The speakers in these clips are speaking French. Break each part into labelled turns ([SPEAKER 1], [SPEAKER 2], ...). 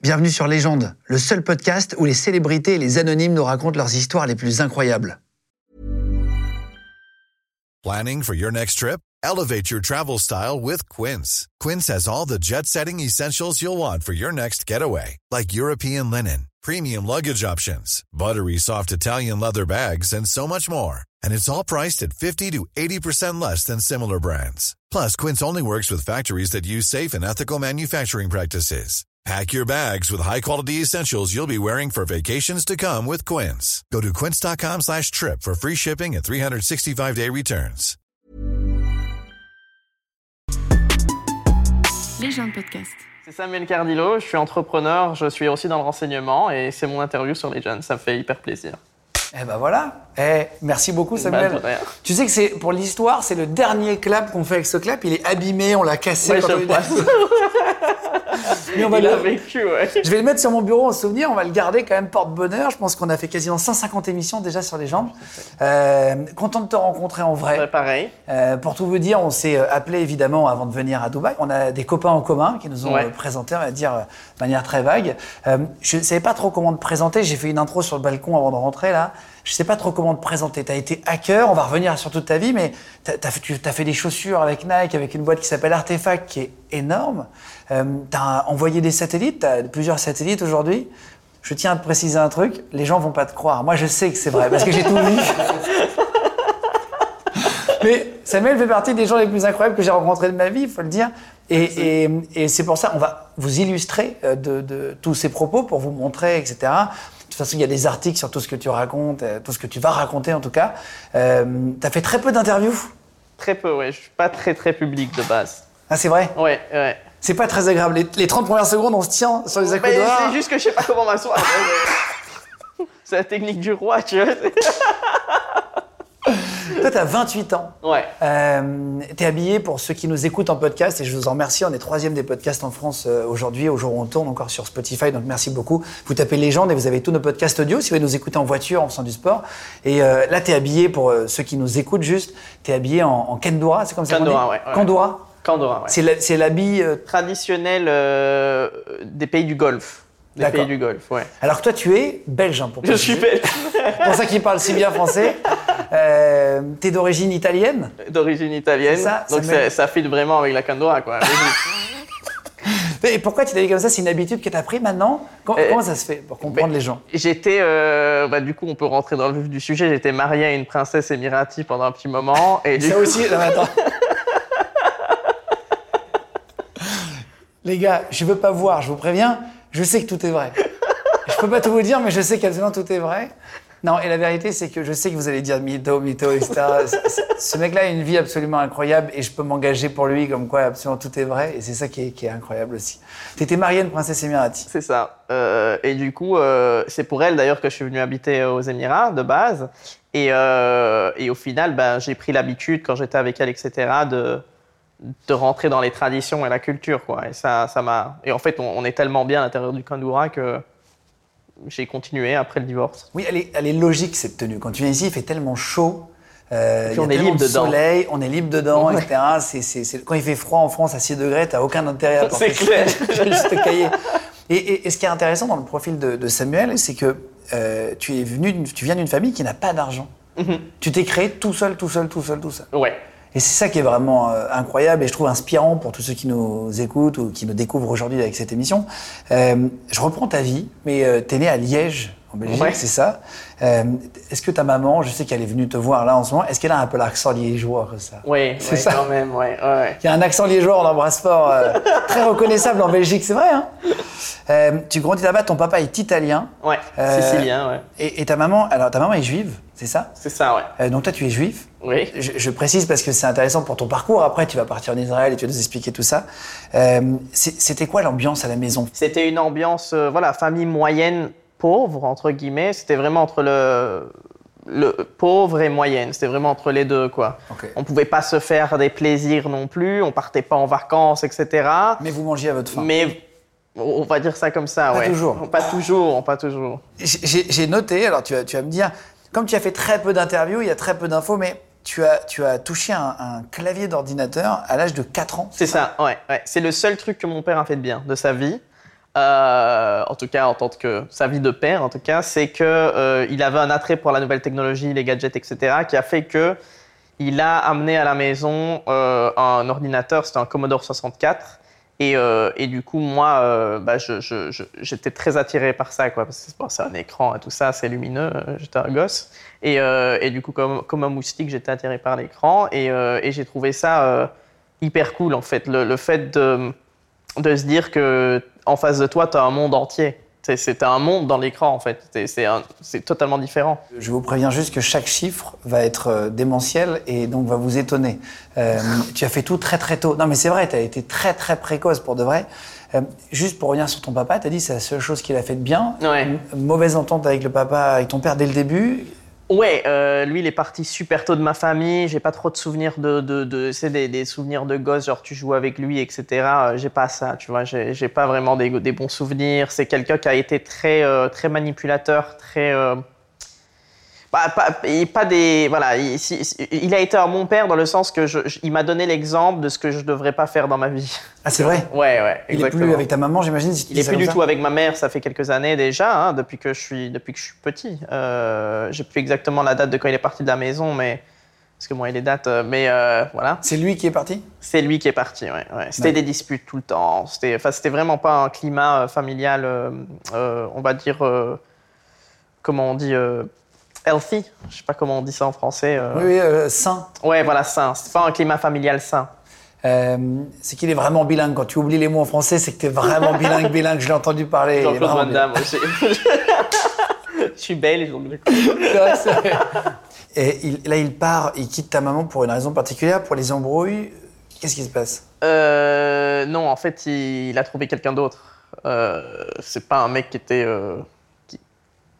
[SPEAKER 1] Bienvenue sur Légende, le seul podcast où les célébrités et les anonymes nous racontent leurs histoires les plus incroyables.
[SPEAKER 2] Planning for your next trip? Elevate your travel style with Quince. Quince has all the jet setting essentials you'll want for your next getaway, like European linen, premium luggage options, buttery soft Italian leather bags, and so much more. And it's all priced at 50 to 80% less than similar brands. Plus, Quince only works with factories that use safe and ethical manufacturing practices. Pack your bags with high-quality essentials you'll be wearing for vacations to come with Quince. Go to quince.com slash trip for free shipping and 365-day returns.
[SPEAKER 3] Les gens de podcast.
[SPEAKER 4] C'est Samuel Cardillo, je suis entrepreneur, je suis aussi dans le renseignement et c'est mon interview sur les jeunes, ça me fait hyper plaisir.
[SPEAKER 5] Eh ben voilà. Eh, merci beaucoup Samuel.
[SPEAKER 4] Bah, de rien.
[SPEAKER 5] tu sais que c'est pour l'histoire, c'est le dernier clap qu'on fait avec ce clap. Il est abîmé, on l'a cassé.
[SPEAKER 4] Ouais,
[SPEAKER 5] quand
[SPEAKER 4] je
[SPEAKER 5] on-
[SPEAKER 4] crois.
[SPEAKER 5] Mais on va
[SPEAKER 4] Il
[SPEAKER 5] le-
[SPEAKER 4] a vécu, ouais.
[SPEAKER 5] Je vais le mettre sur mon bureau en souvenir. On va le garder quand même porte-bonheur. Je pense qu'on a fait quasiment 150 émissions déjà sur les jambes. Euh, content de te rencontrer en vrai.
[SPEAKER 4] Ouais, pareil.
[SPEAKER 5] Euh, pour tout vous dire, on s'est euh, appelé évidemment avant de venir à Dubaï. On a des copains en commun qui nous ont
[SPEAKER 4] Ouais.
[SPEAKER 5] euh, présenté, on va dire, euh, de manière très vague. Euh, je ne savais pas trop comment te présenter. J'ai fait une intro sur le balcon avant de rentrer là. Je ne sais pas trop comment te présenter. Tu as été hacker, on va revenir sur toute ta vie, mais t'as- t'as fait- tu as fait des chaussures avec Nike, avec une boîte qui s'appelle Artefact, qui est énorme. tu as envoyé des satellites, tu as plusieurs satellites aujourd'hui. Je tiens à te préciser un truc, les gens vont pas te croire. Moi, je sais que c'est vrai, parce que j'ai tout vu. Mais Samuel fait partie des gens les plus incroyables que j'ai rencontrés de ma vie, il faut le dire. Et, et- et c'est pour ça on va vous illustrer euh, de, de tous ces propos pour vous montrer, etc. De toute façon, il y a des articles sur tout ce que tu racontes, euh, tout ce que tu vas raconter en tout cas. Euh, T'as fait très peu d'interviews,
[SPEAKER 4] Très peu, ouais. Je suis pas très très public de base.
[SPEAKER 5] ah, c'est vrai.
[SPEAKER 4] Ouais, ouais.
[SPEAKER 5] C'est pas très agréable. Les, les 30 premières secondes, on se tient sur les
[SPEAKER 4] Oh, Mais
[SPEAKER 5] accoudoirs.
[SPEAKER 4] c'est juste que je sais pas comment m'asseoir. Ouais, ouais. c'est la technique du roi, tu vois.
[SPEAKER 5] Toi, t'as 28 ans.
[SPEAKER 4] Ouais.
[SPEAKER 5] Euh, T'es habillé pour ceux qui nous écoutent en podcast et je vous en remercie. On est troisième des podcasts en France euh, aujourd'hui. Au jour où on tourne encore sur Spotify, donc merci beaucoup. Vous tapez Légende et vous avez tous nos podcasts audio si vous voulez nous écouter en voiture, en faisant du sport. Et euh, là, t'es habillé pour euh, ceux qui nous écoutent juste. T'es habillé en, en kendora, c'est comme ça qu'on
[SPEAKER 4] Kendora,
[SPEAKER 5] dit
[SPEAKER 4] ouais, ouais.
[SPEAKER 5] Kendora.
[SPEAKER 4] Candora, ouais.
[SPEAKER 5] C'est la- C'est l'habit. euh,
[SPEAKER 4] Traditionnel euh, des pays du Golfe. Des
[SPEAKER 5] D'accord.
[SPEAKER 4] pays du Golfe, ouais.
[SPEAKER 5] Alors que toi, tu es belge, hein, pour
[SPEAKER 4] Je suis
[SPEAKER 5] préciser.
[SPEAKER 4] belge.
[SPEAKER 5] pour ça qu'il parle si bien français. Euh, T'es d'origine italienne.
[SPEAKER 4] d'origine italienne.
[SPEAKER 5] C'est ça,
[SPEAKER 4] donc
[SPEAKER 5] ça mêle.
[SPEAKER 4] ça, ça file vraiment avec la Candora, quoi.
[SPEAKER 5] Et pourquoi tu t'es dit comme ça C'est une habitude que t'as pris maintenant comment,
[SPEAKER 4] Euh,
[SPEAKER 5] comment ça se fait pour comprendre
[SPEAKER 4] ben,
[SPEAKER 5] les gens
[SPEAKER 4] J'étais, euh, bah, du coup, on peut rentrer dans le vif du sujet. J'étais marié à une princesse émirati pendant un petit moment, et du
[SPEAKER 5] Ça
[SPEAKER 4] coup,
[SPEAKER 5] aussi, non, mais attends. Les gars, je veux pas voir, je vous préviens, je sais que tout est vrai. Je peux pas tout vous dire, mais je sais qu'absolument tout est vrai. Non, et la vérité, c'est que je sais que vous allez dire mytho, mytho, etc. Ce- ce- Ce mec-là a une vie absolument incroyable et je peux m'engager pour lui, comme quoi absolument tout est vrai. Et c'est ça qui est, qui est incroyable aussi. T'étais mariée à une princesse émirati.
[SPEAKER 4] c'est ça. Euh, et du coup, euh, c'est pour elle d'ailleurs que je suis venu habiter aux Émirats de base. Et, euh, et au final, ben, j'ai pris l'habitude quand j'étais avec elle, etc., de de rentrer dans les traditions et la culture, quoi. Et ça, ça m'a. Et en fait, on, on est tellement bien à l'intérieur du Candora que j'ai continué après le divorce.
[SPEAKER 5] Oui, elle est, elle est logique cette tenue. Quand tu viens ici, il fait tellement chaud. Euh,
[SPEAKER 4] puis
[SPEAKER 5] il y a
[SPEAKER 4] on est
[SPEAKER 5] tellement
[SPEAKER 4] libre
[SPEAKER 5] de
[SPEAKER 4] dedans.
[SPEAKER 5] soleil, on est libre dedans,
[SPEAKER 4] Ouais.
[SPEAKER 5] etc. C'est- c'est- c'est- Quand il fait froid en France à 6 degrés, t'as aucun intérêt à porter
[SPEAKER 4] C'est clair.
[SPEAKER 5] J'ai juste le cahier. Et, et- et ce qui est intéressant dans le profil de, de Samuel, c'est que euh, tu, es venu, d'une- tu viens d'une famille qui n'a pas d'argent.
[SPEAKER 4] Mm-hmm.
[SPEAKER 5] Tu t'es créé tout seul, tout seul, tout seul, tout seul.
[SPEAKER 4] Ouais.
[SPEAKER 5] Et c'est ça qui est vraiment euh, incroyable et je trouve inspirant pour tous ceux qui nous écoutent ou qui nous découvrent aujourd'hui avec cette émission. Euh, je reprends ta vie, mais euh, t'es né à Liège, en Belgique,
[SPEAKER 4] Ouais.
[SPEAKER 5] c'est ça. Euh, est-ce que ta maman, je sais qu'elle est venue te voir là en ce moment, est-ce qu'elle a un peu l'accent liégeois comme ça
[SPEAKER 4] Ouais,
[SPEAKER 5] C'est
[SPEAKER 4] ouais,
[SPEAKER 5] ça.
[SPEAKER 4] quand même, ouais, ouais.
[SPEAKER 5] Il y a un accent liégeois, on l'embrasse fort, euh, très reconnaissable en Belgique, c'est vrai. Hein Euh, tu grandis là-bas, ton papa est italien
[SPEAKER 4] Ouais,
[SPEAKER 5] Euh,
[SPEAKER 4] sicilien, ouais.
[SPEAKER 5] et, et ta maman, alors ta maman est juive, c'est ça
[SPEAKER 4] C'est ça, ouais.
[SPEAKER 5] Euh, Donc toi, tu es juif
[SPEAKER 4] Oui.
[SPEAKER 5] je, je précise parce que c'est intéressant pour ton parcours. Après, tu vas partir en Israël et tu vas nous expliquer tout ça. Euh, c'est- C'était quoi l'ambiance à la maison
[SPEAKER 4] C'était une ambiance, euh, voilà, famille moyenne pauvre, entre guillemets. C'était vraiment entre le, le pauvre et moyenne. C'était vraiment entre les deux, quoi.
[SPEAKER 5] Ok.
[SPEAKER 4] On pouvait pas se faire des plaisirs non plus. On partait pas en vacances, etc.
[SPEAKER 5] Mais vous mangez à votre faim.
[SPEAKER 4] Mais on va dire ça comme ça,
[SPEAKER 5] Pas
[SPEAKER 4] ouais.
[SPEAKER 5] toujours.
[SPEAKER 4] Pas toujours, pas toujours.
[SPEAKER 5] J'ai- J'ai j'ai noté, alors tu vas, tu vas me dire, comme tu as fait très peu d'interviews, il y a très peu d'infos, mais tu as, tu as touché un, un clavier d'ordinateur à l'âge de 4 ans.
[SPEAKER 4] C'est ça, ouais. ouais. C'est le seul truc que mon père a fait de bien de sa vie. Euh, en tout cas en tant que sa vie de père, en tout cas, c'est que euh, il avait un attrait pour la nouvelle technologie, les gadgets, etc., qui a fait que il a amené à la maison euh, un ordinateur, c'était un Commodore 64. Et, euh, et du coup, moi, euh, bah, je- je- je- j'étais très attiré par ça, quoi, parce que bon, c'est un écran et tout ça, c'est lumineux, euh, j'étais un gosse. Et, euh, et du coup, comme, comme un moustique, j'étais attiré par l'écran et, euh, et j'ai trouvé ça euh, hyper cool, en fait. Le, le fait de, de se dire que en face de toi, tu as un monde entier. C'est- C'est un monde dans l'écran, en fait. C'est- C'est un- c'est totalement différent.
[SPEAKER 5] Je vous préviens juste que chaque chiffre va être euh, démentiel et donc va vous étonner. Euh, tu as fait tout très très tôt. Non mais c'est vrai, tu as été très très précoce pour de vrai. Euh, juste pour revenir sur ton papa, tu as dit c'est la seule chose qu'il a fait de bien.
[SPEAKER 4] Ouais.
[SPEAKER 5] M- Mauvaise entente avec le papa, avec ton père dès le début.
[SPEAKER 4] Ouais, euh, lui, il est parti super tôt de ma famille. J'ai pas trop de souvenirs de, de, de c'est des, des souvenirs de gosse, genre tu joues avec lui, etc. Euh, J'ai pas ça, tu vois. J'ai j'ai pas vraiment des, des bons souvenirs. C'est quelqu'un qui a été très, euh, très manipulateur, très. euh, bah, pas, et pas des, voilà, il, si- si- il a été un bon père dans le sens que je, je- il m'a donné l'exemple de ce que je devrais pas faire dans ma vie.
[SPEAKER 5] Ah c'est vrai
[SPEAKER 4] Ouais, ouais,
[SPEAKER 5] Il est
[SPEAKER 4] exactement.
[SPEAKER 5] plus avec ta maman, j'imagine. si tu
[SPEAKER 4] Il
[SPEAKER 5] dis
[SPEAKER 4] est
[SPEAKER 5] ça
[SPEAKER 4] plus
[SPEAKER 5] comme
[SPEAKER 4] du
[SPEAKER 5] ça.
[SPEAKER 4] tout avec ma mère, ça fait quelques années déjà, hein, depuis que je suis depuis que je suis petit. Euh, J'ai plus exactement la date de quand il est parti de la maison, mais parce que moi il les dates, euh, mais euh, voilà,
[SPEAKER 5] C'est lui qui est parti
[SPEAKER 4] c'est lui qui est parti. Ouais, ouais. C'était
[SPEAKER 5] Ouais.
[SPEAKER 4] des disputes tout le temps. C'était enfin c'était vraiment pas un climat euh, familial, euh, euh, on va dire euh, comment on dit. euh, Healthy, je sais pas comment on dit ça en français. euh.
[SPEAKER 5] Oui, oui, euh, sain.
[SPEAKER 4] Ouais, voilà, sain. C'est pas un climat familial sain.
[SPEAKER 5] Euh, c'est qu'il est vraiment bilingue. Quand tu oublies les mots en français, c'est que t'es vraiment bilingue, bilingue. Je l'ai entendu parler. il est
[SPEAKER 4] Jean-Claude
[SPEAKER 5] vraiment
[SPEAKER 4] Van
[SPEAKER 5] bilingue.
[SPEAKER 4] Damme aussi. je suis belge, donc du coup,
[SPEAKER 5] Ouais, c'est vrai. Et il- là, il part, il quitte ta maman pour une raison particulière, pour les embrouilles. Qu'est-ce qui se passe
[SPEAKER 4] Euh, non, en fait, il, il a trouvé quelqu'un d'autre. Euh, c'est pas un mec qui était. euh, qui,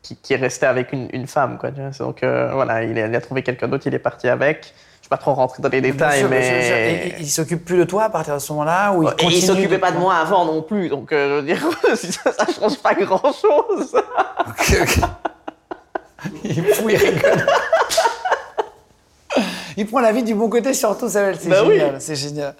[SPEAKER 4] qui, qui est resté avec une, une femme, quoi. tu vois. Donc euh, voilà, il, est- il a trouvé quelqu'un d'autre, il est parti avec. Je vais pas trop rentrer dans les détails,
[SPEAKER 5] Bien sûr, bien sûr, bien sûr.
[SPEAKER 4] mais. Oh,
[SPEAKER 5] Et il, il s'occupe plus de toi à partir de ce moment-là ou il
[SPEAKER 4] Et
[SPEAKER 5] continue
[SPEAKER 4] il s'occupait pas de moi avant non plus, donc euh, je veux dire, ça, ça change pas grand chose.
[SPEAKER 5] Ok, ok. il fouille, il rigole. Il prend la vie du bon côté surtout, Samuel. C'est
[SPEAKER 4] Bah oui.
[SPEAKER 5] génial, c'est génial.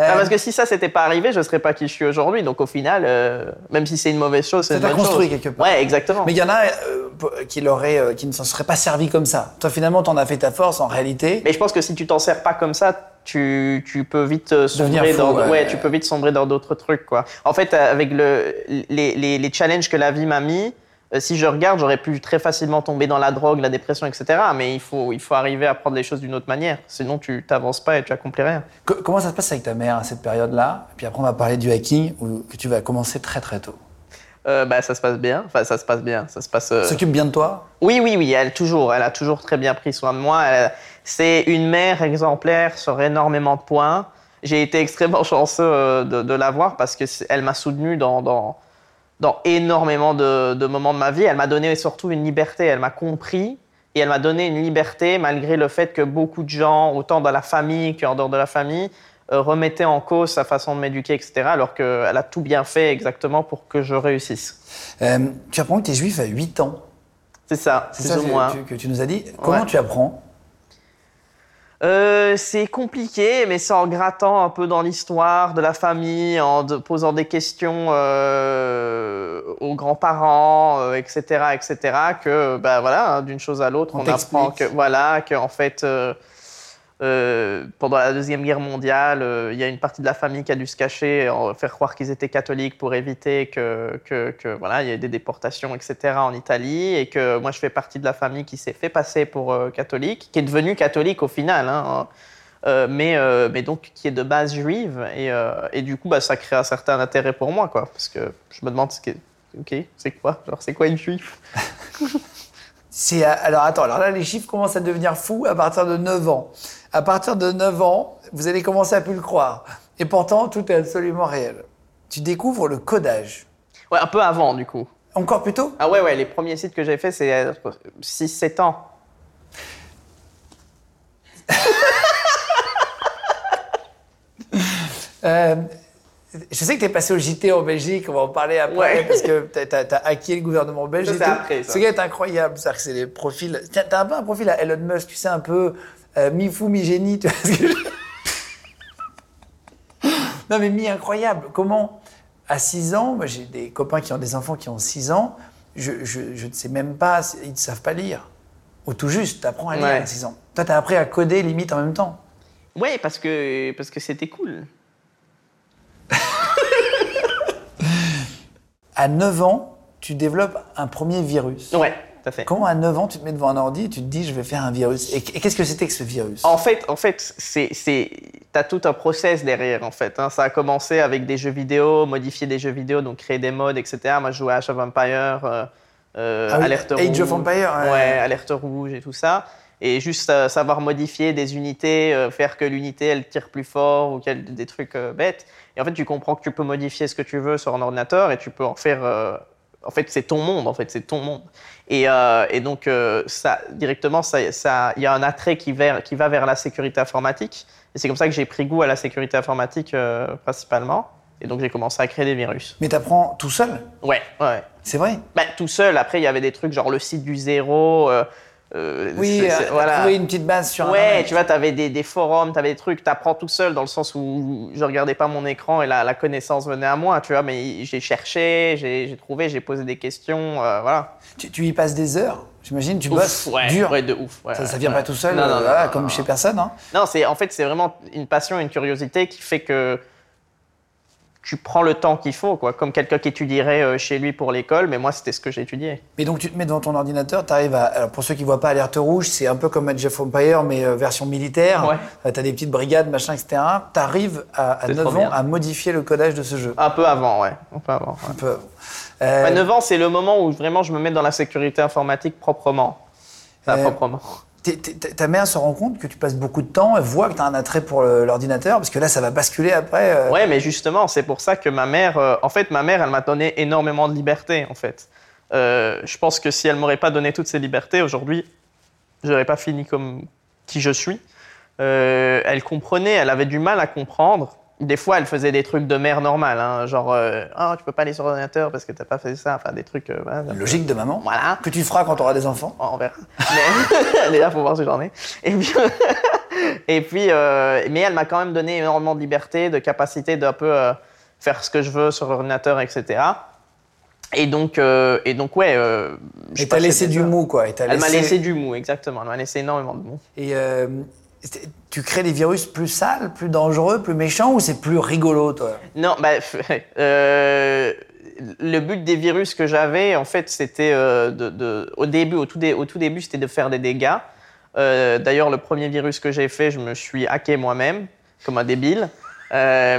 [SPEAKER 5] Euh,
[SPEAKER 4] Ah, parce que si ça s'était pas arrivé, je serais pas qui je suis aujourd'hui. Donc au final, euh, même si c'est une mauvaise chose, c'est
[SPEAKER 5] Ça
[SPEAKER 4] une
[SPEAKER 5] t'a
[SPEAKER 4] bonne chose.
[SPEAKER 5] construit quelque part.
[SPEAKER 4] Ouais, exactement.
[SPEAKER 5] Mais il y en a euh, p- qui, l'auraient, euh, qui ne s'en seraient pas servi comme ça. Toi, finalement, t'en as fait ta force en réalité.
[SPEAKER 4] Mais je pense que si tu t'en sers pas comme ça, tu, tu peux vite euh,
[SPEAKER 5] Devenir
[SPEAKER 4] sombrer
[SPEAKER 5] fou,
[SPEAKER 4] dans
[SPEAKER 5] ouais.
[SPEAKER 4] ouais, tu peux vite sombrer dans d'autres trucs quoi. En fait, euh, avec le les, les, les challenges que la vie m'a mis, euh, si je regarde, j'aurais pu très facilement tomber dans la drogue, la dépression, etc. Mais il faut il faut arriver à prendre les choses d'une autre manière. Sinon, tu t'avances pas et tu accomplis rien.
[SPEAKER 5] Co- comment ça se passe avec ta mère à cette période-là Puis après, on va parler du hacking où, que tu vas commencer très très tôt.
[SPEAKER 4] Euh, bah ça se passe bien. Enfin, ça se passe bien. Ça se passe. euh,
[SPEAKER 5] S'occupe bien de toi
[SPEAKER 4] Oui, oui, oui, elle toujours, elle a toujours très bien pris soin de moi. Elle- C'est une mère exemplaire sur énormément de points. J'ai été extrêmement chanceux euh, de, de l'avoir parce que c'est- elle m'a soutenu dans, dans, dans énormément de, de moments de ma vie. Elle m'a donné surtout une liberté. Elle m'a compris et elle m'a donné une liberté malgré le fait que beaucoup de gens, autant dans la famille qu'en dehors de la famille, euh, remettaient en cause sa façon de m'éduquer, etc. Alors qu'elle a tout bien fait exactement pour que je réussisse.
[SPEAKER 5] Euh, tu apprends que tu es juif à 8 ans.
[SPEAKER 4] C'est ça,
[SPEAKER 5] C'est
[SPEAKER 4] plus
[SPEAKER 5] ça
[SPEAKER 4] ou
[SPEAKER 5] que,
[SPEAKER 4] moins.
[SPEAKER 5] tu- que tu nous as dit. Comment
[SPEAKER 4] Ouais.
[SPEAKER 5] tu apprends
[SPEAKER 4] Euh, c'est compliqué, mais c'est en grattant un peu dans l'histoire de la famille, en de- posant des questions euh, aux grands-parents, euh, etc., etc., que bah voilà, hein, d'une chose à l'autre,
[SPEAKER 5] On
[SPEAKER 4] on, apprend que
[SPEAKER 5] t'explique.
[SPEAKER 4] voilà, que en fait. euh, euh, pendant la Deuxième Guerre mondiale, euh, il y a une partie de la famille qui a dû se cacher, euh, faire croire qu'ils étaient catholiques pour éviter que, que, que, voilà, il y ait des déportations, etc. en Italie, et que moi je fais partie de la famille qui s'est fait passer pour euh, catholique, qui est devenue catholique au final, hein, euh, mais, euh, mais donc qui est de base juive, et, euh, et du coup bah, ça crée un certain intérêt pour moi, quoi, parce que je me demande ce qu'est- Ok, c'est quoi Genre, c'est quoi une juive
[SPEAKER 5] C'est à- Alors attends, alors là, les chiffres commencent à devenir fous à partir de 9 ans. À partir de 9 ans, vous allez commencer à plus le croire. Et pourtant, tout est absolument réel. Tu découvres le codage.
[SPEAKER 4] Ouais, un peu avant, du coup.
[SPEAKER 5] Encore plus tôt
[SPEAKER 4] Ah ouais, ouais, les premiers sites que j'ai fait, c'est euh, 6-7 ans.
[SPEAKER 5] Euh, je sais que tu es passé au JT en Belgique, on va en parler après,
[SPEAKER 4] Ouais.
[SPEAKER 5] parce que tu as, hacké le gouvernement belge.
[SPEAKER 4] Ça,
[SPEAKER 5] et
[SPEAKER 4] c'est
[SPEAKER 5] tout.
[SPEAKER 4] après, ça.
[SPEAKER 5] Ce gars est incroyable, c'est-à-dire que c'est des profils. Tiens, t'as un peu un profil à Elon Musk, tu sais, un peu euh, mi-fou, mi-génie. tu vois ce que je- non, mais mi-incroyable. Comment, à 6 ans, moi, j'ai des copains qui ont des enfants qui ont 6 ans, je, je- je ne sais même pas, ils ne savent pas lire. Ou tout juste, tu apprends à lire
[SPEAKER 4] Ouais.
[SPEAKER 5] à 6 ans. Toi, tu as appris à coder limite en même temps.
[SPEAKER 4] Ouais, parce que parce que c'était cool.
[SPEAKER 5] À 9 ans, tu développes un premier virus.
[SPEAKER 4] Ouais, tout à fait.
[SPEAKER 5] Comment à 9 ans, tu te mets devant un ordi et tu te dis, je vais faire un virus Et qu- et qu'est-ce que c'était que ce virus
[SPEAKER 4] En fait, en fait, c'est, c'est, t'as tout un process derrière, en fait. hein. Ça a commencé avec des jeux vidéo, modifier des jeux vidéo, donc créer des modes, etc. Moi, je jouais à Age of Empire, euh, euh,
[SPEAKER 5] Ah oui,
[SPEAKER 4] Alerte Rouge.
[SPEAKER 5] Age of Empire, ouais.
[SPEAKER 4] ouais. Alerte Rouge et tout ça. Et juste euh, savoir modifier des unités, euh, faire que l'unité, elle tire plus fort ou qu'elle, des trucs euh, bêtes. Et en fait, tu comprends que tu peux modifier ce que tu veux sur un ordinateur et tu peux en faire... euh, en fait, c'est ton monde, en fait, c'est ton monde. Et, euh, et donc, euh, ça, directement, ça- ça- il y a un attrait qui, vers- qui va vers la sécurité informatique. Et c'est comme ça que j'ai pris goût à la sécurité informatique euh, principalement. Et donc, j'ai commencé à créer des virus.
[SPEAKER 5] Mais tu apprends tout seul,
[SPEAKER 4] Ouais, ouais.
[SPEAKER 5] c'est vrai
[SPEAKER 4] Ben, tout seul, après, il y avait des trucs genre le site du zéro. euh, euh,
[SPEAKER 5] Oui,
[SPEAKER 4] c'est- c'est-
[SPEAKER 5] euh, trouver une petite base sur un
[SPEAKER 4] Ouais,
[SPEAKER 5] ordi.
[SPEAKER 4] tu vois, t'avais des, des forums, t'avais des trucs, t'apprends tout seul dans le sens où je regardais pas mon écran et la, la connaissance venait à moi, tu vois, mais j'ai cherché, j'ai j'ai trouvé, j'ai posé des questions, euh, voilà.
[SPEAKER 5] Tu, tu y passes des heures, j'imagine, tu
[SPEAKER 4] Ouf,
[SPEAKER 5] bosses
[SPEAKER 4] ouais,
[SPEAKER 5] dur.
[SPEAKER 4] ouais, de ouf. ouais,
[SPEAKER 5] ça, ça
[SPEAKER 4] ouais,
[SPEAKER 5] vient
[SPEAKER 4] ouais.
[SPEAKER 5] pas tout seul,
[SPEAKER 4] Non, non,
[SPEAKER 5] euh,
[SPEAKER 4] non,
[SPEAKER 5] voilà,
[SPEAKER 4] non,
[SPEAKER 5] comme
[SPEAKER 4] non.
[SPEAKER 5] chez personne. hein.
[SPEAKER 4] Non, c'est en fait c'est vraiment une passion, une curiosité qui fait que tu prends le temps qu'il faut, quoi. Comme quelqu'un qui étudierait euh, chez lui pour l'école, mais moi c'était ce que j'étudiais.
[SPEAKER 5] Mais donc tu te mets devant ton ordinateur, tu arrives à... Alors pour ceux qui voient pas Alerte Rouge, c'est un peu comme Age of Empire, mais euh, version militaire.
[SPEAKER 4] Ouais.
[SPEAKER 5] tu as des petites brigades, machin, etc. Tu arrives à, à
[SPEAKER 4] C'est
[SPEAKER 5] 9
[SPEAKER 4] trop
[SPEAKER 5] ans
[SPEAKER 4] bien.
[SPEAKER 5] à modifier le codage de ce jeu.
[SPEAKER 4] Un peu avant, ouais. Un peu avant. ouais.
[SPEAKER 5] Un peu. Euh,
[SPEAKER 4] Ouais, 9 ans, c'est le moment où vraiment je me mets dans la sécurité informatique proprement. Enfin,
[SPEAKER 5] Euh,
[SPEAKER 4] proprement.
[SPEAKER 5] t'es- t'es- t'es- ta mère se rend compte que tu passes beaucoup de temps, elle voit que tu as un attrait pour le- l'ordinateur, parce que là, ça va basculer après. euh,
[SPEAKER 4] Ouais, mais justement, c'est pour ça que ma mère, euh, en fait, ma mère, elle m'a donné énormément de liberté, en fait. Euh, je pense que si elle m'aurait pas donné toutes ces libertés, aujourd'hui, j'aurais pas fini comme qui je suis. Euh, elle comprenait, elle avait du mal à comprendre. Des fois, elle faisait des trucs de mère normale, hein, genre euh, ah tu peux pas aller sur l'ordinateur parce que t'as pas fait ça, enfin des trucs. euh, voilà.
[SPEAKER 5] Logique de maman.
[SPEAKER 4] Voilà.
[SPEAKER 5] Que tu feras quand tu auras des enfants.
[SPEAKER 4] On verra. Mais elle est là pour voir ce j'en ai. Et puis, et puis euh, mais elle m'a quand même donné énormément de liberté, de capacité d'un peu euh, faire ce que je veux sur l'ordinateur, etc. Et donc, euh, et donc ouais. euh, je
[SPEAKER 5] Et t'as
[SPEAKER 4] passais
[SPEAKER 5] laissé
[SPEAKER 4] des
[SPEAKER 5] du
[SPEAKER 4] heures.
[SPEAKER 5] mou, quoi. Et t'as
[SPEAKER 4] Elle m'a
[SPEAKER 5] laissé-
[SPEAKER 4] laissé du mou, exactement. Elle m'a laissé énormément de mou.
[SPEAKER 5] Et euh, c'était- tu crées des virus plus sales, plus dangereux, plus méchants, ou c'est plus rigolo, toi
[SPEAKER 4] Non, bah, euh, le but des virus que j'avais, en fait, c'était euh, de, de- au début, au tout, dé- au tout début, c'était de faire des dégâts. Euh, D'ailleurs, le premier virus que j'ai fait, je me suis hacké moi-même, comme un débile. Euh,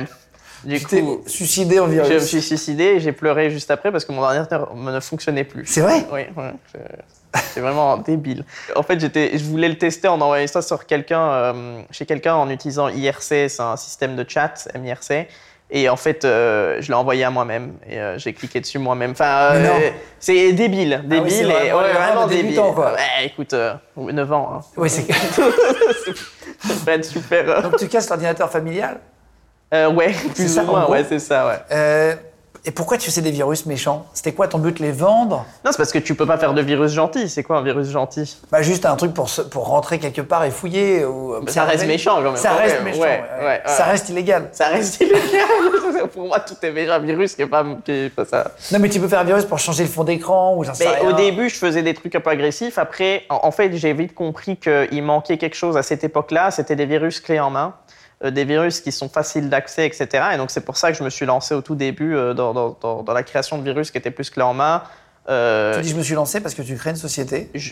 [SPEAKER 4] du
[SPEAKER 5] Tu t'es
[SPEAKER 4] coup,
[SPEAKER 5] suicidé en virus.
[SPEAKER 4] je me suis suicidé et j'ai pleuré juste après parce que mon ordinateur ne fonctionnait plus.
[SPEAKER 5] C'est vrai
[SPEAKER 4] Oui, ouais, c'est- c'est vraiment débile. En fait, j'étais, je voulais le tester en envoyant ça sur quelqu'un, euh, chez quelqu'un en utilisant IRC, c'est un système de chat, MIRC. Et en fait, euh, je l'ai envoyé à moi-même et euh, j'ai cliqué dessus moi-même. Enfin,
[SPEAKER 5] Mais
[SPEAKER 4] euh,
[SPEAKER 5] non. Ah
[SPEAKER 4] c'est débile, débile
[SPEAKER 5] oui, c'est
[SPEAKER 4] et
[SPEAKER 5] vraiment-
[SPEAKER 4] ouais,
[SPEAKER 5] vraiment
[SPEAKER 4] vraiment débile.
[SPEAKER 5] débutant, quoi.
[SPEAKER 4] Ouais, écoute, euh, 9 ans, hein.
[SPEAKER 5] Oui, c'est
[SPEAKER 4] ça peut être super. euh,
[SPEAKER 5] Donc tu casses l'ordinateur familial.
[SPEAKER 4] euh, ouais,
[SPEAKER 5] C'est
[SPEAKER 4] plus
[SPEAKER 5] ça,
[SPEAKER 4] ou
[SPEAKER 5] en
[SPEAKER 4] moins,
[SPEAKER 5] gros.
[SPEAKER 4] ouais, c'est ça, ouais.
[SPEAKER 5] Euh, et pourquoi tu faisais des virus méchants C'était quoi ton but Les vendre
[SPEAKER 4] Non, c'est parce que tu peux pas faire de virus gentil. C'est quoi un virus gentil
[SPEAKER 5] Bah juste un truc pour, se- pour rentrer quelque part et fouiller. Ou,
[SPEAKER 4] ça reste méchant, quand même.
[SPEAKER 5] Ça
[SPEAKER 4] Ouais,
[SPEAKER 5] reste
[SPEAKER 4] ouais,
[SPEAKER 5] méchant.
[SPEAKER 4] ouais,
[SPEAKER 5] ouais.
[SPEAKER 4] ouais,
[SPEAKER 5] Ça
[SPEAKER 4] ouais.
[SPEAKER 5] reste illégal.
[SPEAKER 4] Ça reste illégal. Pour moi, tout est déjà un virus qui est pas, qui est pas ça.
[SPEAKER 5] Non mais tu peux faire un virus pour changer le fond d'écran ou j'en sais
[SPEAKER 4] Mais
[SPEAKER 5] rien.
[SPEAKER 4] au début, je faisais des trucs un peu agressifs. Après, en, en fait, j'ai vite compris qu'il manquait quelque chose à cette époque-là. C'était des virus clés en main, euh, des virus qui sont faciles d'accès, etc. Et donc, c'est pour ça que je me suis lancé au tout début euh, dans, dans- dans- dans la création de virus qui étaient plus clés en main. Euh,
[SPEAKER 5] Tu dis je me suis lancé parce que tu crées une société
[SPEAKER 4] je-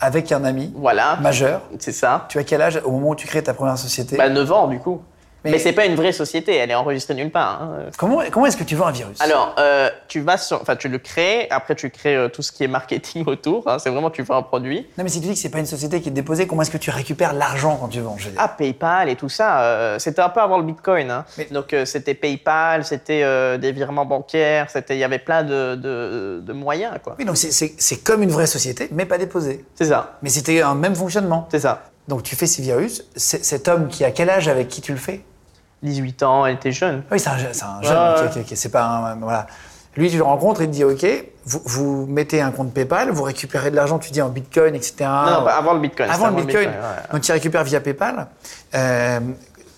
[SPEAKER 5] avec un ami
[SPEAKER 4] voilà,
[SPEAKER 5] majeur.
[SPEAKER 4] c'est ça.
[SPEAKER 5] Tu as quel âge au moment où tu crées ta première société
[SPEAKER 4] Bah, 9 ans, du coup.
[SPEAKER 5] Mais-
[SPEAKER 4] Mais, c'est pas une vraie société. Elle est enregistrée nulle part. hein.
[SPEAKER 5] Comment, comment est-ce que tu vends un virus
[SPEAKER 4] Alors, euh, tu vas sur, enfin, tu le crées. Après, tu crées euh, tout ce qui est marketing autour. hein. c'est vraiment, tu fais un produit.
[SPEAKER 5] Non mais si tu dis que c'est pas une société qui est déposée, comment est-ce que tu récupères l'argent quand tu vends je veux dire
[SPEAKER 4] Ah, PayPal et tout ça. euh, c'était un peu avant le Bitcoin. hein.
[SPEAKER 5] Mais-
[SPEAKER 4] Donc, euh, c'était PayPal, c'était euh, des virements bancaires, c'était, il y avait plein de, de- de moyens, quoi.
[SPEAKER 5] Oui donc c'est- c'est c'est comme une vraie société mais pas déposée.
[SPEAKER 4] C'est ça,
[SPEAKER 5] Mais c'était un même fonctionnement.
[SPEAKER 4] c'est ça.
[SPEAKER 5] Donc tu fais ces virus, c'est- cet homme qui a quel âge avec qui tu le fais
[SPEAKER 4] 18 ans, elle était jeune.
[SPEAKER 5] Ah Oui, c'est un, je- c'est un
[SPEAKER 4] Ouais,
[SPEAKER 5] jeune,
[SPEAKER 4] ouais.
[SPEAKER 5] ok, ok, ok, c'est pas un- Voilà. Lui, tu le rencontres, il te dit OK, vous, vous mettez un compte PayPal, vous récupérez de l'argent, tu dis en bitcoin, etc.
[SPEAKER 4] bah, non, non, pas- avant le Bitcoin.
[SPEAKER 5] Avant
[SPEAKER 4] c'était
[SPEAKER 5] le bitcoin.
[SPEAKER 4] ouais.
[SPEAKER 5] Donc tu récupères via PayPal. Euh,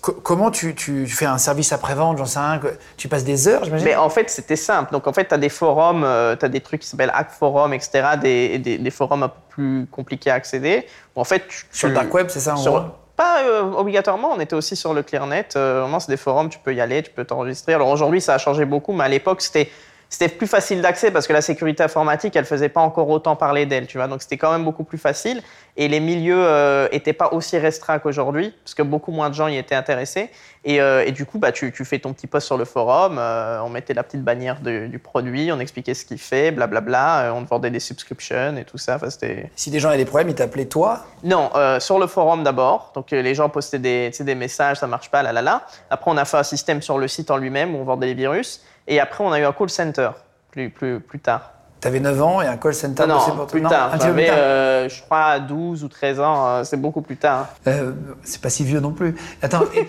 [SPEAKER 5] co- comment tu, tu fais un service après-vente, j'en sais rien, que- tu passes des heures, j'imagine
[SPEAKER 4] Mais en fait, c'était simple. Donc, en fait, tu as des forums, tu as des trucs qui s'appellent Hack Forum, etc., des, des, des forums un peu plus compliqués à accéder. où en fait, tu-
[SPEAKER 5] Sur le
[SPEAKER 4] tu-
[SPEAKER 5] dark web, c'est ça en
[SPEAKER 4] sur-
[SPEAKER 5] gros
[SPEAKER 4] Pas euh, obligatoirement, on était aussi sur le ClearNet. Euh, vraiment, c'est des forums, tu peux y aller, tu peux t'enregistrer. Alors aujourd'hui, ça a changé beaucoup, mais à l'époque, c'était. C'était plus facile d'accès parce que la sécurité informatique, elle faisait pas encore autant parler d'elle, tu vois. Donc c'était quand même beaucoup plus facile et les milieux euh, étaient pas aussi restreints qu'aujourd'hui parce que beaucoup moins de gens y étaient intéressés. Et, euh, et du coup, bah tu, tu fais ton petit post sur le forum, euh, on mettait la petite bannière de- du produit, on expliquait ce qu'il fait, blablabla, euh, on te vendait des subscriptions et tout ça. Enfin, c'était
[SPEAKER 5] Si des gens avaient des problèmes, ils t'appelaient toi.
[SPEAKER 4] non, euh, sur le forum d'abord. Donc euh, les gens postaient des, tu sais, des messages, ça marche pas, là là là. Après on a fait un système sur le site en lui-même où on vendait les virus. Et après on a eu un call center plus plus plus tard.
[SPEAKER 5] T'avais 9 ans et un call center
[SPEAKER 4] non,
[SPEAKER 5] bossait
[SPEAKER 4] non,
[SPEAKER 5] pour toi.
[SPEAKER 4] plus tard.
[SPEAKER 5] un petit peu plus
[SPEAKER 4] J'avais,
[SPEAKER 5] tard.
[SPEAKER 4] euh, je crois, 12 ou 13 ans. euh, c'est beaucoup plus tard.
[SPEAKER 5] Euh, c'est pas si vieux non plus. Attends, et-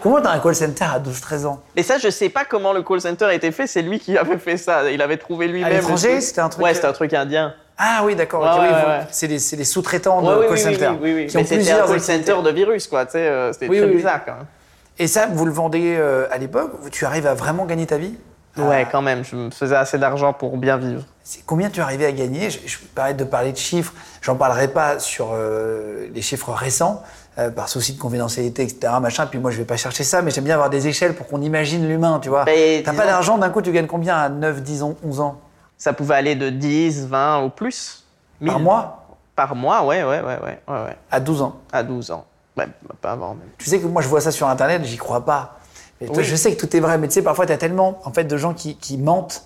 [SPEAKER 5] comment t'as un call center à 12-13 ans
[SPEAKER 4] Mais ça, je sais pas comment le call center a été fait. C'est lui qui avait fait ça. Il avait trouvé lui-même. le
[SPEAKER 5] l'étranger,
[SPEAKER 4] truc.
[SPEAKER 5] c'était un truc- euh,
[SPEAKER 4] Ouais, c'était un truc indien.
[SPEAKER 5] Ah oui, d'accord.
[SPEAKER 4] Ouais,
[SPEAKER 5] ok, oui,
[SPEAKER 4] ouais,
[SPEAKER 5] vous-
[SPEAKER 4] ouais.
[SPEAKER 5] C'est des, c'est des sous-traitants de
[SPEAKER 4] Ouais, oui,
[SPEAKER 5] call
[SPEAKER 4] oui, oui,
[SPEAKER 5] center.
[SPEAKER 4] oui, oui, oui.
[SPEAKER 5] qui ont
[SPEAKER 4] Mais c'était un
[SPEAKER 5] plusieurs
[SPEAKER 4] call
[SPEAKER 5] activités.
[SPEAKER 4] center de virus, quoi. Tu sais, euh, c'était
[SPEAKER 5] Oui,
[SPEAKER 4] très
[SPEAKER 5] oui, oui.
[SPEAKER 4] bizarre quand même.
[SPEAKER 5] Et ça, vous le vendez euh, à l'époque Tu arrives à vraiment gagner ta vie Ah,
[SPEAKER 4] Ouais, quand même. Je me faisais assez d'argent pour bien vivre.
[SPEAKER 5] C'est combien tu arrivais à gagner Je, je parlais de parler de chiffres, j'en parlerai pas sur euh, les chiffres récents, euh, par souci de confidentialité, etc. Machin. Puis moi, je vais pas chercher ça, mais j'aime bien avoir des échelles pour qu'on imagine l'humain, tu vois.
[SPEAKER 4] Ben,
[SPEAKER 5] T'as
[SPEAKER 4] disons-
[SPEAKER 5] pas d'argent, d'un coup, tu gagnes combien à 9, 10, 11 ans
[SPEAKER 4] Ça pouvait aller de 10, 20 ou plus.
[SPEAKER 5] Par
[SPEAKER 4] 1000.
[SPEAKER 5] mois
[SPEAKER 4] Par mois, ouais, ouais, ouais, ouais, ouais, ouais.
[SPEAKER 5] À 12 ans.
[SPEAKER 4] À 12 ans. Ouais, bah, pas avant même.
[SPEAKER 5] Tu sais que moi, je vois ça sur Internet, j'y crois pas. Mais toi,
[SPEAKER 4] Oui.
[SPEAKER 5] Je sais que tout est vrai, mais tu sais, parfois, tu as tellement en fait, de gens qui, qui mentent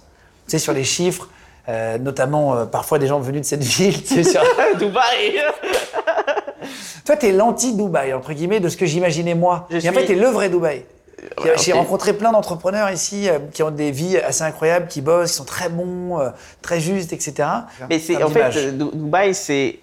[SPEAKER 5] tu sais, sur les chiffres, euh, notamment euh, parfois des gens venus de cette ville. tu sais, sur-
[SPEAKER 4] Dubaï
[SPEAKER 5] toi, tu es l'anti-Dubaï, entre guillemets, de ce que j'imaginais moi.
[SPEAKER 4] Je
[SPEAKER 5] Et en
[SPEAKER 4] suis- Euh,
[SPEAKER 5] fait, tu es le vrai Dubaï.
[SPEAKER 4] ouais,
[SPEAKER 5] J'ai
[SPEAKER 4] ok.
[SPEAKER 5] rencontré plein d'entrepreneurs ici euh, qui ont des vies assez incroyables, qui bossent, qui sont très bons, euh, très justes, etc.
[SPEAKER 4] Mais c'est,
[SPEAKER 5] Plein
[SPEAKER 4] en fait,
[SPEAKER 5] d'images.
[SPEAKER 4] euh, Dou- Dubaï, c'est.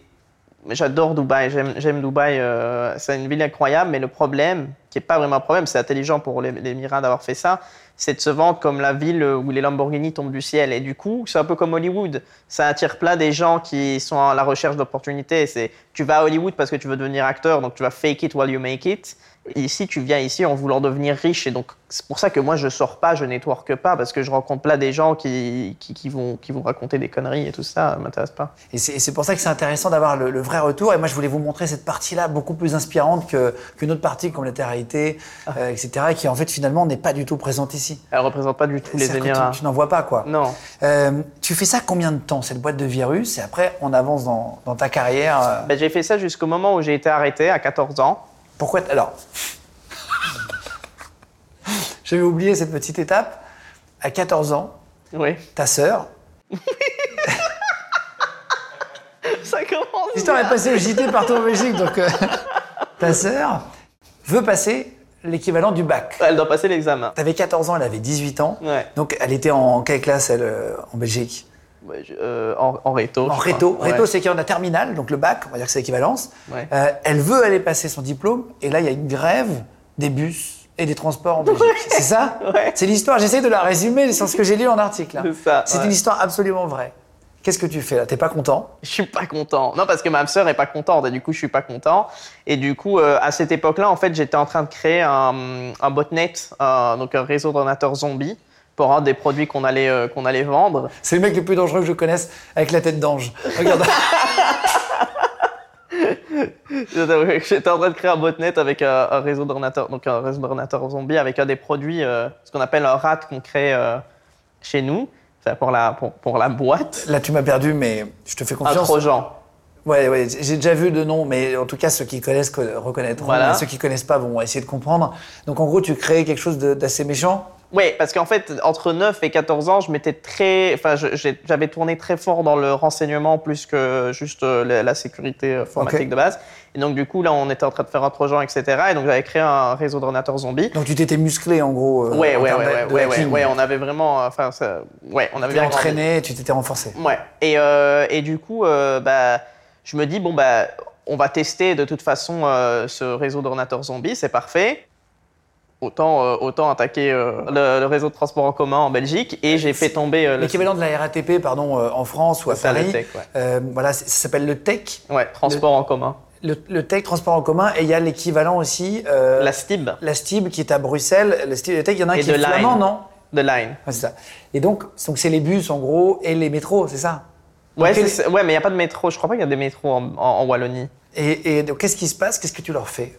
[SPEAKER 4] J'adore Dubaï, j'aime, j'aime Dubaï, euh, c'est une ville incroyable, mais le problème, qui n'est pas vraiment un problème, c'est intelligent pour les, les Émirats d'avoir fait ça, c'est de se vendre comme la ville où les Lamborghini tombent du ciel. Et du coup, c'est un peu comme Hollywood, ça attire plein des gens qui sont à la recherche d'opportunités. C'est, tu vas à Hollywood parce que tu veux devenir acteur, donc tu vas fake it while you make it. Ici, tu viens ici en voulant devenir riche. Et donc, c'est pour ça que moi, je sors pas, je network pas, parce que je rencontre plein des gens qui, qui, qui vont, qui vont raconter des conneries et tout ça, ça m'intéresse pas.
[SPEAKER 5] Et c'est et c'est pour ça que c'est intéressant d'avoir le, le vrai retour. Et moi, je voulais vous montrer cette partie-là beaucoup plus inspirante que- qu'une autre partie comme la Terre-Haïté,
[SPEAKER 4] Ah.
[SPEAKER 5] euh, etc., qui en fait finalement n'est pas du tout présente ici.
[SPEAKER 4] Elle représente pas du tout les
[SPEAKER 5] C'est-à-dire que
[SPEAKER 4] Émirats.
[SPEAKER 5] Tu, tu n'en vois pas, quoi.
[SPEAKER 4] Non.
[SPEAKER 5] Euh, tu fais ça combien de temps, cette boîte de virus Et après, on avance dans, dans ta carrière. euh,
[SPEAKER 4] Ben, j'ai fait ça jusqu'au moment où j'ai été arrêté à 14 ans.
[SPEAKER 5] Pourquoi t- Alors, j'avais oublié cette petite étape. À 14 ans,
[SPEAKER 4] Oui.
[SPEAKER 5] ta sœur.
[SPEAKER 4] Ça commence.
[SPEAKER 5] L'histoire est passée au JT partout en Belgique, donc euh, ta sœur veut passer l'équivalent du bac.
[SPEAKER 4] Elle doit passer l'examen.
[SPEAKER 5] T'avais 14 ans, elle avait 18 ans.
[SPEAKER 4] Ouais.
[SPEAKER 5] Donc elle était en quelle classe, elle, euh, en Belgique
[SPEAKER 4] Ouais, je- euh, en, en réto.
[SPEAKER 5] En
[SPEAKER 4] je crois.
[SPEAKER 5] réto.
[SPEAKER 4] Ouais.
[SPEAKER 5] Réto, c'est qu'il y en a terminale, donc le bac, on va dire que c'est l'équivalence.
[SPEAKER 4] Ouais.
[SPEAKER 5] Euh, elle veut aller passer son diplôme, et là, il y a une grève des bus et des transports en Belgique. C'est ça
[SPEAKER 4] Ouais.
[SPEAKER 5] C'est l'histoire, j'essaie de la résumer sur ce que j'ai lu en article. hein.
[SPEAKER 4] C'est ça,
[SPEAKER 5] C'est
[SPEAKER 4] ouais.
[SPEAKER 5] une histoire absolument vraie. Qu'est-ce que tu fais là T'es pas content
[SPEAKER 4] Je suis pas content. Non, parce que ma sœur est pas contente et du coup, je suis pas content. Et du coup, euh, à cette époque-là, en fait, j'étais en train de créer un, un botnet, euh, donc un réseau d'ordinateurs zombies pour un des produits qu'on allait, euh, qu'on allait vendre.
[SPEAKER 5] C'est le mec le plus dangereux que je connaisse, avec la tête d'ange. Regarde.
[SPEAKER 4] J'étais en train de créer un botnet avec euh, un, un réseau d'ordinateurs, donc un réseau d'ordinateurs zombies avec un des produits, euh, ce qu'on appelle un rat qu'on crée euh, chez nous, enfin, pour la, pour, pour la boîte.
[SPEAKER 5] là, tu m'as perdu, mais je te fais
[SPEAKER 4] Un
[SPEAKER 5] confiance.
[SPEAKER 4] trojan.
[SPEAKER 5] Ouais, ouais, j'ai déjà vu le nom, mais en tout cas, ceux qui connaissent co- reconnaîtront,
[SPEAKER 4] Voilà.
[SPEAKER 5] et ceux qui connaissent pas vont essayer de comprendre. Donc, en gros, tu crées quelque chose de- d'assez méchant.
[SPEAKER 4] Oui, parce qu'en fait, entre 9 et 14 ans, je m'étais très, enfin, je- j'ai- j'avais tourné très fort dans le renseignement plus que juste euh, la, la sécurité euh, informatique
[SPEAKER 5] Ok.
[SPEAKER 4] de base. Et donc, du coup, là, on était en train de faire un projet, etc. Et donc, j'avais créé un réseau d'ordinateurs zombies.
[SPEAKER 5] Donc, tu t'étais musclé, en gros. euh,
[SPEAKER 4] ouais,
[SPEAKER 5] en
[SPEAKER 4] ouais,
[SPEAKER 5] termes
[SPEAKER 4] ouais,
[SPEAKER 5] de-
[SPEAKER 4] ouais,
[SPEAKER 5] de
[SPEAKER 4] ouais, ouais,
[SPEAKER 5] hacking.
[SPEAKER 4] ouais, on avait vraiment, euh, enfin, ça- ouais, on
[SPEAKER 5] Tu
[SPEAKER 4] avait
[SPEAKER 5] t'es
[SPEAKER 4] bien grandi.
[SPEAKER 5] entraîné, tu t'étais renforcé.
[SPEAKER 4] Ouais. Et, euh, et du coup, euh, bah, je me dis, bon, bah, on va tester de toute façon euh, ce réseau d'ordinateurs zombies, c'est parfait. Autant, euh, autant attaquer euh, le, le réseau de transport en commun en Belgique. Et j'ai fait tomber euh, le.
[SPEAKER 5] L'équivalent de la RATP, pardon, euh, en France ou à
[SPEAKER 4] C'est ça, le
[SPEAKER 5] Paris.
[SPEAKER 4] tech, ouais.
[SPEAKER 5] Euh, voilà, c'est- ça s'appelle le tech.
[SPEAKER 4] Ouais, transport en commun.
[SPEAKER 5] le, le TEC transport en commun et il y a l'équivalent aussi euh,
[SPEAKER 4] La STIB
[SPEAKER 5] la STIB qui est à Bruxelles. Le STIB, le TEC, il y en a un
[SPEAKER 4] Et
[SPEAKER 5] qui est
[SPEAKER 4] de Line.
[SPEAKER 5] flamand, non
[SPEAKER 4] de Line.
[SPEAKER 5] Ouais, c'est ça. Et donc, donc c'est les bus en gros et les métros, c'est ça
[SPEAKER 4] Ouais,
[SPEAKER 5] quel-
[SPEAKER 4] c'est- c'est- ouais mais il n'y a pas de métro. Je crois pas qu'il y a des métros en, en- en Wallonie.
[SPEAKER 5] Et, et donc, qu'est-ce qui se passe Qu'est-ce que tu leur fais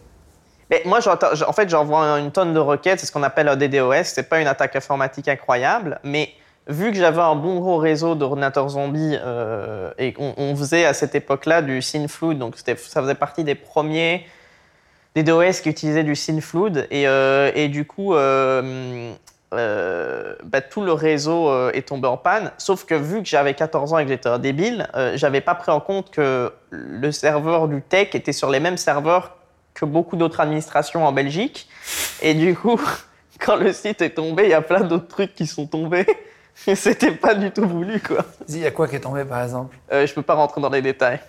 [SPEAKER 4] Mais moi, j'entends- j'- en fait, j'envoie une tonne de requêtes. C'est ce qu'on appelle un DDoS. C'est pas une attaque informatique incroyable, mais vu que j'avais un bon gros réseau d'ordinateurs zombies euh, et on, on faisait à cette époque-là du Synflood, donc c'était- ça faisait partie des premiers DDoS qui utilisaient du Synflood et, euh, et du coup. euh, euh, bah, tout le réseau euh, est tombé en panne, sauf que vu que j'avais 14 ans et que j'étais un débile, euh, j'avais pas pris en compte que le serveur du tech était sur les mêmes serveurs que beaucoup d'autres administrations en Belgique. Et du coup, quand le site est tombé, il y a plein d'autres trucs qui sont tombés. Et c'était pas du tout voulu, quoi.
[SPEAKER 5] Il y a quoi qui est tombé par exemple
[SPEAKER 4] Euh, je peux pas rentrer dans les détails.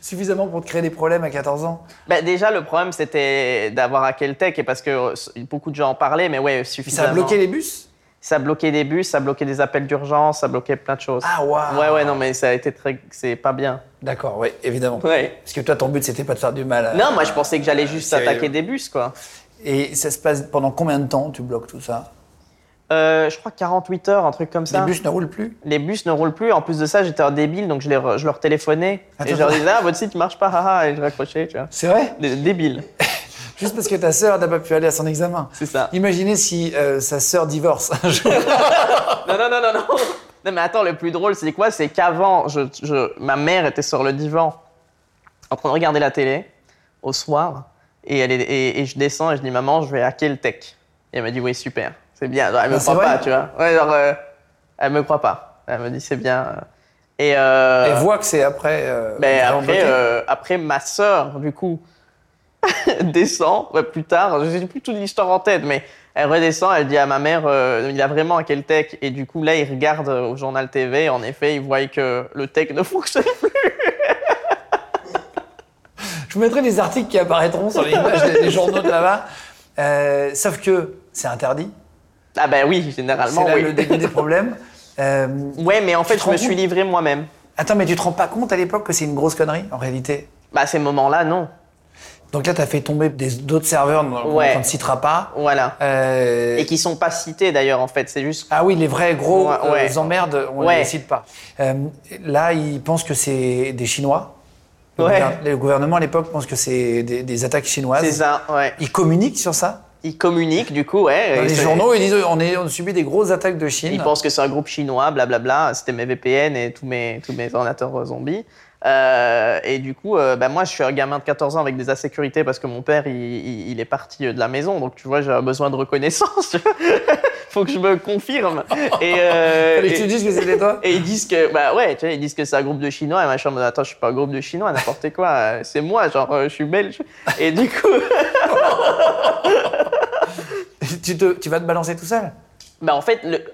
[SPEAKER 5] Suffisamment pour te créer des problèmes à 14 ans
[SPEAKER 4] Bah, déjà, le problème, c'était d'avoir hacké le tech, et parce que euh, s- beaucoup de gens en parlaient, mais ouais,
[SPEAKER 5] Puis ça a
[SPEAKER 4] suffisamment.
[SPEAKER 5] bloqué les bus
[SPEAKER 4] Ça bloquait des bus, ça bloquait des appels d'urgence, ça bloquait plein de choses.
[SPEAKER 5] Ah waouh
[SPEAKER 4] Ouais, ouais, non, mais ça a été très. C'est pas bien.
[SPEAKER 5] D'accord, oui, évidemment.
[SPEAKER 4] Ouais.
[SPEAKER 5] Parce que toi, ton but, c'était pas de faire du mal. à-
[SPEAKER 4] Non, moi, je pensais que j'allais juste
[SPEAKER 5] Sérieux.
[SPEAKER 4] attaquer des bus, quoi.
[SPEAKER 5] Et ça se passe pendant combien de temps tu bloques tout ça
[SPEAKER 4] Euh, je crois 48 heures, un truc comme ça.
[SPEAKER 5] Les bus ne roulent plus
[SPEAKER 4] les bus ne roulent plus. En plus de ça, j'étais un débile, donc je, les re- je leur téléphonais.
[SPEAKER 5] Attends,
[SPEAKER 4] et je leur
[SPEAKER 5] attends.
[SPEAKER 4] disais, ah, votre site marche pas, haha, et je raccrochais, tu vois.
[SPEAKER 5] C'est vrai
[SPEAKER 4] Des- Débile,
[SPEAKER 5] Juste parce que ta sœur n'a pas pu aller à son examen.
[SPEAKER 4] c'est ça.
[SPEAKER 5] Imaginez si euh, sa sœur divorce un jour.
[SPEAKER 4] Non, non, non, non, non. Non, mais attends, le plus drôle, c'est quoi C'est qu'avant, je, je- ma mère était sur le divan, en train de regarder la télé, au soir, et, elle est- et, et je descends et je dis, maman, je vais hacker le tech. Et elle m'a dit, oui, super, c'est bien. Genre, elle me
[SPEAKER 5] Ah, c'est
[SPEAKER 4] croit
[SPEAKER 5] vrai
[SPEAKER 4] pas, tu vois. Ouais, genre, euh, elle me croit pas. Elle me dit, c'est bien. euh. Et, euh,
[SPEAKER 5] Elle voit que c'est après. euh,
[SPEAKER 4] Mais
[SPEAKER 5] vraiment
[SPEAKER 4] Bah, après,
[SPEAKER 5] bloqué.
[SPEAKER 4] euh, après, ma sœur, du coup, descend ouais, plus tard. Je n'ai plus toute l'histoire en tête, mais elle redescend, elle dit à ma mère, euh, il a vraiment à quel tech Et du coup, là, il regarde euh, au journal TV. En effet, il voit que le tech ne fonctionne plus.
[SPEAKER 5] Je vous mettrai des articles qui apparaîtront sur les images des, des journaux de là-bas. Euh, sauf que c'est interdit.
[SPEAKER 4] Ah ben oui,
[SPEAKER 5] C'est
[SPEAKER 4] généralement,
[SPEAKER 5] là
[SPEAKER 4] oui.
[SPEAKER 5] le début des problèmes. Euh,
[SPEAKER 4] Ouais, mais en
[SPEAKER 5] Tu
[SPEAKER 4] fait,
[SPEAKER 5] te
[SPEAKER 4] je
[SPEAKER 5] rends
[SPEAKER 4] me suis
[SPEAKER 5] compte
[SPEAKER 4] livré moi-même.
[SPEAKER 5] attends, mais tu te rends pas compte à l'époque que c'est une grosse connerie en réalité
[SPEAKER 4] Bah, à ces moments-là, non.
[SPEAKER 5] Donc là, tu as fait tomber des- d'autres serveurs dont
[SPEAKER 4] Ouais.
[SPEAKER 5] on ne citera pas.
[SPEAKER 4] Voilà.
[SPEAKER 5] Euh,
[SPEAKER 4] Et qui sont pas cités, d'ailleurs, en fait. C'est juste...
[SPEAKER 5] Ah oui, les vrais gros
[SPEAKER 4] Ouais,
[SPEAKER 5] euh,
[SPEAKER 4] ouais.
[SPEAKER 5] emmerdes, on ne
[SPEAKER 4] Ouais.
[SPEAKER 5] les cite pas. Euh, là, ils pensent que c'est des Chinois. Le
[SPEAKER 4] Ouais.
[SPEAKER 5] gouvern- Le gouvernement à l'époque pense que c'est des, des attaques chinoises.
[SPEAKER 4] C'est ça, ouais.
[SPEAKER 5] Ils communiquent sur ça.
[SPEAKER 4] Ils communiquent, du coup, ouais.
[SPEAKER 5] Dans
[SPEAKER 4] et
[SPEAKER 5] les
[SPEAKER 4] c'est-
[SPEAKER 5] journaux, ils disent on, est, on subit des grosses attaques de Chine.
[SPEAKER 4] Ils pensent que c'est un groupe chinois, blablabla. C'était mes VPN et tous mes, tous mes ordinateurs euh, zombies. Euh, et du coup, euh, bah, moi, je suis un gamin de 14 ans avec des asécurités parce que mon père, il, il- il est parti euh, de la maison. Donc, tu vois, j'ai un besoin de reconnaissance. tu vois. Faut que je me confirme. Et, euh,
[SPEAKER 5] Fallait que tu
[SPEAKER 4] et-
[SPEAKER 5] dises que c'était toi.
[SPEAKER 4] et ils disent que, bah ouais, tu vois, ils disent que c'est un groupe de Chinois. Et machin, mais attends, je suis pas un groupe de Chinois, n'importe quoi. Euh, C'est moi, genre, euh, je suis belge. Et du coup,
[SPEAKER 5] tu, te- tu vas te balancer tout seul.
[SPEAKER 4] Bah, en fait, le-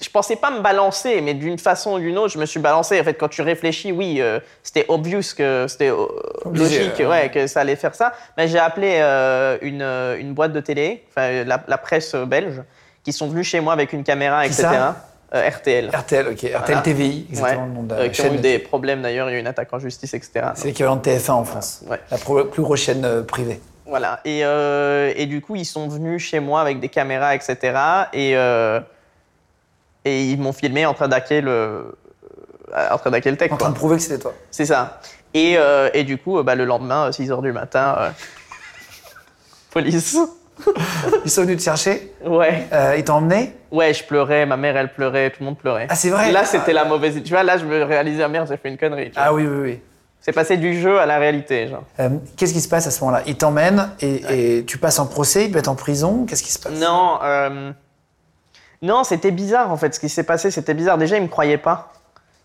[SPEAKER 4] je pensais pas me balancer, mais d'une façon ou d'une autre, je me suis balancé. En fait, quand tu réfléchis, oui, euh, c'était obvious que c'était euh,
[SPEAKER 5] Obligé,
[SPEAKER 4] logique
[SPEAKER 5] euh,
[SPEAKER 4] ouais, que ça allait faire ça. Mais j'ai appelé euh, une, euh, une boîte de télé, enfin, euh, la, la presse belge, qui sont venus chez moi avec une caméra,
[SPEAKER 5] Qui
[SPEAKER 4] etc.
[SPEAKER 5] ça
[SPEAKER 4] Euh, RTL.
[SPEAKER 5] RTL, ok. RTL TVI, exactement
[SPEAKER 4] Ouais.
[SPEAKER 5] le nom de la
[SPEAKER 4] Euh, qui ont
[SPEAKER 5] chaîne.
[SPEAKER 4] eu des problèmes d'ailleurs, il y a eu une attaque en justice, etc.
[SPEAKER 5] C'est l'équivalent de TF1 en France.
[SPEAKER 4] Ouais.
[SPEAKER 5] La pro- plus grosse chaîne euh, privée.
[SPEAKER 4] Voilà. Et, euh, et du coup, ils sont venus chez moi avec des caméras, etc. Et, euh, et ils m'ont filmé en train d'hacker le, euh, en train d'hacker le tech.
[SPEAKER 5] En train
[SPEAKER 4] quoi.
[SPEAKER 5] de prouver que c'était toi.
[SPEAKER 4] C'est ça. Et, euh, et du coup, euh, bah, le lendemain, 6 h du matin, euh, police.
[SPEAKER 5] Ils sont venus te chercher,
[SPEAKER 4] Ouais.
[SPEAKER 5] euh, ils t'ont emmené.
[SPEAKER 4] Ouais, je pleurais, ma mère, elle pleurait, tout le monde pleurait.
[SPEAKER 5] Ah, c'est vrai
[SPEAKER 4] Là, c'était la mauvaise. Tu vois, là, je me réalisais, ah, merde, j'ai fait une connerie. tu vois.
[SPEAKER 5] Ah oui, oui, oui.
[SPEAKER 4] C'est passé du jeu à la réalité, genre.
[SPEAKER 5] Euh, Qu'est-ce qui se passe à ce moment-là Ils t'emmènent et, et tu passes en procès, ils te mettent en prison. Qu'est-ce qui se passe
[SPEAKER 4] Non, euh, non, c'était bizarre en fait. Ce qui s'est passé, c'était bizarre. Déjà, ils me croyaient pas.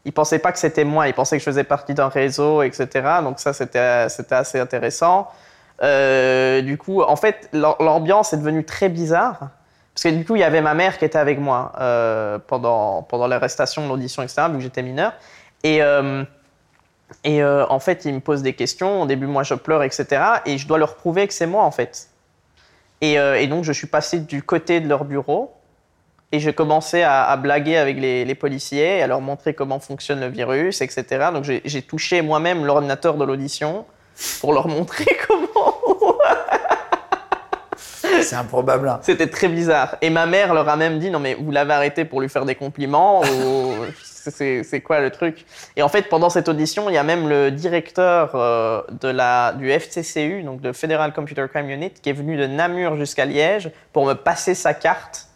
[SPEAKER 4] Ils pensaient pas que c'était moi. Ils pensaient que je faisais partie d'un réseau, etc. Donc ça, c'était c'était assez intéressant. Euh, du coup, en fait, l'am- l'ambiance est devenue très bizarre. Parce que du coup, il y avait ma mère qui était avec moi euh, pendant, pendant l'arrestation, l'audition, etc., vu que j'étais mineur. Et, euh, et euh, en fait, ils me posent des questions. Au début, moi, je pleure, etc. Et je dois leur prouver que c'est moi, en fait. Et, euh, et donc, je suis passé du côté de leur bureau Et je commençais à, à blaguer avec les, les policiers, à leur montrer comment fonctionne le virus, etc. Donc j'ai j'ai touché moi-même l'ordinateur de l'audition pour leur montrer comment.
[SPEAKER 5] C'est improbable. hein.
[SPEAKER 4] C'était très bizarre. Et ma mère leur a même dit non mais vous l'avez arrêté pour lui faire des compliments ou c'est- c'est c'est quoi le truc Et en fait pendant cette audition il y a même le directeur euh, de la du FCCU donc de Federal Computer Crime Unit qui est venu de Namur jusqu'à Liège pour me passer sa carte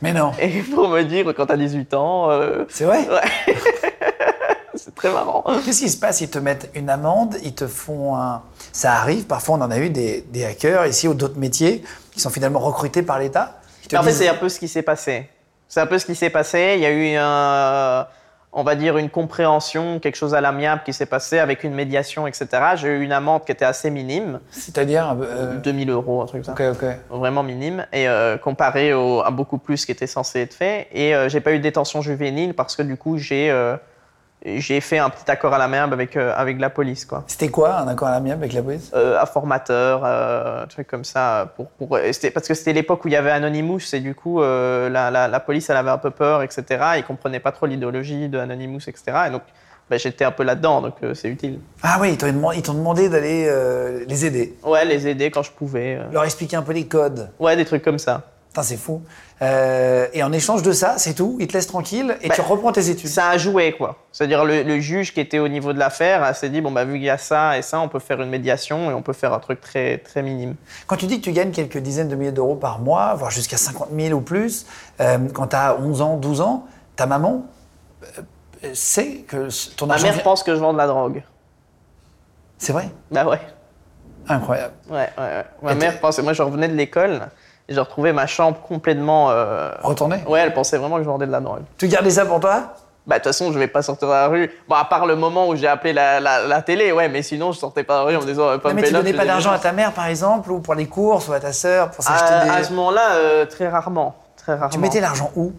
[SPEAKER 5] Mais non.
[SPEAKER 4] et pour me dire quand t'as 18 ans euh,
[SPEAKER 5] C'est vrai
[SPEAKER 4] ouais. c'est très marrant.
[SPEAKER 5] Qu'est-ce qui se passe Ils te mettent une amende, ils te font un. Ça arrive, parfois on en a eu des, des hackers ici ou d'autres métiers qui sont finalement recrutés par l'État. Ils te
[SPEAKER 4] En fait,
[SPEAKER 5] disent-
[SPEAKER 4] c'est un peu ce qui s'est passé. C'est un peu ce qui s'est passé. Il y a eu, un, on va dire, une compréhension, quelque chose à l'amiable qui s'est passé avec une médiation, etc. J'ai eu une amende qui était assez minime,
[SPEAKER 5] C'est-à-dire. euh,
[SPEAKER 4] 2000 euros, un truc comme ça.
[SPEAKER 5] Ok, ok.
[SPEAKER 4] Vraiment minime, et euh, comparé au- à beaucoup plus qui était censé être fait. Et euh, j'ai pas eu de détention juvénile parce que du coup, j'ai euh, j'ai fait un petit accord à l'amiable avec, euh, avec la police, quoi.
[SPEAKER 5] C'était quoi un accord à l'amiable avec la police
[SPEAKER 4] euh, un formateur, euh, un truc comme ça. Pour, pour, et c'était- parce que c'était l'époque où il y avait Anonymous et du coup, euh, la, la, la police, elle avait un peu peur, etc. Ils comprenaient pas trop l'idéologie de Anonymous, etc. Et donc, ben, j'étais un peu là-dedans, donc euh, c'est utile.
[SPEAKER 5] Ah oui, ils t'ont demandé, ils t'ont demandé d'aller euh, les aider,
[SPEAKER 4] Ouais, les aider quand je pouvais. euh.
[SPEAKER 5] leur expliquer un peu les codes.
[SPEAKER 4] Ouais, des trucs comme ça.
[SPEAKER 5] Putain, c'est fou. Euh, et en échange de ça, c'est tout, ils te laissent tranquille et
[SPEAKER 4] Bah,
[SPEAKER 5] tu reprends tes études.
[SPEAKER 4] Ça a joué, quoi. C'est-à-dire, le, le juge qui était au niveau de l'affaire elle s'est dit, bon, bah, vu qu'il y a ça et ça, on peut faire une médiation et on peut faire un truc très, très minime.
[SPEAKER 5] Quand tu dis que tu gagnes quelques dizaines de milliers d'euros par mois, voire jusqu'à 50 000 ou plus, euh, quand tu as 11 ans, 12 ans, ta maman euh, sait que s- ton
[SPEAKER 4] Ma
[SPEAKER 5] argent.
[SPEAKER 4] mère
[SPEAKER 5] vient-
[SPEAKER 4] pense que je vends de la drogue.
[SPEAKER 5] C'est vrai
[SPEAKER 4] Bah ouais.
[SPEAKER 5] Incroyable.
[SPEAKER 4] Ouais, ouais, ouais. Ma
[SPEAKER 5] Et t'es-
[SPEAKER 4] mère pensait, moi je revenais de l'école et je retrouvais ma chambre complètement. euh,
[SPEAKER 5] Retourner
[SPEAKER 4] Ouais, elle pensait vraiment que je vendais de la drogue.
[SPEAKER 5] Tu gardais ça pour toi
[SPEAKER 4] Bah, de toute façon, je vais pas sortir dans la rue. Bon, à part le moment où j'ai appelé la, la, la télé, ouais, mais sinon, je sortais pas dans la rue en me disant, euh,
[SPEAKER 5] Non,
[SPEAKER 4] Pompélo,
[SPEAKER 5] Mais tu donnais
[SPEAKER 4] fais
[SPEAKER 5] pas
[SPEAKER 4] des
[SPEAKER 5] d'argent à
[SPEAKER 4] choses.
[SPEAKER 5] ta mère, par exemple, ou pour les courses, ou à ta sœur, pour s'acheter
[SPEAKER 4] à,
[SPEAKER 5] des.
[SPEAKER 4] à ce moment-là, euh, très rarement. Très rarement.
[SPEAKER 5] Tu mettais l'argent où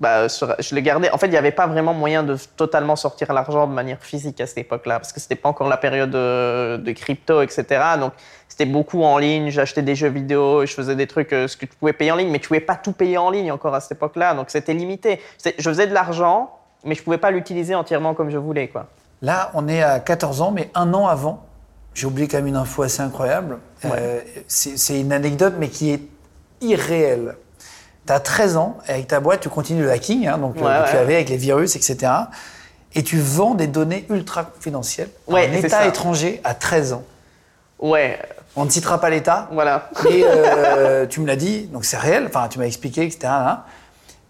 [SPEAKER 4] bah, euh, sur- je le gardais. En fait, il n'y avait pas vraiment moyen de totalement sortir l'argent de manière physique à cette époque-là, parce que c'était pas encore la période de, de crypto, etc. Donc, c'était beaucoup en ligne. J'achetais des jeux vidéo, je faisais des trucs, euh, ce que tu pouvais payer en ligne, mais tu pouvais pas tout payer en ligne encore à cette époque-là. Donc, c'était limité. C'est- Je faisais de l'argent, mais je pouvais pas l'utiliser entièrement comme je voulais, quoi.
[SPEAKER 5] Là, on est à 14 ans, mais un an avant, j'ai oublié quand même une info assez incroyable. Euh, c'est c'est une anecdote, mais qui est irréelle. Tu as 13 ans, et avec ta boîte, tu continues le hacking, hein, donc euh,
[SPEAKER 4] Ouais,
[SPEAKER 5] que tu
[SPEAKER 4] ouais.
[SPEAKER 5] avais avec les virus, etc. Et tu vends des données ultra confidentielles à
[SPEAKER 4] Ouais,
[SPEAKER 5] un
[SPEAKER 4] c'est
[SPEAKER 5] État
[SPEAKER 4] ça.
[SPEAKER 5] étranger à 13 ans.
[SPEAKER 4] Ouais, euh,
[SPEAKER 5] On ne citera pas l'État,
[SPEAKER 4] voilà.
[SPEAKER 5] mais euh, tu me l'as dit, donc c'est réel, enfin tu m'as expliqué, etc. hein.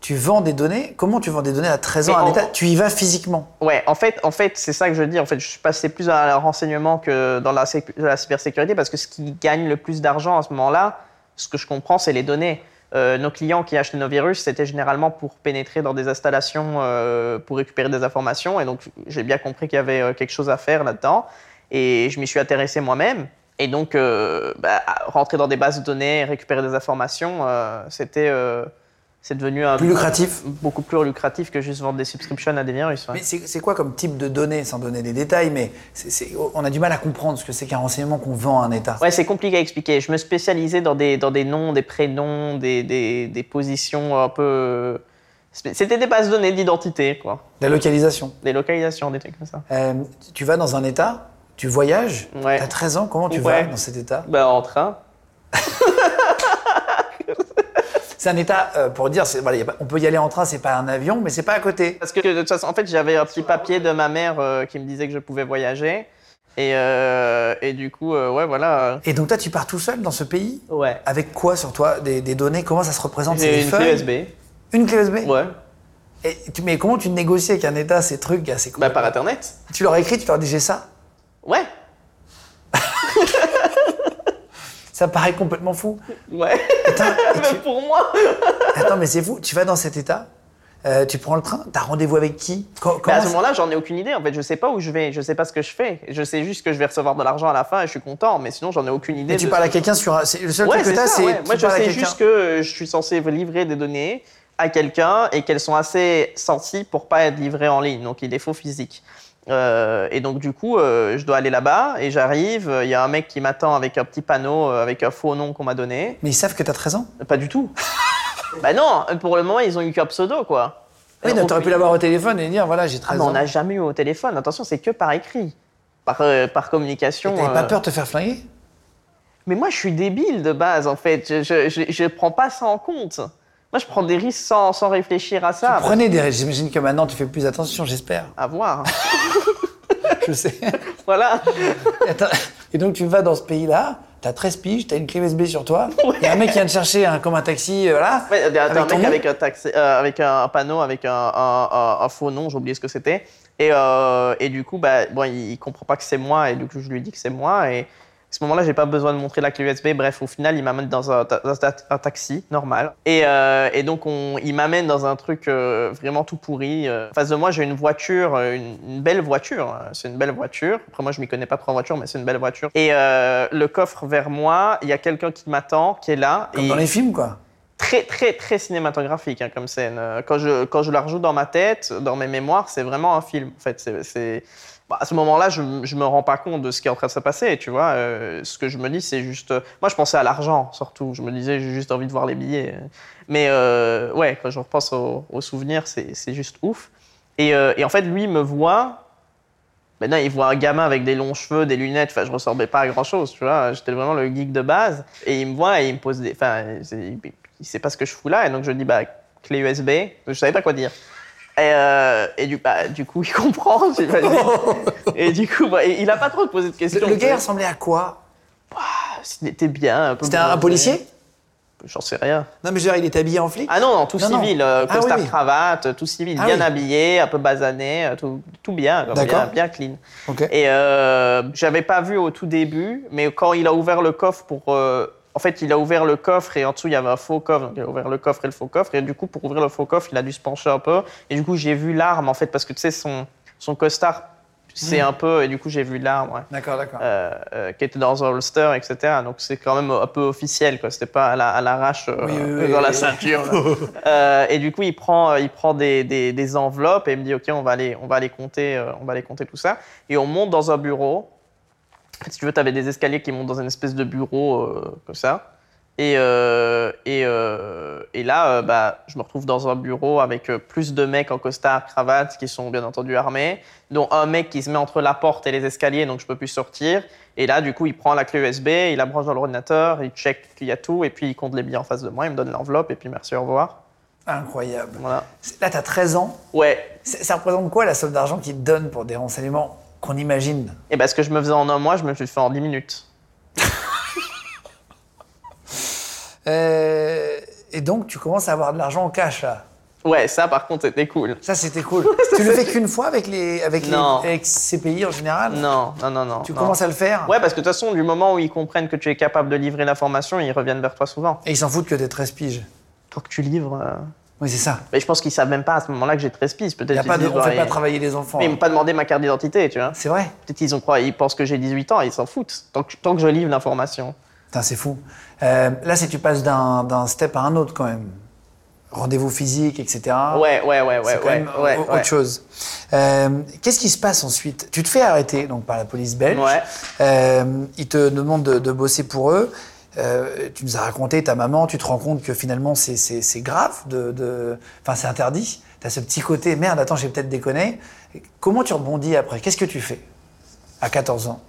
[SPEAKER 5] Tu vends des données, comment tu vends des données à 13 ans
[SPEAKER 4] Mais
[SPEAKER 5] à un
[SPEAKER 4] en-
[SPEAKER 5] État Tu y vas physiquement.
[SPEAKER 4] Ouais, en fait, en fait c'est ça que je dis. En fait, je suis passé plus dans le renseignement que dans la, sé- la cybersécurité parce que ce qui gagne le plus d'argent à ce moment-là, ce que je comprends, c'est les données. Euh, nos clients qui achetaient nos virus, c'était généralement pour pénétrer dans des installations, euh, pour récupérer des informations. Et donc, j'ai bien compris qu'il y avait euh, quelque chose à faire là-dedans. Et je m'y suis intéressé moi-même. Et donc, euh, bah, rentrer dans des bases de données, récupérer des informations, euh, c'était, euh, c'est devenu un
[SPEAKER 5] Plus lucratif
[SPEAKER 4] beaucoup plus lucratif que juste vendre des subscriptions à des virus. ouais.
[SPEAKER 5] Mais c'est c'est quoi comme type de données, sans donner des détails, mais c'est- c'est- oh, on a du mal à comprendre ce que c'est qu'un renseignement qu'on vend à un État.
[SPEAKER 4] Ouais, c'est compliqué à expliquer. Je me spécialisais dans des, dans des noms, des prénoms, des, des, des positions un peu. C'était des bases de données d'identité, quoi.
[SPEAKER 5] La localisation.
[SPEAKER 4] Des localisations, des trucs comme ça.
[SPEAKER 5] Euh, tu vas dans un État, tu voyages,
[SPEAKER 4] Ouais.
[SPEAKER 5] t'as 13 ans, comment tu
[SPEAKER 4] Ouais.
[SPEAKER 5] vas dans cet État
[SPEAKER 4] Bah, en train.
[SPEAKER 5] C'est un État, euh, pour dire, c'est- voilà, y a pas- on peut y aller en train, c'est pas un avion, mais c'est pas à côté.
[SPEAKER 4] Parce que de toute façon, en fait, j'avais un petit papier de ma mère euh, qui me disait que je pouvais voyager. Et, euh, et du coup, euh, ouais, voilà. euh,
[SPEAKER 5] Et donc toi, tu pars tout seul dans ce pays
[SPEAKER 4] Ouais.
[SPEAKER 5] Avec quoi sur toi des, des données Comment ça se représente C'est des
[SPEAKER 4] J'ai une clé
[SPEAKER 5] feuilles
[SPEAKER 4] USB.
[SPEAKER 5] Une clé USB
[SPEAKER 4] Ouais.
[SPEAKER 5] Et tu- Mais comment tu négocies avec un État ces trucs gars, c'est cool.
[SPEAKER 4] Bah, par Internet.
[SPEAKER 5] Tu leur écris, tu leur dis j'ai ça
[SPEAKER 4] Ouais.
[SPEAKER 5] Ça paraît complètement fou.
[SPEAKER 4] Ouais.
[SPEAKER 5] Putain, et tu-
[SPEAKER 4] Même pour moi.
[SPEAKER 5] Attends, mais c'est fou, tu vas dans cet état, euh, tu prends le train, t'as rendez-vous avec qui Co-
[SPEAKER 4] Mais
[SPEAKER 5] comment
[SPEAKER 4] Bah, à ce
[SPEAKER 5] ça-
[SPEAKER 4] moment-là, j'en ai aucune idée. En fait, je sais pas où je vais, je sais pas ce que je fais. Je sais juste que je vais recevoir de l'argent à la fin et je suis content. Mais sinon, j'en ai aucune idée.
[SPEAKER 5] Et tu
[SPEAKER 4] de-
[SPEAKER 5] parles à quelqu'un sur un... c'est- Le seul
[SPEAKER 4] Ouais,
[SPEAKER 5] truc
[SPEAKER 4] c'est
[SPEAKER 5] que t'as,
[SPEAKER 4] ça.
[SPEAKER 5] c'est...
[SPEAKER 4] ouais.
[SPEAKER 5] tu
[SPEAKER 4] Moi, je
[SPEAKER 5] parles à
[SPEAKER 4] sais
[SPEAKER 5] quelqu'un.
[SPEAKER 4] juste que euh, je suis censé livrer des données à quelqu'un et qu'elles sont assez sensibles pour pas être livrées en ligne. Donc, il est faux physique. Euh, et donc, du coup, euh, je dois aller là-bas et j'arrive. euh, Il y a un mec qui m'attend avec un petit panneau euh, avec un faux nom qu'on m'a donné.
[SPEAKER 5] Mais ils savent que t'as 13 ans
[SPEAKER 4] Pas du tout. Bah non, pour le moment, ils ont eu qu'un pseudo, quoi.
[SPEAKER 5] Oui,
[SPEAKER 4] Euh,
[SPEAKER 5] non, t'aurais pu l'avoir au téléphone et dire voilà, j'ai
[SPEAKER 4] Ah,
[SPEAKER 5] 13
[SPEAKER 4] mais on
[SPEAKER 5] ans.
[SPEAKER 4] n'a jamais eu au téléphone. Attention, c'est que par écrit, par, euh, par communication.
[SPEAKER 5] T'avais pas
[SPEAKER 4] euh.
[SPEAKER 5] peur de te faire flinguer
[SPEAKER 4] Mais moi, je suis débile de base, en fait. Je je, je- je prends pas ça en compte. Moi, je prends des risques sans, sans réfléchir à Ah, bah, ça.
[SPEAKER 5] Prenez des risques. J'imagine que maintenant tu fais plus attention, j'espère.
[SPEAKER 4] À voir.
[SPEAKER 5] Je sais.
[SPEAKER 4] voilà.
[SPEAKER 5] Attends. Et donc tu vas dans ce pays-là, t'as 13 piges, t'as une clé USB sur toi, il y a un mec qui vient te chercher hein, comme un taxi, euh, voilà.
[SPEAKER 4] Ouais, attends, un
[SPEAKER 5] ton
[SPEAKER 4] mec
[SPEAKER 5] nom.
[SPEAKER 4] avec un, taxi- euh, avec un panneau, avec un, un- un- un faux nom, j'ai oublié ce que c'était. Et, euh, et du coup, bah, bon, il, il comprend pas que c'est moi, et du coup, je lui dis que c'est moi. Et à ce moment-là, j'ai pas besoin de montrer la clé USB. Bref, au final, il m'amène dans un, ta- dans un- un taxi normal. Et, euh, et donc, on, il m'amène dans un truc euh, vraiment tout pourri. Euh, En face de moi, j'ai une voiture, euh, une, une belle voiture. Euh, C'est une belle voiture. Après, moi, je m'y connais pas trop en voiture, mais c'est une belle voiture. Et euh, le coffre vers moi, il y a quelqu'un qui m'attend, qui est là.
[SPEAKER 5] Comme
[SPEAKER 4] et
[SPEAKER 5] dans les films, quoi.
[SPEAKER 4] très très très cinématographique hein, comme scène. Euh, Quand je quand je la rejoue dans ma tête, dans mes mémoires, c'est vraiment un film. En fait, c'est c'est- bah, à ce moment-là, je m- je me rends pas compte de ce qui est en train de se passer. Tu vois, Euh, ce que je me dis, c'est juste. Moi, je pensais à l'argent surtout. Je me disais, j'ai juste envie de voir les billets. Mais euh, ouais, quand je repense au- aux souvenirs, c'est c'est juste ouf. Et, euh, et en fait, lui me voit. Maintenant, il voit un gamin avec des longs cheveux, des lunettes. Enfin, je ressemblais pas à grand chose, tu vois. J'étais vraiment le geek de base. Et il me voit et il me pose des. Enfin, c'est- il sait pas ce que je fous là. Et donc, je dis, bah, clé USB. Je savais pas quoi dire. Et, euh, et du, bah, du coup, il comprend, j'imagine. Et du coup, bah, il a pas trop posé de questions.
[SPEAKER 5] Le, le
[SPEAKER 4] tu sais.
[SPEAKER 5] gars il ressemblait à quoi
[SPEAKER 4] C'était bien. un peu
[SPEAKER 5] C'était un, un
[SPEAKER 4] bronzé.
[SPEAKER 5] policier
[SPEAKER 4] J'en sais rien.
[SPEAKER 5] Non, mais je veux dire, il était habillé en flic
[SPEAKER 4] Ah non, non, tout
[SPEAKER 5] Non, non.
[SPEAKER 4] civil,
[SPEAKER 5] Ah
[SPEAKER 4] euh,
[SPEAKER 5] oui,
[SPEAKER 4] costard
[SPEAKER 5] oui.
[SPEAKER 4] cravate, euh, tout civil,
[SPEAKER 5] Ah
[SPEAKER 4] bien
[SPEAKER 5] oui.
[SPEAKER 4] habillé, un peu basané, euh, tout, tout bien, comme bien,
[SPEAKER 5] D'accord.
[SPEAKER 4] bien clean.
[SPEAKER 5] Ok.
[SPEAKER 4] Et euh, j'avais pas vu au tout début, mais quand il a ouvert le coffre pour, euh, en fait, il a ouvert le coffre et en dessous il y avait un faux coffre, donc il a ouvert le coffre et le faux coffre et du coup pour ouvrir le faux coffre, il a dû se pencher un peu et du coup j'ai vu l'arme en fait parce que tu sais son son costard c'est
[SPEAKER 5] Mmh.
[SPEAKER 4] un peu et du coup j'ai vu l'arme. ouais.
[SPEAKER 5] D'accord, d'accord.
[SPEAKER 4] Euh, euh, qui était dans un holster, etc. Donc c'est quand même un peu officiel, quoi. C'était pas à la- à l'arrache euh,
[SPEAKER 5] Oui, oui, oui,
[SPEAKER 4] dans la
[SPEAKER 5] oui.
[SPEAKER 4] ceinture. là. Euh, et du coup, il prend, euh, il prend des, des- des enveloppes et il me dit, ok, on va aller, on va aller compter, euh, on va aller compter tout ça. Et on monte dans un bureau. En fait, si tu veux, t'avais des escaliers qui montent dans une espèce de bureau euh, comme ça. Et, euh, et, euh, et là, euh, bah, je me retrouve dans un bureau avec euh, plus de mecs en costard, cravate, qui sont bien entendu armés dont un mec qui se met entre la porte et les escaliers, donc je peux plus sortir. Et là, du coup, il prend la clé USB, il la branche dans l'ordinateur, il check qu'il y a tout, et puis il compte les billets en face de moi, il me donne l'enveloppe, et puis merci, au revoir.
[SPEAKER 5] Incroyable.
[SPEAKER 4] Voilà.
[SPEAKER 5] C'est- Là, t'as 13 ans.
[SPEAKER 4] Ouais.
[SPEAKER 5] C'est- Ça représente quoi la somme d'argent qu'ils te donnent pour des renseignements qu'on imagine
[SPEAKER 4] Et ben, ce que je me faisais en un mois, je me le suis fait en 10 minutes.
[SPEAKER 5] Euh, Et donc, tu commences à avoir de l'argent en cash, là.
[SPEAKER 4] Ouais, ça, par contre, c'était cool.
[SPEAKER 5] Ça, c'était cool. tu le fais qu'une fois avec les, avec les,
[SPEAKER 4] Non.
[SPEAKER 5] avec ces pays en général
[SPEAKER 4] Non, non, non, non.
[SPEAKER 5] Tu
[SPEAKER 4] non.
[SPEAKER 5] commences à le faire
[SPEAKER 4] Ouais, parce que de toute façon, du moment où ils comprennent que tu es capable de livrer l'information, ils reviennent vers toi souvent.
[SPEAKER 5] Et ils s'en foutent que t'es 13 piges.
[SPEAKER 4] Tant que tu livres. euh,
[SPEAKER 5] Oui, c'est ça.
[SPEAKER 4] Mais je pense qu'ils savent même pas à ce moment-là que j'ai 13 pistes. Peut-être
[SPEAKER 5] Y a
[SPEAKER 4] qu'ils
[SPEAKER 5] pas de,
[SPEAKER 4] disent,
[SPEAKER 5] on
[SPEAKER 4] ouais,
[SPEAKER 5] fait pas
[SPEAKER 4] ils-
[SPEAKER 5] travailler les enfants.
[SPEAKER 4] Ils m'ont pas demandé ma carte d'identité, tu vois.
[SPEAKER 5] C'est vrai
[SPEAKER 4] Peut-être ils ont croient, ils pensent que j'ai 18 ans, ils s'en foutent. Tant que, tant que je livre l'information.
[SPEAKER 5] Putain, c'est fou. Euh, là, si tu passes d'un d'un step à un autre, quand même. Rendez-vous physique, etc.
[SPEAKER 4] Ouais, ouais, ouais,
[SPEAKER 5] Ah. C'est
[SPEAKER 4] ouais,
[SPEAKER 5] quand
[SPEAKER 4] ouais,
[SPEAKER 5] même
[SPEAKER 4] ouais,
[SPEAKER 5] au- autre
[SPEAKER 4] ouais.
[SPEAKER 5] chose. Euh, Qu'est-ce qui se passe ensuite Tu te fais arrêter donc par la police belge.
[SPEAKER 4] Ouais.
[SPEAKER 5] Euh, ils te demandent de, de bosser pour eux. Euh, tu nous as raconté ta maman. Tu te rends compte que finalement c'est- c'est c'est grave, de, de- enfin c'est interdit. T'as ce petit côté merde. Attends, j'ai peut-être déconné. Comment tu rebondis après Qu'est-ce que tu fais à 14 ans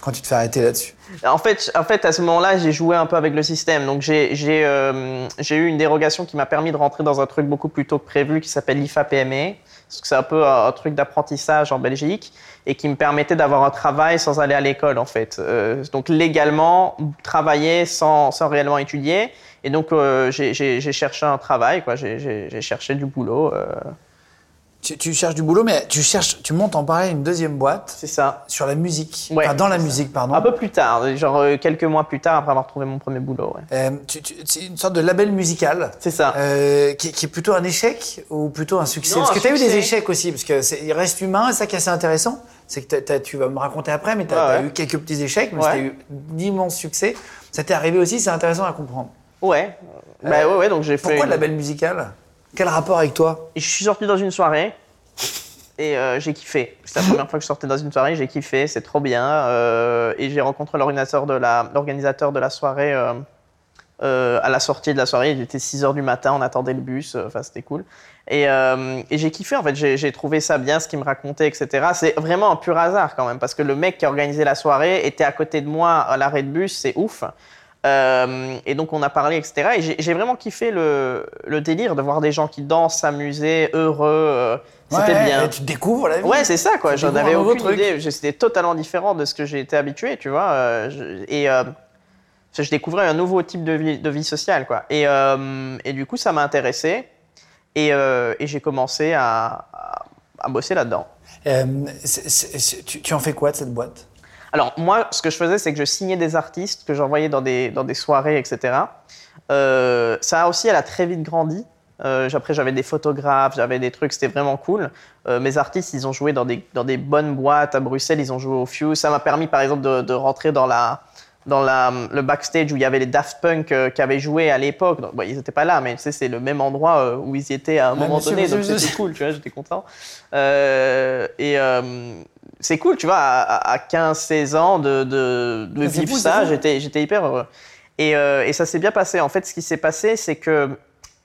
[SPEAKER 5] quand tu te fais arrêter là-dessus
[SPEAKER 4] En fait, en fait, à ce moment-là, j'ai joué un peu avec le système. Donc, j'ai j'ai, euh, j'ai eu une dérogation qui m'a permis de rentrer dans un truc beaucoup plus tôt que prévu qui s'appelle l'IFA-PME. E. Parce que c'est un peu un, un truc d'apprentissage en Belgique et qui me permettait d'avoir un travail sans aller à l'école, en fait. Euh, donc, légalement, travailler sans, sans réellement étudier. Et donc, euh, j'ai- j'ai j'ai cherché un travail, quoi. J'ai- J'ai j'ai cherché du boulot. euh,
[SPEAKER 5] tu, tu cherches du boulot, mais tu cherches, tu montes en parallèle une deuxième boîte
[SPEAKER 4] c'est ça.
[SPEAKER 5] sur la musique,
[SPEAKER 4] Ouais, Ah,
[SPEAKER 5] Enfin, dans la
[SPEAKER 4] c'est ça.
[SPEAKER 5] musique, pardon.
[SPEAKER 4] Un peu plus tard, genre euh, quelques mois plus tard, après avoir trouvé mon premier boulot. ouais.
[SPEAKER 5] Euh, tu- tu- c'est une sorte de label musical.
[SPEAKER 4] C'est ça.
[SPEAKER 5] Euh, qui, qui est plutôt un échec ou plutôt un succès
[SPEAKER 4] Non,
[SPEAKER 5] Parce
[SPEAKER 4] un
[SPEAKER 5] que tu as eu des
[SPEAKER 4] succès.
[SPEAKER 5] échecs aussi, parce qu'il reste humain, et ça qui est assez intéressant, c'est que t'as- t'as- tu vas me raconter après, mais tu as,
[SPEAKER 4] Ouais, ouais.
[SPEAKER 5] eu quelques petits échecs, mais
[SPEAKER 4] Ouais.
[SPEAKER 5] tu as eu d'immenses succès. Ça t'est arrivé aussi, c'est intéressant à comprendre.
[SPEAKER 4] Ouais. Bah ouais, ouais, donc j'ai fait.
[SPEAKER 5] Pourquoi le
[SPEAKER 4] une-
[SPEAKER 5] label musical Quel rapport avec toi
[SPEAKER 4] Je suis sorti dans une soirée et euh, j'ai kiffé. C'est la première fois que je sortais dans une soirée, j'ai kiffé, c'est trop bien. euh, et j'ai rencontré l'organisateur de la, l'organisateur de la soirée euh, euh, à la sortie de la soirée. Il était 6 heures du matin, on attendait le bus, euh, enfin c'était cool. Et, euh, et j'ai kiffé en fait, j'ai j'ai trouvé ça bien, ce qu'il me racontait, etc. C'est vraiment un pur hasard quand même, parce que le mec qui a organisé la soirée était à côté de moi à l'arrêt de bus, c'est ouf. Euh, et donc on a parlé, etc. Et j'ai- j'ai vraiment kiffé le, le délire de voir des gens qui dansent, s'amuser, heureux. euh, C'était
[SPEAKER 5] Ouais,
[SPEAKER 4] bien.
[SPEAKER 5] et tu découvres la vie.
[SPEAKER 4] Ouais, c'est ça, quoi.
[SPEAKER 5] Tu
[SPEAKER 4] J'en
[SPEAKER 5] découvres
[SPEAKER 4] avais
[SPEAKER 5] un nouveau
[SPEAKER 4] aucune
[SPEAKER 5] truc.
[SPEAKER 4] idée. Je- C'était totalement différent de ce que j'ai été habitué, tu vois. euh, je- et euh, je découvrais un nouveau type de vie, de vie sociale, quoi. Et, euh, et du coup, ça m'a intéressé. Et, euh, et j'ai commencé à, à- à bosser là-dedans.
[SPEAKER 5] Euh, c'est- c'est- c'est- tu, tu en fais quoi de cette boîte
[SPEAKER 4] Alors, moi, ce que je faisais, c'est que je signais des artistes que j'envoyais dans des, dans des soirées, etc. Euh, ça aussi, elle a très vite grandi. Euh, après, j'avais des photographes, j'avais des trucs, c'était vraiment cool. Euh, mes artistes, ils ont joué dans des, dans des bonnes boîtes à Bruxelles, ils ont joué au Fuse. Ça m'a permis, par exemple, de, de rentrer dans, la, dans la, le backstage où il y avait les Daft Punk euh, qui avaient joué à l'époque. Donc, bon, ils n'étaient pas là, mais tu sais, c'est le même endroit euh, où ils y étaient à un
[SPEAKER 5] Ouais,
[SPEAKER 4] moment
[SPEAKER 5] bien sûr,
[SPEAKER 4] donné.
[SPEAKER 5] bien sûr,
[SPEAKER 4] Donc,
[SPEAKER 5] bien
[SPEAKER 4] c'était
[SPEAKER 5] sûr.
[SPEAKER 4] cool, tu vois, j'étais content. Euh, et euh, c'est cool, tu vois, à, à 15-16 ans de, de, de
[SPEAKER 5] C'est
[SPEAKER 4] vivre
[SPEAKER 5] fou, c'est
[SPEAKER 4] ça,
[SPEAKER 5] fou.
[SPEAKER 4] j'étais j'étais hyper heureux. Et, euh, et ça s'est bien passé. En fait, ce qui s'est passé, c'est que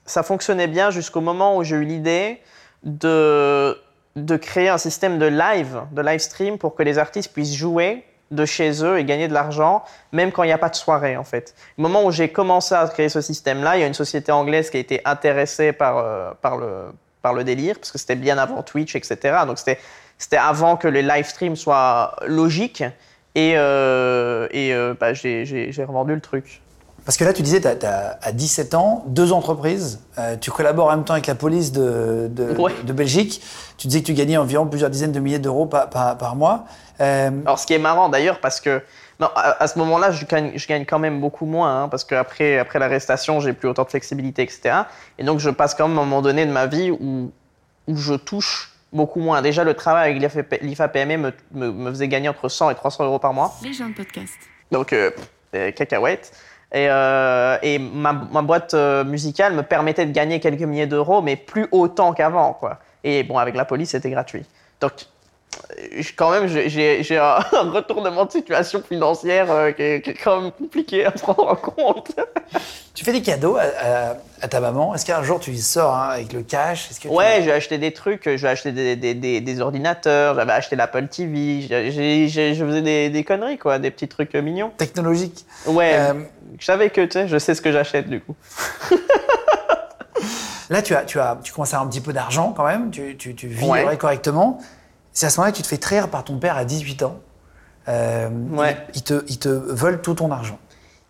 [SPEAKER 4] ça fonctionnait bien jusqu'au moment où j'ai eu l'idée de, de créer un système de live, de live stream, pour que les artistes puissent jouer de chez eux et gagner de l'argent, même quand il n'y a pas de soirée, en fait. Au moment où j'ai commencé à créer ce système-là, il y a une société anglaise qui a été intéressée par, euh, par, le, par le délire, parce que c'était bien avant Twitch, etc. Donc c'était c'était avant que les live streams soient logiques. Et, euh, et euh, bah, j'ai- j'ai j'ai revendu le truc.
[SPEAKER 5] Parce que là, tu disais, tu as, à 17 ans, deux entreprises, euh, tu collabores en même temps avec la police de, de,
[SPEAKER 4] Ouais.
[SPEAKER 5] de Belgique, tu disais que tu gagnais environ plusieurs dizaines de milliers d'euros par, par, par mois. Euh,
[SPEAKER 4] Alors, ce qui est marrant d'ailleurs, parce que non, à, à ce moment-là, je gagne, je gagne quand même beaucoup moins, hein, parce qu'après après, après l'arrestation, j'ai plus autant de flexibilité, etc. Et donc, je passe quand même à un moment donné de ma vie où, où je touche beaucoup moins. Déjà, le travail avec l'IFA PME me, me- me faisait gagner entre 100 et 300 euros par mois.
[SPEAKER 3] Les gens de podcast.
[SPEAKER 4] donc euh, euh, cacahuètes. Et, euh, et ma, ma boîte euh, musicale me permettait de gagner quelques milliers d'euros, mais plus autant qu'avant, quoi. Et bon, avec la police, c'était gratuit. Donc, euh, je- quand même, j'ai- j'ai j'ai un un retournement de situation financière euh, qui, est, qui est quand même compliqué à prendre en compte.
[SPEAKER 5] tu fais des cadeaux à, à- à ta maman. Est-ce qu'un jour, tu y sors hein, avec le cash Est-ce que tu-
[SPEAKER 4] Ouais, j'ai acheté des trucs, j'ai acheté des, des, des, des ordinateurs, j'avais acheté l'Apple TV, j'ai- j'ai- j'ai- je faisais des, des conneries, quoi, des petits trucs euh, mignons.
[SPEAKER 5] Technologique.
[SPEAKER 4] Ouais,
[SPEAKER 5] Euh,
[SPEAKER 4] je savais que, tu sais, je sais ce que j'achète, du coup.
[SPEAKER 5] Là, tu, as, tu, as, tu commences à avoir un petit peu d'argent quand même, tu, tu, tu vis
[SPEAKER 4] Ouais.
[SPEAKER 5] correctement. C'est à ce moment-là que tu te fais trahir par ton père à 18 ans. Euh,
[SPEAKER 4] Ouais.
[SPEAKER 5] ils, ils te, ils te veulent tout ton argent.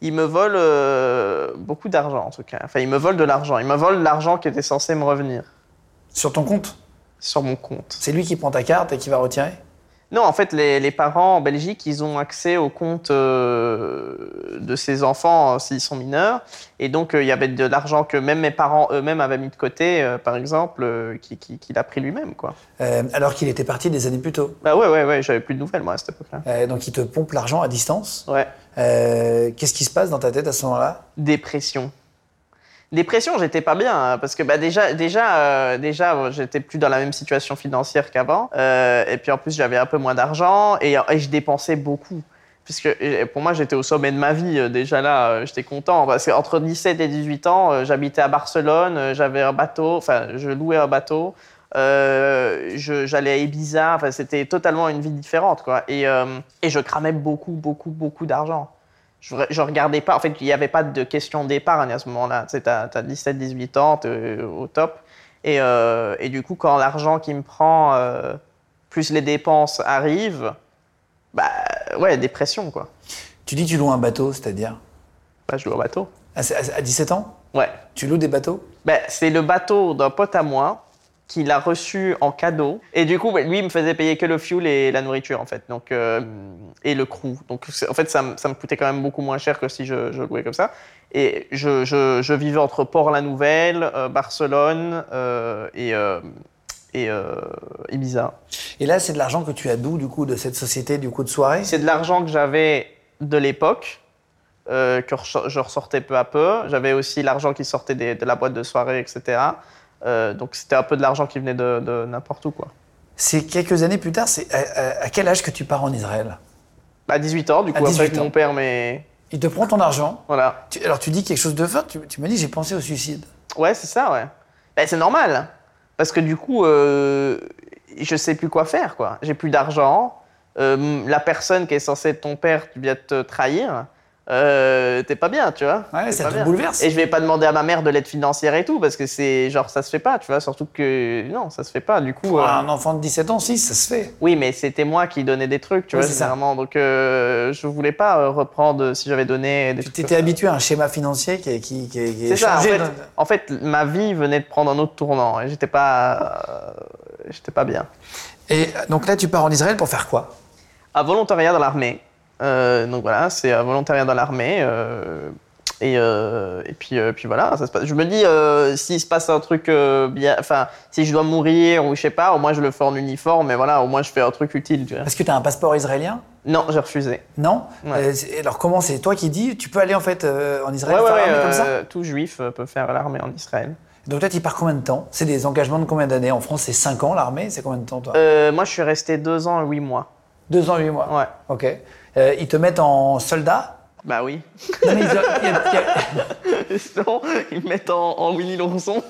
[SPEAKER 4] Ils me volent euh, beaucoup d'argent, en tout cas. Enfin, ils me volent de l'argent. Ils me volent l'argent qui était censé me revenir
[SPEAKER 5] Sur ton compte.
[SPEAKER 4] sur mon compte.
[SPEAKER 5] C'est lui qui prend ta carte et qui va retirer.
[SPEAKER 4] Non, en fait, les, les parents en Belgique, ils ont accès au compte euh, de ces enfants euh, s'ils sont mineurs. Et donc, euh, il y avait de l'argent que même mes parents euh, eux-mêmes avaient mis de côté, euh, par exemple, euh, qui- qui- qu'il a pris lui-même, quoi.
[SPEAKER 5] Euh, alors qu'il était parti des années plus tôt.
[SPEAKER 4] Bah ouais, ouais, ouais, j'avais plus de nouvelles, moi, à cette époque-là.
[SPEAKER 5] Euh, donc il te pompe l'argent à distance.
[SPEAKER 4] Ouais.
[SPEAKER 5] Euh, Qu'est-ce qui se passe dans ta tête à ce moment-là
[SPEAKER 4] Dépression. Dépression, j'étais pas bien hein, parce que bah, déjà, déjà, euh, déjà, euh, j'étais plus dans la même situation financière qu'avant. Euh, et puis en plus, j'avais un peu moins d'argent et, et je dépensais beaucoup. Puisque euh, pour moi, j'étais au sommet de ma vie euh, déjà là. euh, j'étais content parce qu'entre 17 et 18 ans, euh, j'habitais à Barcelone, euh, j'avais un bateau, enfin, je louais un bateau. Euh, je- j'allais à Ibiza, enfin, c'était totalement une vie différente, quoi. Et, euh, et je cramais beaucoup, beaucoup, beaucoup d'argent. Je, re- je regardais pas, en fait, il n'y avait pas de question d'épargne à ce moment-là. Tu sais, t'as, t'as 17, 18 ans, t'es au top. Et, euh, et du coup, quand l'argent qui me prend, euh, plus les dépenses arrivent, bah ouais, dépression, quoi.
[SPEAKER 5] Tu dis tu loues un bateau, c'est-à-dire
[SPEAKER 4] Bah, je loue un bateau.
[SPEAKER 5] à, à- à 17 ans
[SPEAKER 4] Ouais.
[SPEAKER 5] Tu loues des bateaux
[SPEAKER 4] Ben, c'est le bateau d'un pote à moi qu'il a reçu en cadeau. Et du coup, ben, lui, il me faisait payer que le fuel et la nourriture, en fait. Donc, euh, et le crew. Donc, c'est- en fait, ça, me- ça me coûtait quand même beaucoup moins cher que si je, je louais comme ça. Et je, je- je vivais entre Port-la-Nouvelle, euh, Barcelone euh, et, euh, et euh, Ibiza.
[SPEAKER 5] Et là, c'est de l'argent que tu as d'où, du coup, de cette société, du coup, de soirée
[SPEAKER 4] C'est de l'argent que j'avais de l'époque, euh, que recho- je ressortais peu à peu. J'avais aussi l'argent qui sortait des- de la boîte de soirée, etc. Euh, donc c'était un peu de l'argent qui venait de, de n'importe où. Quoi.
[SPEAKER 5] C'est quelques années plus tard, c'est à, à- à quel âge que tu pars en Israël
[SPEAKER 4] À 18 ans, du
[SPEAKER 5] À
[SPEAKER 4] coup, après
[SPEAKER 5] 18
[SPEAKER 4] que
[SPEAKER 5] ans.
[SPEAKER 4] mon père m'ait
[SPEAKER 5] Il te prend ton argent.
[SPEAKER 4] Voilà.
[SPEAKER 5] Tu- alors tu dis quelque chose de fin, tu, tu m'as dit j'ai pensé au suicide.
[SPEAKER 4] Ouais, c'est ça, ouais. Ben, c'est normal. Parce que du coup, euh, je sais plus quoi faire, quoi. J'ai plus d'argent. Euh, la personne qui est censée être ton père, tu viens de te trahir. Euh, t'es pas bien, tu vois.
[SPEAKER 5] Ouais,
[SPEAKER 4] T'es
[SPEAKER 5] ça
[SPEAKER 4] pas
[SPEAKER 5] te
[SPEAKER 4] bien.
[SPEAKER 5] bouleverse.
[SPEAKER 4] Et je vais pas demander à ma mère de l'aide financière et tout, parce que c'est genre, ça se fait pas, tu vois. Surtout que, non, ça se fait pas. Du coup.
[SPEAKER 5] Pour
[SPEAKER 4] euh,
[SPEAKER 5] un enfant de 17 ans, si, ça se fait.
[SPEAKER 4] Oui, mais c'était moi qui donnais des trucs, tu
[SPEAKER 5] Oui,
[SPEAKER 4] vois,
[SPEAKER 5] c'est ça.
[SPEAKER 4] généralement. Donc, euh, je voulais pas euh, reprendre euh, si j'avais donné des
[SPEAKER 5] Tu
[SPEAKER 4] trucs
[SPEAKER 5] t'étais
[SPEAKER 4] comme ça.
[SPEAKER 5] habitué à un schéma financier qui, est- qui, qui est- qui est
[SPEAKER 4] C'est ça, en
[SPEAKER 5] changé.
[SPEAKER 4] fait,
[SPEAKER 5] dans-
[SPEAKER 4] en fait, ma vie venait de prendre un autre tournant et j'étais pas, euh, j'étais pas bien.
[SPEAKER 5] Et euh, donc là, tu pars en Israël pour faire quoi
[SPEAKER 4] Un volontariat dans l'armée. Euh, donc voilà, c'est un volontariat dans l'armée. euh, et, euh, et puis, euh, puis voilà, ça se passe. Je me dis, euh, s'il se passe un truc euh, bien, enfin, si je dois mourir ou je sais pas, au moins je le fais en uniforme, mais voilà, au moins je fais un truc utile, tu vois.
[SPEAKER 5] Parce que tu as un passeport israélien
[SPEAKER 4] Non, j'ai refusé.
[SPEAKER 5] Non
[SPEAKER 4] Ouais.
[SPEAKER 5] Euh, c'est- Alors comment c'est toi qui dis tu peux aller en fait euh, en Israël
[SPEAKER 4] Ouais,
[SPEAKER 5] faire
[SPEAKER 4] ouais,
[SPEAKER 5] l'armée comme ça
[SPEAKER 4] euh, tout juif euh, peut faire l'armée en Israël.
[SPEAKER 5] Donc là, tu pars combien de temps C'est des engagements de combien d'années En France, c'est 5 ans l'armée, c'est combien de temps toi
[SPEAKER 4] Euh, moi, je suis resté deux ans et huit mois.
[SPEAKER 5] 2 ans, 8 mois.
[SPEAKER 4] Ouais.
[SPEAKER 5] Ok. Euh, ils te mettent en soldat
[SPEAKER 4] Bah oui.
[SPEAKER 5] Non, mais ils ont- il y a- il y a-
[SPEAKER 4] Sinon, ils me mettent en, en Willy Lonson.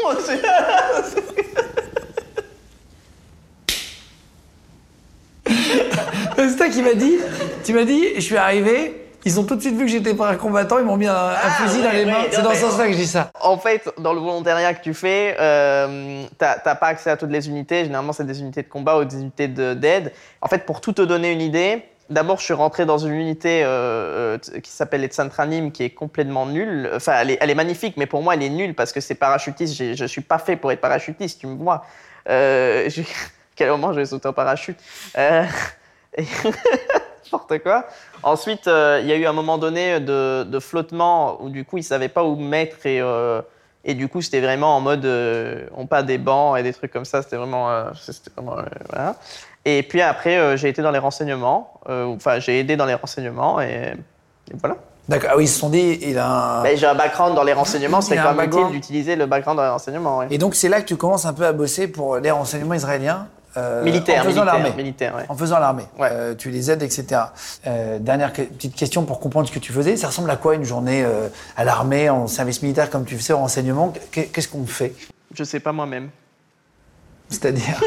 [SPEAKER 5] C'est toi qui m'a dit, tu m'as dit, je suis arrivé, ils ont tout de suite vu que j'étais pas un combattant, ils m'ont mis un, un fusil
[SPEAKER 4] ouais,
[SPEAKER 5] dans les
[SPEAKER 4] ouais,
[SPEAKER 5] mains.
[SPEAKER 4] Ah, non,
[SPEAKER 5] C'est dans
[SPEAKER 4] mais-
[SPEAKER 5] ce sens-là que je dis ça.
[SPEAKER 4] en fait, dans le volontariat que tu fais, euh, t'as t'as pas accès à toutes les unités. Généralement, c'est des unités de combat ou des unités de- d'aide. En fait, pour tout te donner une idée, d'abord, je suis rentré dans une unité euh, euh, t- qui s'appelle les Tsantranim, qui est complètement nulle. Enfin, elle est, elle est magnifique, mais pour moi, elle est nulle parce que c'est parachutiste. J'ai- Je suis pas fait pour être parachutiste, tu me vois. Euh, je- Quel moment je vais sauter en parachute Euh, et- N'importe quoi. Ensuite, euh, il y a eu un moment donné de, de flottement où du coup, ils ne savaient pas où me mettre et, euh, et du coup, c'était vraiment en mode euh, on pas des bancs et des trucs comme ça. C'était vraiment. euh, c'était vraiment, euh, voilà. Et puis après, euh, j'ai été dans les renseignements. euh, Enfin, j'ai aidé dans les renseignements et, et voilà.
[SPEAKER 5] D'accord, ah oui, ils se sont dit, il a un...
[SPEAKER 4] Mais j'ai un background dans les renseignements, c'est
[SPEAKER 5] Ah. Il a un
[SPEAKER 4] quand même utile
[SPEAKER 5] background.
[SPEAKER 4] d'utiliser le background dans les renseignements. ouais.
[SPEAKER 5] Et donc c'est là que tu commences un peu à bosser pour les renseignements israéliens. euh,
[SPEAKER 4] Militaire,
[SPEAKER 5] en faisant
[SPEAKER 4] militaire,
[SPEAKER 5] l'armée.
[SPEAKER 4] militaire. ouais.
[SPEAKER 5] En faisant l'armée.
[SPEAKER 4] Ouais.
[SPEAKER 5] Euh, tu les aides, etc. Euh, dernière que- petite question pour comprendre ce que tu faisais. Ça ressemble à quoi une journée euh, à l'armée, en service militaire, comme tu faisais, en renseignement Qu'est- Qu'est-ce qu'on fait
[SPEAKER 4] Je sais pas moi-même.
[SPEAKER 5] C'est-à-dire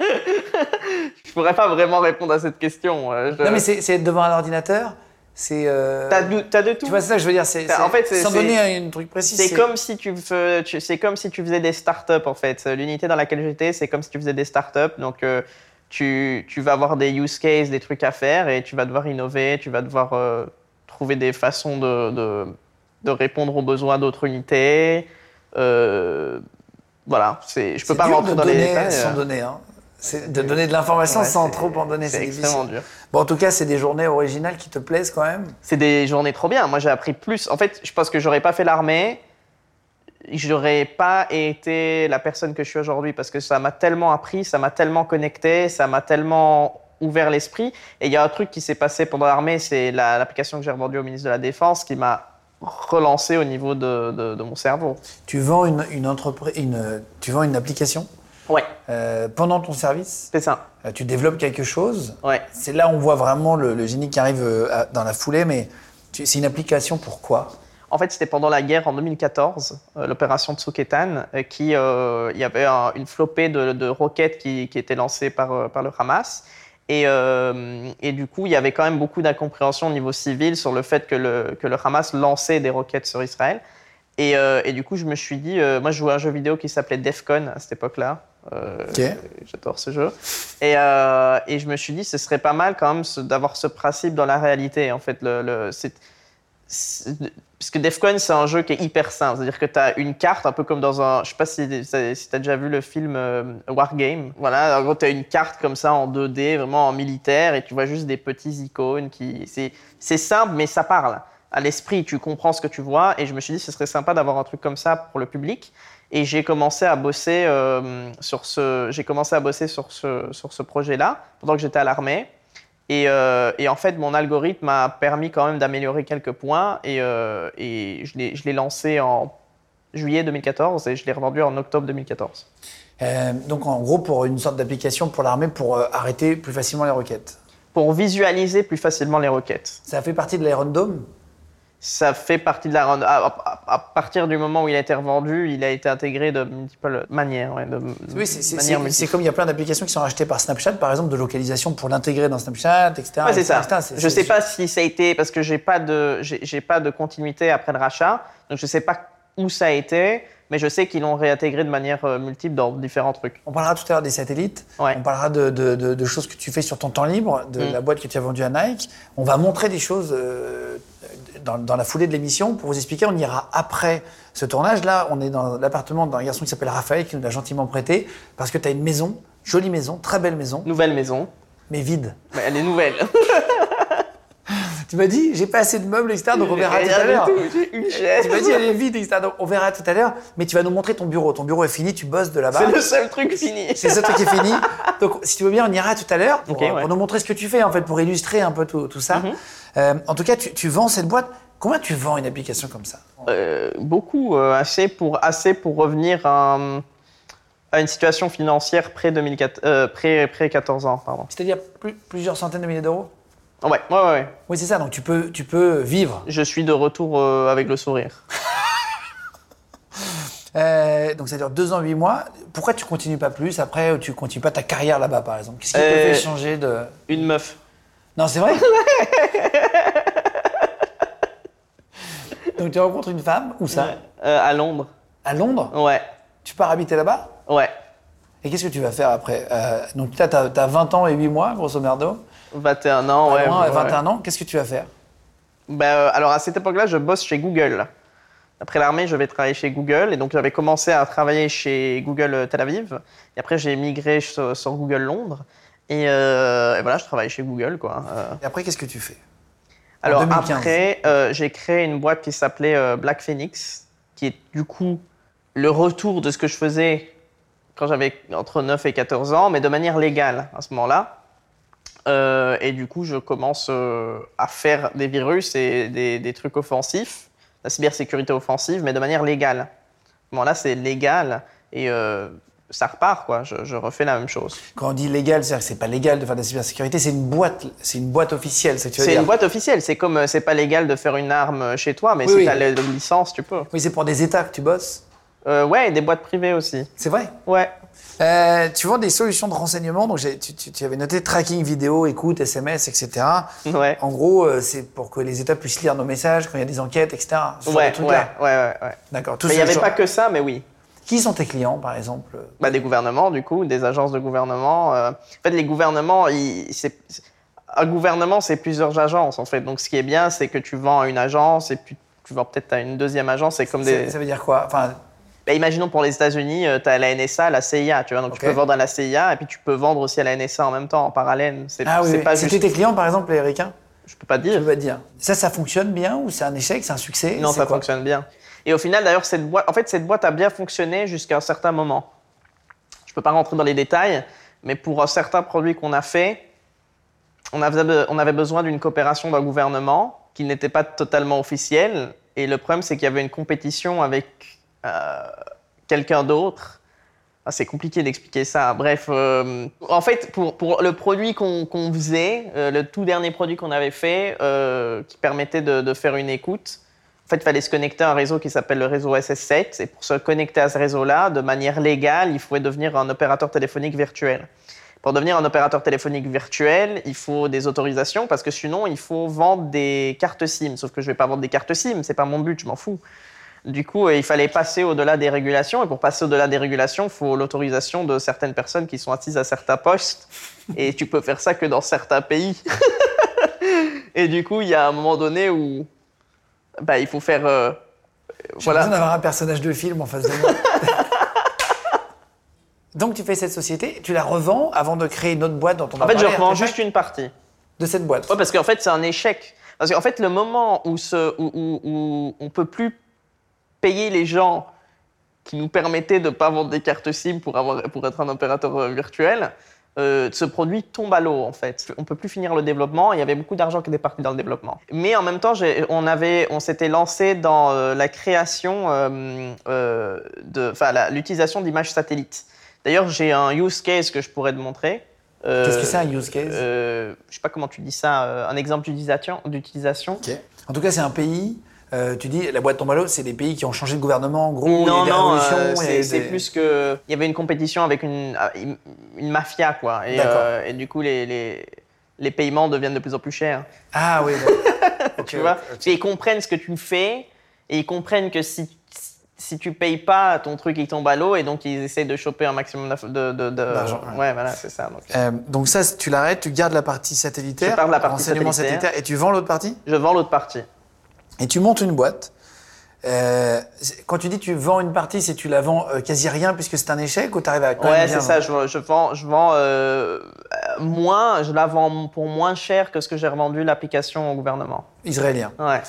[SPEAKER 4] Je pourrais pas vraiment répondre à cette question. euh, je-
[SPEAKER 5] Non, mais c'est c'est être devant un ordinateur C'est. euh,
[SPEAKER 4] T'as de, t'as de tout.
[SPEAKER 5] Tu vois, c'est ça que je veux dire. C'est,
[SPEAKER 4] Bah, en
[SPEAKER 5] c'est-
[SPEAKER 4] fait, c'est-
[SPEAKER 5] sans
[SPEAKER 4] c'est-
[SPEAKER 5] donner un, un truc précis.
[SPEAKER 4] C'est comme si tu, fais- tu- c'est comme si tu faisais des startups en fait. L'unité dans laquelle j'étais, c'est comme si tu faisais des startups. Donc euh, tu, tu vas avoir des use cases, des trucs à faire et tu vas devoir innover, tu vas devoir euh, trouver des façons de, de, de répondre aux besoins d'autres unités. Euh, voilà, c'est, je peux
[SPEAKER 5] c'est
[SPEAKER 4] pas
[SPEAKER 5] dur
[SPEAKER 4] rentrer
[SPEAKER 5] de
[SPEAKER 4] dans
[SPEAKER 5] donner
[SPEAKER 4] les détails.
[SPEAKER 5] Sans
[SPEAKER 4] euh.
[SPEAKER 5] donner, hein. C'est de donner de l'information
[SPEAKER 4] Ouais,
[SPEAKER 5] sans
[SPEAKER 4] c'est-
[SPEAKER 5] trop en donner,
[SPEAKER 4] c'est
[SPEAKER 5] c'est difficile.
[SPEAKER 4] extrêmement dur.
[SPEAKER 5] Bon, en tout cas, c'est des journées originales qui te plaisent quand même.
[SPEAKER 4] C'est des journées trop bien. Moi, j'ai appris plus. En fait, je pense que j'aurais pas fait l'armée, j'aurais pas été la personne que je suis aujourd'hui parce que ça m'a tellement appris, ça m'a tellement connecté, ça m'a tellement ouvert l'esprit. Et il y a un truc qui s'est passé pendant l'armée, c'est la- l'application que j'ai revendue au ministre de la Défense qui m'a relancé au niveau de, de- de mon cerveau.
[SPEAKER 5] Tu vends une, une entreprise, une, euh, tu vends une application
[SPEAKER 4] Ouais,
[SPEAKER 5] euh, pendant ton service.
[SPEAKER 4] c'est ça.
[SPEAKER 5] euh, Tu développes quelque chose.
[SPEAKER 4] Ouais.
[SPEAKER 5] C'est là où on voit vraiment le, le génie qui arrive euh, à- dans la foulée, mais tu- c'est une application pour quoi
[SPEAKER 4] En fait, c'était pendant la guerre en 2014, euh, l'opération Tsuketan, euh, qui euh, il y avait un- une flopée de, de roquettes qui, qui étaient lancées par, euh, par le Hamas. Et, euh, et du coup, il y avait quand même beaucoup d'incompréhension au niveau civil sur le fait que le, que le Hamas lançait des roquettes sur Israël. Et, euh, et du coup, je me suis dit, euh, moi, je jouais à un jeu vidéo qui s'appelait Defcon à cette époque-là. Euh,
[SPEAKER 5] Ok.
[SPEAKER 4] J'adore ce jeu. Et, euh, et je me suis dit, ce serait pas mal quand même ce- d'avoir ce principe dans la réalité. En fait, le, le- c'est- c'est- parce que Defcon, c'est un jeu qui est hyper simple. C'est-à-dire que tu as une carte, un peu comme dans un. Je sais pas si, si tu as déjà vu le film euh, Wargame. Voilà, en gros, tu as une carte comme ça en 2D, vraiment en militaire, et tu vois juste des petits icônes qui. C'est c'est simple, mais ça parle à l'esprit, tu comprends ce que tu vois. Et je me suis dit, ce serait sympa d'avoir un truc comme ça pour le public. Et j'ai commencé à bosser euh, sur ce, j'ai commencé à bosser sur ce, sur ce projet-là pendant que j'étais à l'armée. Et, euh, et en fait, mon algorithme m'a permis quand même d'améliorer quelques points. Et, euh, et je l'ai je l'ai lancé en juillet 2014 et je l'ai revendu en octobre 2014.
[SPEAKER 5] Euh, donc en gros pour une sorte d'application pour l'armée pour euh, arrêter plus facilement les roquettes.
[SPEAKER 4] pour visualiser plus facilement les roquettes.
[SPEAKER 5] Ça fait partie de l'Iron
[SPEAKER 4] Mmh.
[SPEAKER 5] Dome
[SPEAKER 4] Ça fait partie de la rend- à, à- à partir du moment où il a été revendu, il a été intégré de multiples manières. ouais, de,
[SPEAKER 5] Oui, c'est- c'est-
[SPEAKER 4] manières
[SPEAKER 5] c'est
[SPEAKER 4] multiples.
[SPEAKER 5] c'est comme il y a plein d'applications qui sont rachetées par Snapchat, par exemple, de localisation pour l'intégrer dans Snapchat, etc.
[SPEAKER 4] Ouais, c'est ça.
[SPEAKER 5] etc., c'est-
[SPEAKER 4] je
[SPEAKER 5] c'est-
[SPEAKER 4] sais pas si ça a été parce que j'ai pas de j'ai j'ai pas de continuité après le rachat, donc je sais pas où ça a été, mais je sais qu'ils l'ont réintégré de manière euh, multiple dans différents trucs.
[SPEAKER 5] On parlera tout à l'heure des satellites.
[SPEAKER 4] Ouais.
[SPEAKER 5] On parlera de, de- de- de choses que tu fais sur ton temps libre, de
[SPEAKER 4] Mm.
[SPEAKER 5] la boîte que tu as vendue à Nike. On va montrer des choses euh, dans, dans la foulée de l'émission pour vous expliquer. On ira après ce tournage. Là, on est dans l'appartement d'un garçon qui s'appelle Raphaël, qui nous l'a gentiment prêté, parce que tu as une maison, jolie maison, très belle maison,
[SPEAKER 4] Nouvelle maison,
[SPEAKER 5] mais vide.
[SPEAKER 4] mais elle est nouvelle.
[SPEAKER 5] Tu m'as dit, j'ai pas assez de meubles, etc. Ah, Donc on verra tout
[SPEAKER 4] Rien
[SPEAKER 5] à
[SPEAKER 4] du
[SPEAKER 5] l'heure.
[SPEAKER 4] tout, j'ai une chaise.
[SPEAKER 5] Tu m'as dit, elle est vide, etc. Donc on verra tout à l'heure. Mais tu vas nous montrer ton bureau. Ton bureau est fini, tu bosses de là-bas.
[SPEAKER 4] C'est le seul truc fini.
[SPEAKER 5] C'est ça truc qui est fini. Donc, si tu veux bien, on ira tout à l'heure pour, euh,
[SPEAKER 4] Ok, ouais. Mhm.
[SPEAKER 5] pour nous montrer ce que tu fais, en fait, pour illustrer un peu tout, tout ça. Euh, en tout cas, tu, tu vends cette boîte. Comment tu vends une application comme ça
[SPEAKER 4] Euh, beaucoup, euh, assez, pour, assez pour revenir à, euh, à une situation financière pré-2014 euh, pré, pré 14 ans. Pardon.
[SPEAKER 5] C'est-à-dire plus- plusieurs centaines de milliers d'euros
[SPEAKER 4] Ouais, ouais, ouais, ouais.
[SPEAKER 5] Oui, c'est ça. Donc, tu peux, tu peux vivre.
[SPEAKER 4] Je suis de retour euh, avec le sourire.
[SPEAKER 5] Euh, donc, ça dure deux ans, huit mois. Pourquoi tu continues pas plus Après, tu continues pas ta carrière là-bas, par exemple Qu'est-ce qui t'a
[SPEAKER 4] Euh,
[SPEAKER 5] fait changer de.
[SPEAKER 4] Une meuf.
[SPEAKER 5] Non, c'est vrai Donc, tu rencontres une femme, où ça
[SPEAKER 4] Euh, à Londres.
[SPEAKER 5] À Londres
[SPEAKER 4] Ouais,
[SPEAKER 5] Tu pars habiter là-bas
[SPEAKER 4] ouais.
[SPEAKER 5] Et qu'est-ce que tu vas faire après Euh, Donc là, t'as as 20 ans et 8 mois, grosso merdo.
[SPEAKER 4] 21 ans, ouais.
[SPEAKER 5] Vraiment, à
[SPEAKER 4] ouais.
[SPEAKER 5] 21 ans, qu'est-ce que tu vas faire
[SPEAKER 4] Ben, euh, alors à cette époque-là, je bosse chez Google. Après l'armée, je vais travailler chez Google. Et donc, j'avais commencé à travailler chez Google euh, Tel Aviv. Et après, j'ai migré sur, sur Google Londres. Et, euh, et voilà, je travaille chez Google, quoi. Euh,
[SPEAKER 5] Et après, qu'est-ce que tu fais En
[SPEAKER 4] Alors
[SPEAKER 5] 2015.
[SPEAKER 4] après, euh, j'ai créé une boîte qui s'appelait euh, Black Phoenix, qui est du coup le retour de ce que je faisais quand j'avais entre 9 et 14 ans, mais de manière légale à ce moment-là. Euh, et du coup, je commence euh, à faire des virus et des, des trucs offensifs, la cybersécurité offensive, mais de manière légale. À ce moment-là, c'est légal et euh, ça repart, quoi. Je- je refais la même chose.
[SPEAKER 5] Quand on dit légal, c'est-à-dire que c'est pas légal de faire de la cybersécurité, c'est une boîte, c'est une boîte officielle, c'est ce que tu veux
[SPEAKER 4] C'est
[SPEAKER 5] dire.
[SPEAKER 4] une boîte officielle. C'est comme euh, c'est pas légal de faire une arme euh, chez toi, mais
[SPEAKER 5] Oui,
[SPEAKER 4] si
[SPEAKER 5] oui.
[SPEAKER 4] t'as la la licence, tu peux.
[SPEAKER 5] Oui, c'est pour des États que tu bosses.
[SPEAKER 4] Euh, ouais, et des boîtes privées aussi.
[SPEAKER 5] C'est vrai.
[SPEAKER 4] Ouais.
[SPEAKER 5] Euh, tu vends des solutions de renseignement, donc j'ai- tu, tu- tu avais noté tracking vidéo, écoute, SMS, etc.
[SPEAKER 4] Ouais.
[SPEAKER 5] En gros, euh, c'est pour que les États puissent lire nos messages quand il y a des enquêtes, etc. Ce genre de
[SPEAKER 4] Ouais, ouais, ouais,
[SPEAKER 5] trucs-là.
[SPEAKER 4] ouais, ouais.
[SPEAKER 5] D'accord. tout
[SPEAKER 4] Mais il
[SPEAKER 5] ce
[SPEAKER 4] n'y avait
[SPEAKER 5] genre-
[SPEAKER 4] pas que ça, mais oui.
[SPEAKER 5] Qui sont tes clients, par exemple
[SPEAKER 4] Bah, des gouvernements, du coup, des agences de gouvernement. euh. En fait, les gouvernements, ils- c'est- c'est- un gouvernement, c'est plusieurs agences, en fait. Donc, ce qui est bien, c'est que tu vends à une agence et puis tu vends peut-être à une deuxième agence. C'est comme des.
[SPEAKER 5] Ça veut dire quoi Enfin,
[SPEAKER 4] Bah, imaginons pour les États-Unis, tu as la NSA, la CIA, tu vois. Donc, tu
[SPEAKER 5] Ok.
[SPEAKER 4] peux vendre à la CIA et puis tu peux vendre aussi à la NSA en même temps, en parallèle. C'est
[SPEAKER 5] ah oui,
[SPEAKER 4] c'est
[SPEAKER 5] oui.
[SPEAKER 4] pas
[SPEAKER 5] c'était
[SPEAKER 4] juste.
[SPEAKER 5] tes clients, par exemple, les Américains
[SPEAKER 4] Je peux pas
[SPEAKER 5] Je
[SPEAKER 4] dire.
[SPEAKER 5] veux pas dire. Ça, ça fonctionne bien ou c'est un échec, c'est un succès
[SPEAKER 4] Non,
[SPEAKER 5] c'est
[SPEAKER 4] ça
[SPEAKER 5] quoi
[SPEAKER 4] fonctionne bien. Et au final, d'ailleurs, cette boîte, en fait, cette boîte a bien fonctionné jusqu'à un certain moment. Je peux pas rentrer dans les détails, mais pour un certain produit qu'on a fait, on avait, on avait besoin d'une coopération d'un gouvernement qui n'était pas totalement officielle. Et le problème, c'est qu'il y avait une compétition avec euh, quelqu'un d'autre. Ah, c'est compliqué d'expliquer ça. Bref, euh, en fait, pour, pour le produit qu'on qu'on faisait, euh, le tout dernier produit qu'on avait fait, euh, qui permettait de, de faire une écoute, en fait, il fallait se connecter à un réseau qui s'appelle le réseau SS7. Et pour se connecter à ce réseau-là, de manière légale, il faut devenir un opérateur téléphonique virtuel. Pour devenir un opérateur téléphonique virtuel, il faut des autorisations parce que sinon, il faut vendre des cartes SIM. Sauf que je vais pas vendre des cartes SIM, c'est pas mon but, je m'en fous. Du coup, euh, il fallait passer au-delà des régulations. Et pour passer au-delà des régulations, il faut l'autorisation de certaines personnes qui sont assises à certains postes. Et tu peux faire ça que dans certains pays. et du coup, il y a un moment donné où bah, il faut faire. euh,
[SPEAKER 5] J'ai
[SPEAKER 4] voilà.
[SPEAKER 5] besoin d'avoir un personnage de film en face de moi. Donc, tu fais cette société, tu la revends avant de créer une autre boîte dont on va
[SPEAKER 4] En fait, je
[SPEAKER 5] parler
[SPEAKER 4] revends
[SPEAKER 5] après
[SPEAKER 4] juste une partie.
[SPEAKER 5] de cette boîte.
[SPEAKER 4] Ouais, parce qu'en fait, c'est un échec. Parce qu'en fait, le moment où, ce, où, où- où on peut plus payer les gens qui nous permettaient de ne pas vendre des cartes SIM pour, avoir, pour être un opérateur euh, virtuel, euh, ce produit tombe à l'eau, en fait. On peut plus finir le développement. Il y avait beaucoup d'argent qui était parti dans le développement. Mais en même temps, j'ai- on, avait- on s'était lancé dans euh, la création, euh, euh, de- enfin, la- l'utilisation d'images satellites. D'ailleurs, j'ai un use case que je pourrais te montrer. euh,
[SPEAKER 5] Qu'est-ce que c'est un use case
[SPEAKER 4] euh, Je sais pas comment tu dis ça, euh, un exemple d'utilisation. d'utilisation.
[SPEAKER 5] Ok. En tout cas, c'est un pays. euh, tu dis, la boîte tombe à l'eau, c'est des pays qui ont changé de gouvernement, en gros.
[SPEAKER 4] non,
[SPEAKER 5] il y a des
[SPEAKER 4] non,
[SPEAKER 5] révolutions,
[SPEAKER 4] euh,
[SPEAKER 5] il y a
[SPEAKER 4] c'est
[SPEAKER 5] des-
[SPEAKER 4] c'est plus que. Il y avait une compétition avec une, ah, une- une mafia, quoi. Et,
[SPEAKER 5] D'accord.
[SPEAKER 4] euh, et du coup, les, les, les paiements deviennent de plus en plus chers.
[SPEAKER 5] Ah oui, d'accord. Ok,
[SPEAKER 4] Tu vois
[SPEAKER 5] ok, ok.
[SPEAKER 4] Et Ils comprennent ce que tu fais et ils comprennent que si, si tu payes pas, ton truc il tombe à l'eau et donc ils essaient de choper un maximum d'info- de. de, de-
[SPEAKER 5] D'argent, ouais.
[SPEAKER 4] Ouais, voilà, c'est ça. donc.
[SPEAKER 5] Euh, donc ça, tu l'arrêtes, tu gardes la partie satellitaire,
[SPEAKER 4] Je garde la partie
[SPEAKER 5] renseignement
[SPEAKER 4] satellitaire.
[SPEAKER 5] et tu vends l'autre partie
[SPEAKER 4] Je vends l'autre partie.
[SPEAKER 5] Et tu montes une boîte. Euh, c'est- quand tu dis tu vends une partie, c'est tu la vends euh, quasi rien puisque c'est un échec ou tu arrives à quand
[SPEAKER 4] Ouais,
[SPEAKER 5] même bien
[SPEAKER 4] c'est ça.
[SPEAKER 5] vendre
[SPEAKER 4] Je, je vends, je vends euh, euh, moins, je la vends pour moins cher que ce que j'ai revendu l'application au gouvernement.
[SPEAKER 5] israélien.
[SPEAKER 4] Ouais,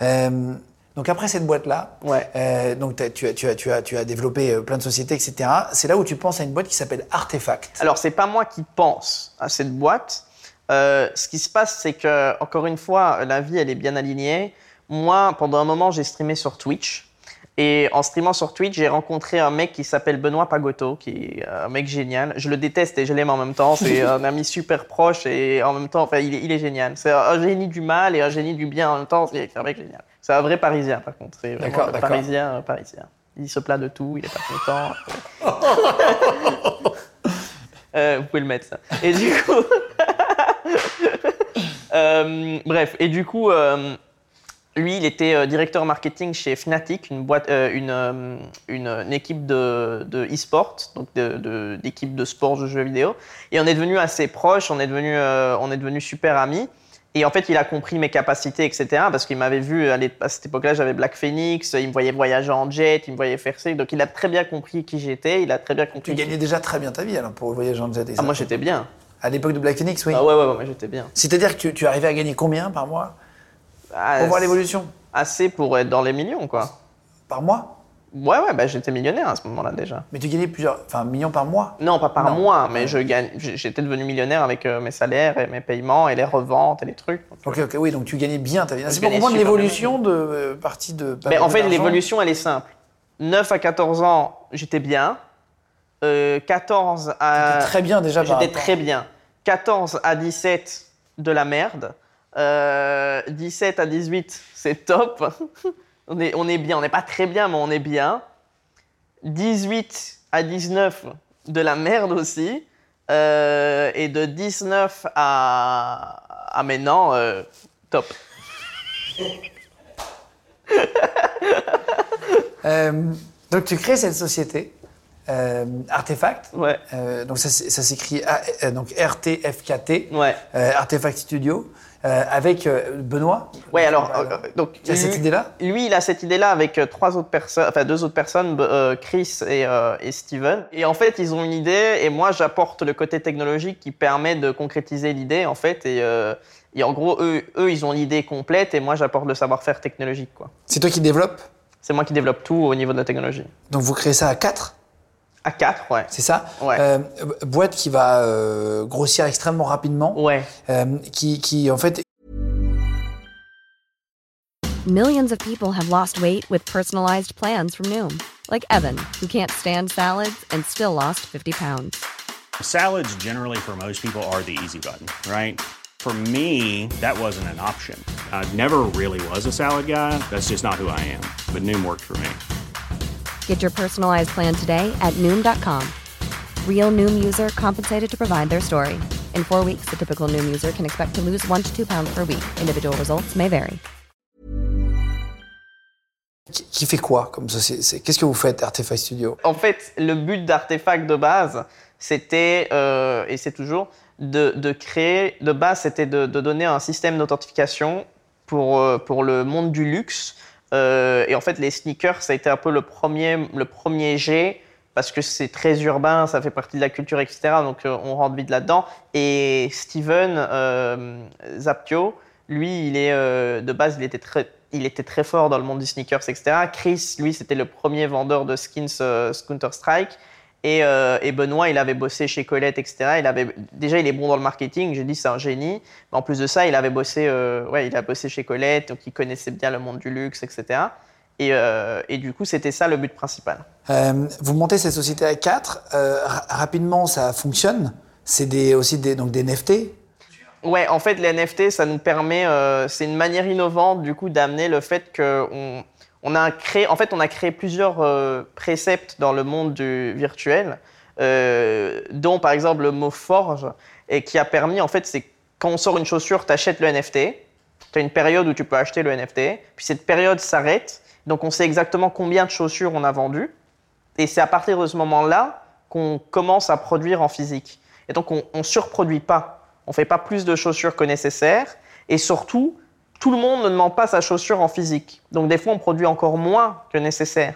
[SPEAKER 5] Euh, donc après cette boîte-là,
[SPEAKER 4] ouais.
[SPEAKER 5] euh, donc t'as- tu as, tu, as, tu, as, tu as développé euh, plein de sociétés, etc. C'est là où tu penses à une boîte qui s'appelle Artefact.
[SPEAKER 4] Alors, c'est pas moi qui pense à cette boîte. Euh, ce qui se passe, c'est que, encore une fois, la vie, elle est bien alignée. Moi, pendant un moment, j'ai streamé sur Twitch. Et en streamant sur Twitch, j'ai rencontré un mec qui s'appelle Benoît Pagotto, qui est un mec génial. Je le déteste et je l'aime en même temps. C'est un ami super proche et en même temps, enfin, il est, il est génial. C'est un génie du mal et un génie du bien en même temps. C'est un mec génial. C'est un vrai Parisien, par contre. C'est vraiment
[SPEAKER 5] D'accord,
[SPEAKER 4] le
[SPEAKER 5] d'accord.
[SPEAKER 4] Parisien, euh, Parisien. Il se plaint de tout, il est pas content. Euh, vous pouvez le mettre, ça. Et du coup. Euh, bref, et du coup, euh, lui, il était euh, directeur marketing chez Fnatic, une, boîte, euh, une, euh, une, une équipe de de e-sport, donc de- de- d'équipe de, sport, de jeux vidéo. Et on est devenu assez proches, on est devenu, euh, on est devenu super amis. Et en fait, il a compris mes capacités, etc. Parce qu'il m'avait vu à, l'é- à cette époque-là, j'avais Black Phoenix, il me voyait voyager en jet, il me voyait faire ça. Donc, il a très bien compris qui j'étais, il a très bien
[SPEAKER 5] Tu
[SPEAKER 4] compris. qui-
[SPEAKER 5] gagnais déjà très bien ta vie alors pour voyager en jet.
[SPEAKER 4] Ah, moi, j'étais bien.
[SPEAKER 5] À l'époque de Black Phoenix, oui.
[SPEAKER 4] Ah, ouais, ouais, ouais, moi, j'étais bien.
[SPEAKER 5] C'est-à-dire que tu, tu arrivais à gagner combien par mois
[SPEAKER 4] Ah,
[SPEAKER 5] Pour voir l'évolution
[SPEAKER 4] Assez pour être dans les millions, quoi.
[SPEAKER 5] Par mois
[SPEAKER 4] Ouais, ouais, bah, j'étais millionnaire à ce moment-là déjà.
[SPEAKER 5] Mais tu gagnais plusieurs, enfin, millions par mois.
[SPEAKER 4] Non, pas par
[SPEAKER 5] Non.
[SPEAKER 4] mois, mais je gagne. j- J'étais devenu millionnaire avec euh, mes salaires et mes paiements et les reventes et les trucs. Donc,
[SPEAKER 5] Ok, ok, oui, donc tu gagnais bien ta vie. C'est pour
[SPEAKER 4] gagnais
[SPEAKER 5] comprendre
[SPEAKER 4] super bien.
[SPEAKER 5] l'évolution de euh, partie de. pas
[SPEAKER 4] Mais
[SPEAKER 5] mal
[SPEAKER 4] en fait,
[SPEAKER 5] d'argent.
[SPEAKER 4] l'évolution, elle est simple. 9 à 14 ans, j'étais bien. Euh, 14 à.
[SPEAKER 5] T'étais très bien déjà. par
[SPEAKER 4] Euh, J'étais
[SPEAKER 5] rapport-
[SPEAKER 4] très bien. 14 à 17, de la merde. Euh, 17 à 18, c'est top. on, est, on est bien. On n'est pas très bien, mais on est bien. 18 à 19, de la merde aussi. Euh, et de 19 à, à maintenant, euh, top.
[SPEAKER 5] Euh, donc tu crées cette société, euh, Artefact.
[SPEAKER 4] Ouais.
[SPEAKER 5] Euh, donc ça, c'est- ça s'écrit A- euh, donc RTFKT,
[SPEAKER 4] Ouais.
[SPEAKER 5] euh, Artefact Studio, euh, avec euh, Benoît.
[SPEAKER 4] Ouais, alors,
[SPEAKER 5] Voilà.
[SPEAKER 4] euh, euh, donc.
[SPEAKER 5] Qui a cette
[SPEAKER 4] lui-
[SPEAKER 5] idée-là
[SPEAKER 4] Lui, il a cette idée-là avec euh, trois autres personnes, enfin deux autres personnes, b- euh, Chris et, euh, et Steven. Et en fait, ils ont une idée et moi, j'apporte le côté technologique qui permet de concrétiser l'idée, en fait. Et, euh, et en gros, eux, eux, ils ont l'idée complète et moi, j'apporte le savoir-faire technologique, quoi.
[SPEAKER 5] C'est toi qui développes.
[SPEAKER 4] C'est moi qui développe tout au niveau de la technologie.
[SPEAKER 5] Donc vous créez ça à 4,
[SPEAKER 4] À quatre, ouais.
[SPEAKER 5] c'est ça
[SPEAKER 4] Ouais.
[SPEAKER 5] Euh, boîte qui va euh, grossir extrêmement rapidement,
[SPEAKER 4] Ouais.
[SPEAKER 5] euh, qui, qui en fait
[SPEAKER 3] Millions of people have lost weight with personalized plans from Noom, like Evan, who can't stand salads and still lost 50 pounds.
[SPEAKER 6] Salads, generally, for most people, are the easy button, right? For me, that wasn't an option. I never really was a salad guy. That's just not who I am. But Noom worked for me.
[SPEAKER 3] Get your personalized plan today at Noom.com. Real Noom user compensated to provide their story. In four weeks, the typical Noom user can expect to lose one to two pounds per week. Individual results may vary.
[SPEAKER 5] qui, qui fait quoi comme société C'est- Qu'est-ce que vous faites Artefact Studio
[SPEAKER 4] En fait, le but d'Artefact de base, c'était, euh, et c'est toujours, de, de créer, de base, c'était de, de donner un système d'authentification pour, euh, pour le monde du luxe. Euh, et en fait, les sneakers, ça a été un peu le premier, le premier jet, parce que c'est très urbain, ça fait partie de la culture, etc. Donc, euh, on rentre vite là-dedans. Et Steven euh, Zaptio, lui, il est, euh, de base, il était très, il était très fort dans le monde du sneakers, etc. Chris, lui, c'était le premier vendeur de skins euh, Counter-Strike. Et, euh, et Benoît, il avait bossé chez Colette, etc. Il avait, déjà, il est bon dans le marketing. J'ai dit, c'est un génie. Mais en plus de ça, il avait bossé, euh, ouais, il a bossé chez Colette, donc il connaissait bien le monde du luxe, etc. Et, euh, et du coup, c'était ça le but principal.
[SPEAKER 5] Euh, vous montez cette société à 4, rapidement euh, ça fonctionne, c'est des, aussi des, donc des NFT.
[SPEAKER 4] Ouais, en fait, les NFT, ça nous permet, euh, c'est une manière innovante du coup d'amener le fait qu'on on a créé, en fait, on a créé plusieurs euh, préceptes dans le monde du virtuel, euh, dont par exemple le mot forge, et qui a permis, en fait, c'est quand on sort une chaussure, tu achètes le NFT, tu as une période où tu peux acheter le NFT, puis cette période s'arrête, donc on sait exactement combien de chaussures on a vendues, et c'est à partir de ce moment-là qu'on commence à produire en physique. Et donc on ne surproduit pas, on fait pas plus de chaussures que nécessaire, et surtout, tout le monde ne demande pas sa chaussure en physique. Donc des fois, on produit encore moins que nécessaire.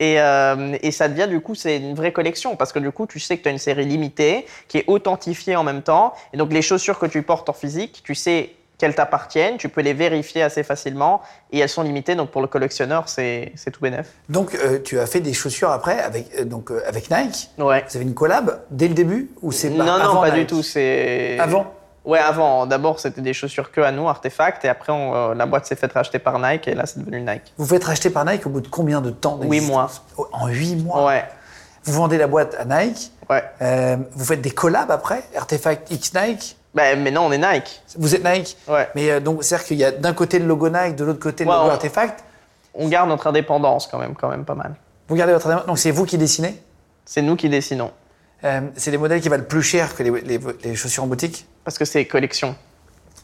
[SPEAKER 4] Et, euh, et ça devient du coup, c'est une vraie collection parce que du coup, tu sais que tu as une série limitée qui est authentifiée en même temps. Et donc les chaussures que tu portes en physique, tu sais qu'elles t'appartiennent, tu peux les vérifier assez facilement et elles sont limitées. Donc pour le collectionneur, c'est c'est tout bénef.
[SPEAKER 5] Donc, euh, tu as fait des chaussures après avec, euh, donc, euh, avec Nike.
[SPEAKER 4] Ouais.
[SPEAKER 5] Vous avez une collab dès le début ou c'est pas
[SPEAKER 4] Non, non,
[SPEAKER 5] avant
[SPEAKER 4] pas du
[SPEAKER 5] Nike
[SPEAKER 4] tout. C'est
[SPEAKER 5] Avant
[SPEAKER 4] Ouais, avant. D'abord, c'était des chaussures que à nous, Artefact, et après, on, euh, la boîte s'est faite racheter par Nike, et là, c'est devenu Nike.
[SPEAKER 5] Vous faites racheter par Nike au bout de combien de temps
[SPEAKER 4] Huit mois.
[SPEAKER 5] d'existence Oh, En 8 mois.
[SPEAKER 4] Ouais,
[SPEAKER 5] Vous vendez la boîte à Nike.
[SPEAKER 4] ouais.
[SPEAKER 5] Euh, vous faites des collabs après Artefact X Nike.
[SPEAKER 4] Ben, mais non, on est Nike.
[SPEAKER 5] Vous êtes Nike.
[SPEAKER 4] Ouais.
[SPEAKER 5] Mais euh, donc, c'est-à-dire qu'il y a d'un côté le logo Nike, de l'autre côté le
[SPEAKER 4] Ouais,
[SPEAKER 5] logo
[SPEAKER 4] on-
[SPEAKER 5] Artefact.
[SPEAKER 4] On garde notre indépendance quand même, quand même pas mal.
[SPEAKER 5] Vous gardez votre indépendance. Donc, c'est vous qui dessinez.
[SPEAKER 4] C'est nous qui dessinons,
[SPEAKER 5] Euh, c'est des modèles qui valent plus cher que les, les- les chaussures en boutique.
[SPEAKER 4] parce que c'est collection.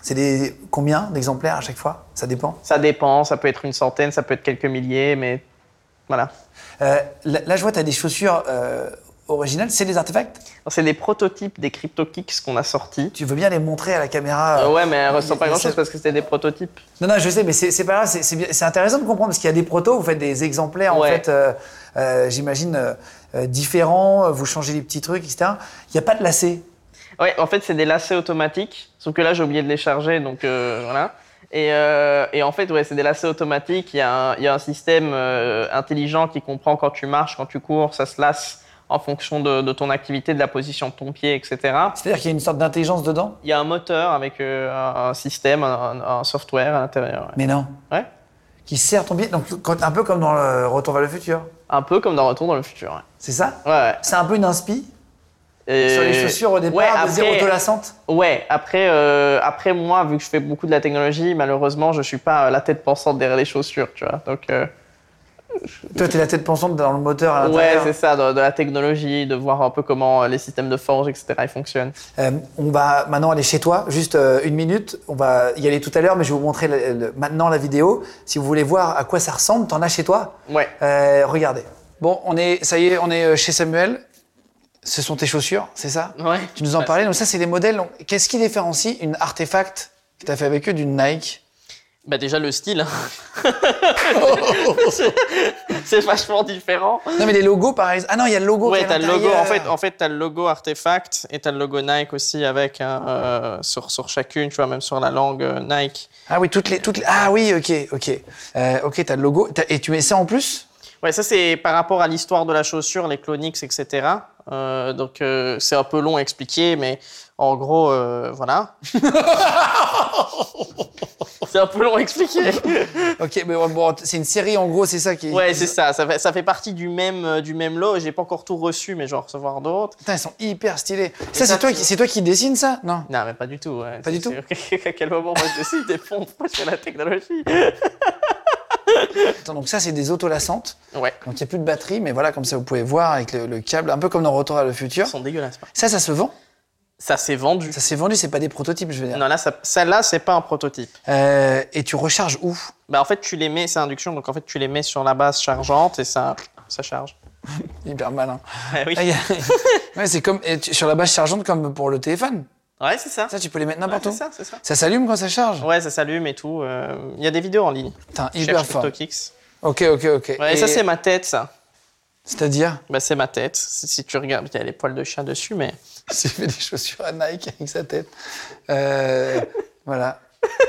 [SPEAKER 5] C'est des combien d'exemplaires à chaque fois Ça dépend.
[SPEAKER 4] Ça dépend, ça peut être une centaine, ça peut être quelques milliers, mais voilà.
[SPEAKER 5] Euh, là, là, je vois, tu as des chaussures euh, originales. C'est des artefacts
[SPEAKER 4] Alors, C'est des prototypes des CryptoKicks qu'on a sortis.
[SPEAKER 5] Tu veux bien les montrer à la caméra euh,
[SPEAKER 4] Euh, ouais, mais elles ressemblent pas à
[SPEAKER 5] mais
[SPEAKER 4] grand chose
[SPEAKER 5] ça-
[SPEAKER 4] parce que c'était des prototypes.
[SPEAKER 5] Non, non, je sais, mais c'est c'est pas grave. c'est- C'est bien- c'est intéressant de comprendre parce qu'il y a des protos, vous faites des exemplaires, en
[SPEAKER 4] Ouais.
[SPEAKER 5] fait, euh, euh, j'imagine, euh, euh, différents, euh, vous changez les petits trucs, etc. Il n'y a pas de lacets.
[SPEAKER 4] Ouais, en fait, c'est des lacets automatiques. Sauf que là, j'ai oublié de les charger, donc euh, voilà. Et, euh, et en fait, ouais, c'est des lacets automatiques. Il y, a un- il y a un système euh, intelligent qui comprend quand tu marches, quand tu cours, ça se lasse en fonction de, de ton activité, de la position de ton pied, etc.
[SPEAKER 5] C'est-à-dire qu'il y a une sorte d'intelligence dedans
[SPEAKER 4] Il y a un moteur avec euh, un, un système, un, un software à l'intérieur.
[SPEAKER 5] Mais non.
[SPEAKER 4] Ouais. Ouais.
[SPEAKER 5] Qui sert ton billet. Donc, quand- un peu comme dans le Retour vers le futur.
[SPEAKER 4] Un peu comme dans Retour dans le futur. ouais.
[SPEAKER 5] C'est ça
[SPEAKER 4] Ouais. ouais.
[SPEAKER 5] C'est un peu une inspi
[SPEAKER 4] Et-
[SPEAKER 5] sur les chaussures au départ,
[SPEAKER 4] ouais,
[SPEAKER 5] de
[SPEAKER 4] après-
[SPEAKER 5] zéro dolacente.
[SPEAKER 4] Ouais, après, euh, après moi, vu que je fais beaucoup de la technologie, malheureusement, je suis pas euh, la tête pensante derrière les chaussures, tu vois. Donc, euh,
[SPEAKER 5] Toi, t'es la tête pensante dans le moteur à
[SPEAKER 4] ouais,
[SPEAKER 5] l'intérieur.
[SPEAKER 4] c'est ça, de, de la technologie, de voir un peu comment euh, les systèmes de forge, etc., ils fonctionnent.
[SPEAKER 5] Euh, on va maintenant aller chez toi, juste euh, une minute. On va y aller tout à l'heure, mais je vais vous montrer le- le- maintenant la vidéo. Si vous voulez voir à quoi ça ressemble, t'en as chez toi.
[SPEAKER 4] Ouais.
[SPEAKER 5] Euh, regardez. Bon, on est, ça y est, on est euh, chez Samuel. Ce sont tes chaussures, c'est ça
[SPEAKER 4] Ouais. Bah,
[SPEAKER 5] Tu nous en parlais. Donc ça, c'est les modèles. Donc, Qu'est-ce qui différencie une artefact que t'as fait avec eux d'une Nike
[SPEAKER 4] Bah, déjà, le style. hein. c'est vachement différent.
[SPEAKER 5] Non, mais les logos, par exemple. Ah non, il y a le logo. qui
[SPEAKER 4] Ouais,
[SPEAKER 5] est à
[SPEAKER 4] t'as le logo.
[SPEAKER 5] l'intérieur.
[SPEAKER 4] En fait, en fait, t'as le logo Artefact et t'as le logo Nike aussi avec hein, euh, sur sur chacune, tu vois, même sur la langue euh, Nike.
[SPEAKER 5] Ah oui, toutes les, toutes les- Ah oui, ok, ok, euh, ok. T'as le logo. T'as- Et tu mets ça en plus
[SPEAKER 4] Ouais, ça c'est par rapport à l'histoire de la chaussure, les clonix, etc. Euh, donc euh, c'est un peu long à expliquer, mais en gros, euh, voilà. c'est un peu long à expliquer.
[SPEAKER 5] Ok, mais bon, bon, c'est une série en gros, c'est ça qui.
[SPEAKER 4] Ouais, c'est ça. Ça fait, ça fait partie du même euh, du même lot. et J'ai pas encore tout reçu, mais je vais en recevoir d'autres.
[SPEAKER 5] Putain, ils sont hyper stylés. Ça,
[SPEAKER 4] ça,
[SPEAKER 5] c'est toi,
[SPEAKER 4] tu-
[SPEAKER 5] qui- c'est toi qui dessine ça Non.
[SPEAKER 4] Non, mais pas du tout. ouais.
[SPEAKER 5] Pas du
[SPEAKER 4] C'est-
[SPEAKER 5] tout
[SPEAKER 4] c'est- à quel moment moi je décide des fonds Pourquoi je fais la technologie
[SPEAKER 5] Attends, donc ça, c'est des autolassantes.
[SPEAKER 4] Ouais.
[SPEAKER 5] Donc il n'y a plus de batterie, mais voilà, comme ça, vous pouvez voir avec le, le câble, un peu comme dans Retour à le futur.
[SPEAKER 4] Ils sont dégueulasses. par contre.
[SPEAKER 5] Ça, ça se vend.
[SPEAKER 4] Ça s'est vendu.
[SPEAKER 5] Ça s'est vendu, c'est pas des prototypes, je veux dire.
[SPEAKER 4] Non, là, ça- celle-là, c'est pas un prototype.
[SPEAKER 5] Euh, et tu recharges où
[SPEAKER 4] Bah, en fait, tu les mets, c'est induction, donc en fait, tu les mets sur la base chargeante et ça, ça charge.
[SPEAKER 5] Hyper malin.
[SPEAKER 4] Ah oui.
[SPEAKER 5] Ah, y a- ouais, c'est comme et tu- sur la base chargeante, comme pour le téléphone.
[SPEAKER 4] Ouais, c'est ça.
[SPEAKER 5] Ça, tu peux les mettre
[SPEAKER 4] Ouais,
[SPEAKER 5] n'importe
[SPEAKER 4] c'est
[SPEAKER 5] où.
[SPEAKER 4] ça, c'est ça.
[SPEAKER 5] Ça s'allume quand ça charge
[SPEAKER 4] Ouais, ça s'allume et tout. euh, Il y a des vidéos en ligne.
[SPEAKER 5] Putain,
[SPEAKER 4] Je
[SPEAKER 5] hyper
[SPEAKER 4] cherche
[SPEAKER 5] fort.
[SPEAKER 4] TikTokix.
[SPEAKER 5] Ok, ok, ok.
[SPEAKER 4] Ouais, et
[SPEAKER 5] Et
[SPEAKER 4] ça, c'est ma tête, ça.
[SPEAKER 5] C'est-à-dire
[SPEAKER 4] Bah, c'est ma tête. Si, si tu regardes, il y a les poils de chat dessus, mais.
[SPEAKER 5] J'ai fait des chaussures à Nike avec sa tête. Euh, voilà.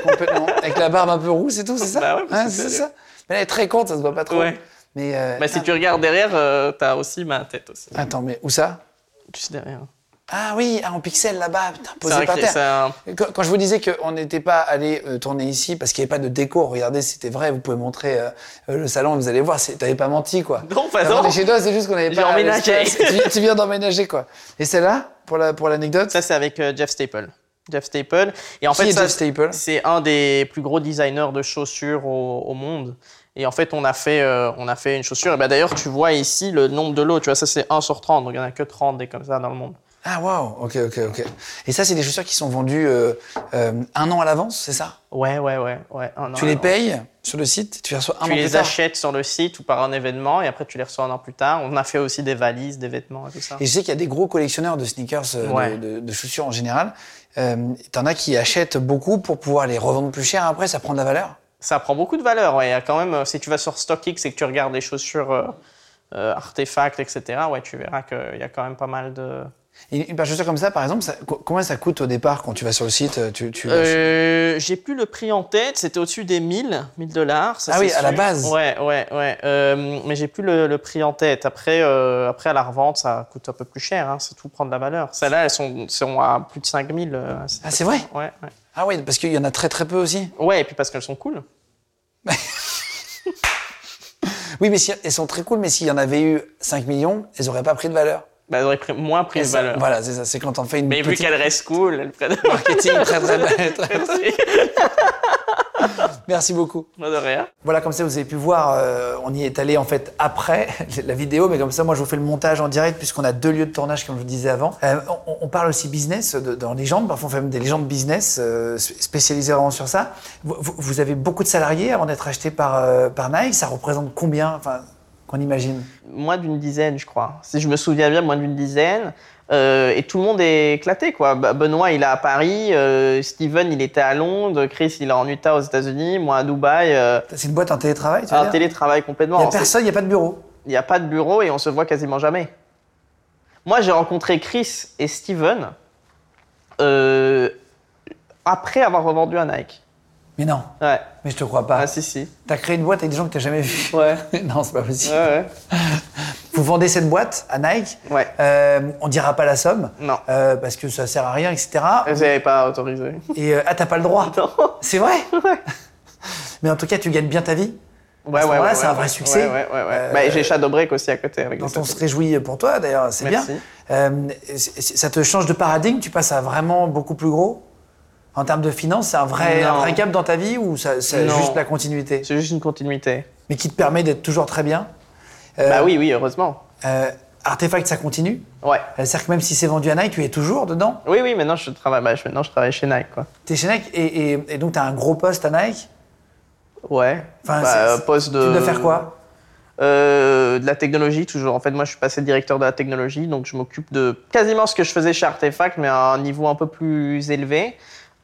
[SPEAKER 5] Complètement. Avec la barbe un peu rousse et tout, c'est ça Hein,
[SPEAKER 4] Bah ouais, parce que
[SPEAKER 5] C'est
[SPEAKER 4] c'est-
[SPEAKER 5] ça. Mais elle est très courte, ça se voit pas trop.
[SPEAKER 4] Ouais.
[SPEAKER 5] Mais euh,
[SPEAKER 4] Ah. Bah, si tu regardes derrière, euh, t'as aussi ma tête aussi.
[SPEAKER 5] Attends, mais où ça
[SPEAKER 4] Juste derrière.
[SPEAKER 5] Ah oui, ah, en pixel là-bas, putain,
[SPEAKER 4] C'est un
[SPEAKER 5] posé par
[SPEAKER 4] cri-
[SPEAKER 5] terre.
[SPEAKER 4] c'est un-
[SPEAKER 5] Quand, quand je vous disais qu'on n'était pas allé euh, tourner ici parce qu'il n'y avait pas de déco, regardez, c'était vrai, vous pouvez montrer euh, euh, le salon, vous allez voir, c'est- t'avais pas menti quoi.
[SPEAKER 4] Non, pas
[SPEAKER 5] T'as
[SPEAKER 4] non.
[SPEAKER 5] menti chez toi, c'est juste qu'on n'avait
[SPEAKER 4] J'ai
[SPEAKER 5] pas.
[SPEAKER 4] emménagé.
[SPEAKER 5] l'espace. tu, viens- tu viens d'emménager quoi. Et celle-là, pour la pour l'anecdote,
[SPEAKER 4] Ça, c'est avec euh, Jeff Staple. Jeff Staple. Et en
[SPEAKER 5] Qui
[SPEAKER 4] fait,
[SPEAKER 5] est
[SPEAKER 4] ça,
[SPEAKER 5] Jeff Staple
[SPEAKER 4] c'est un des plus gros designers de chaussures au, au monde. Et en fait, on a fait, euh, on a fait une chaussure. Et ben, d'ailleurs, tu vois ici le nombre de lots. Tu vois, ça, c'est 1 sur 30. Donc, il n'y en a que 30 des comme ça dans le monde.
[SPEAKER 5] Ah waouh, ok ok ok. Et ça, c'est des chaussures qui sont vendues euh, euh, un an à l'avance, c'est ça
[SPEAKER 4] Ouais, ouais, ouais. ouais. Un an
[SPEAKER 5] Tu les
[SPEAKER 4] avant.
[SPEAKER 5] payes sur le site, tu les reçois un
[SPEAKER 4] Tu
[SPEAKER 5] an plus
[SPEAKER 4] les
[SPEAKER 5] tard.
[SPEAKER 4] achètes sur le site ou par un événement. Et après, tu les reçois un an plus tard. On a fait aussi des valises, des vêtements et tout ça.
[SPEAKER 5] Et je sais qu'il y a des gros collectionneurs de sneakers, euh, de-
[SPEAKER 4] hein. Ouais.
[SPEAKER 5] de, de chaussures en général. Euh, T'en as qui achètent beaucoup pour pouvoir les revendre plus cher. Après, ça prend de la valeur.
[SPEAKER 4] Ça prend beaucoup de valeur. Ouais. Il y a Quand même, euh, si tu vas sur StockX et que tu regardes les chaussures euh, euh, artefacts, etc., ouais, tu verras qu'il y a quand même pas mal de.
[SPEAKER 5] Une, une paire de chaussures comme ça, par exemple, ça- co- combien ça coûte au départ quand tu vas sur le site euh, tu, tu-
[SPEAKER 4] Euh, j'ai plus le prix en tête, c'était au-dessus des 1000, 1000 dollars.
[SPEAKER 5] Ah oui, à la base.
[SPEAKER 4] Ouais, ouais, ouais. Euh, mais j'ai plus le, le prix en tête. Après, euh, après, à la revente, ça coûte un peu plus cher, hein, c'est tout prendre de la valeur. Celles-là, elles sont, sont à plus de 5000. euh,
[SPEAKER 5] Ah, c'est vrai
[SPEAKER 4] Ouais, ouais.
[SPEAKER 5] Ah oui, parce qu'il y en a très très peu aussi.
[SPEAKER 4] Ouais, et puis parce qu'elles sont cool.
[SPEAKER 5] Oui, mais si, elles sont très cool, mais s'il y en avait eu 5 millions, elles auraient pas pris de valeur.
[SPEAKER 4] Bah, elles auraient pris- moins pris
[SPEAKER 5] Et
[SPEAKER 4] de
[SPEAKER 5] ça-
[SPEAKER 4] valeur.
[SPEAKER 5] Voilà, c'est ça. C'est quand on fait une
[SPEAKER 4] Mais vu
[SPEAKER 5] petite
[SPEAKER 4] qu'elles restent cool, elles prennent de
[SPEAKER 5] marketing très très belle. Merci beaucoup.
[SPEAKER 4] de rien.
[SPEAKER 5] Voilà, comme ça, vous avez pu voir, euh, on y est allé en fait après la vidéo, mais comme ça, moi, je vous fais le montage en direct puisqu'on a deux lieux de tournage, comme je vous disais avant. Euh, on, on parle aussi business de- dans Légende, parfois on fait même des légendes business euh, spé- spécialisées vraiment sur ça. Vous, vous- vous avez beaucoup de salariés avant d'être acheté par, euh, par Nike, ça représente combien enfin, qu'on imagine
[SPEAKER 4] moins d'une dizaine, je crois. Si je me souviens bien, moins d'une dizaine. Euh, et tout le monde est éclaté, quoi. Bah, Benoît, il est à Paris. euh, Steven, il était à Londres. Chris, il est en Utah, aux États-Unis. Moi, à Dubaï. Euh,
[SPEAKER 5] C'est une boîte en télétravail, tu veux
[SPEAKER 4] un
[SPEAKER 5] dire
[SPEAKER 4] Ah, télétravail
[SPEAKER 5] Il n'y
[SPEAKER 4] complètement.
[SPEAKER 5] a personne, il n'y a pas de bureau.
[SPEAKER 4] Il n'y a pas de bureau et on se voit quasiment jamais. Moi, j'ai rencontré Chris et Steven euh, après avoir revendu un Nike.
[SPEAKER 5] Mais non,
[SPEAKER 4] Ouais.
[SPEAKER 5] mais je te crois
[SPEAKER 4] Ah,
[SPEAKER 5] pas.
[SPEAKER 4] si, si.
[SPEAKER 5] T'as créé une boîte avec des gens que t'as jamais vus.
[SPEAKER 4] Ouais.
[SPEAKER 5] non, c'est pas possible.
[SPEAKER 4] Ouais, ouais.
[SPEAKER 5] Vous vendez cette boîte à Nike.
[SPEAKER 4] Ouais.
[SPEAKER 5] Euh, on dira pas la somme.
[SPEAKER 4] Non.
[SPEAKER 5] Euh, parce que ça sert à rien, etc.
[SPEAKER 4] Vous n'avez pas autorisé.
[SPEAKER 5] Et euh, ah, t'as pas le droit.
[SPEAKER 4] Non.
[SPEAKER 5] C'est vrai. Mais en tout cas, tu gagnes bien ta vie. ce
[SPEAKER 4] Ouais, ouais,
[SPEAKER 5] moment-là,
[SPEAKER 4] ouais,
[SPEAKER 5] c'est un
[SPEAKER 4] ouais,
[SPEAKER 5] vrai
[SPEAKER 4] ouais,
[SPEAKER 5] succès.
[SPEAKER 4] Ouais, ouais, ouais, ouais.
[SPEAKER 5] Euh,
[SPEAKER 4] Bah, j'ai Shadow Break aussi à côté avec
[SPEAKER 5] Dont
[SPEAKER 4] des
[SPEAKER 5] on se réjouit pour toi, d'ailleurs, c'est bien.
[SPEAKER 4] Merci.
[SPEAKER 5] Euh, c'est- c'est- ça te change de paradigme. Tu passes à vraiment beaucoup plus gros. En termes de finances, c'est un vrai, un
[SPEAKER 4] Non.
[SPEAKER 5] vrai cap dans ta vie ou ça, c'est
[SPEAKER 4] Non.
[SPEAKER 5] juste la continuité,
[SPEAKER 4] C'est juste une continuité.
[SPEAKER 5] mais qui te permet d'être toujours très bien. Euh,
[SPEAKER 4] Bah oui, oui, heureusement.
[SPEAKER 5] euh, Artefact, ça continue.
[SPEAKER 4] Ouais.
[SPEAKER 5] Euh, C'est-à-dire que même si c'est vendu à Nike, tu es toujours dedans.
[SPEAKER 4] Oui, oui, maintenant je travaille, bah, je- maintenant, je travaille chez Nike, quoi.
[SPEAKER 5] T'es chez Nike et, et- et donc t'as un gros poste à Nike.
[SPEAKER 4] Ouais.
[SPEAKER 5] Enfin,
[SPEAKER 4] Bah,
[SPEAKER 5] c'est-
[SPEAKER 4] euh,
[SPEAKER 5] c'est-
[SPEAKER 4] poste de...
[SPEAKER 5] Tu dois faire quoi
[SPEAKER 4] Euh, De la technologie, toujours. En fait, moi, je suis passé directeur de la technologie, donc je m'occupe de quasiment ce que je faisais chez Artefact, mais à un niveau un peu plus élevé,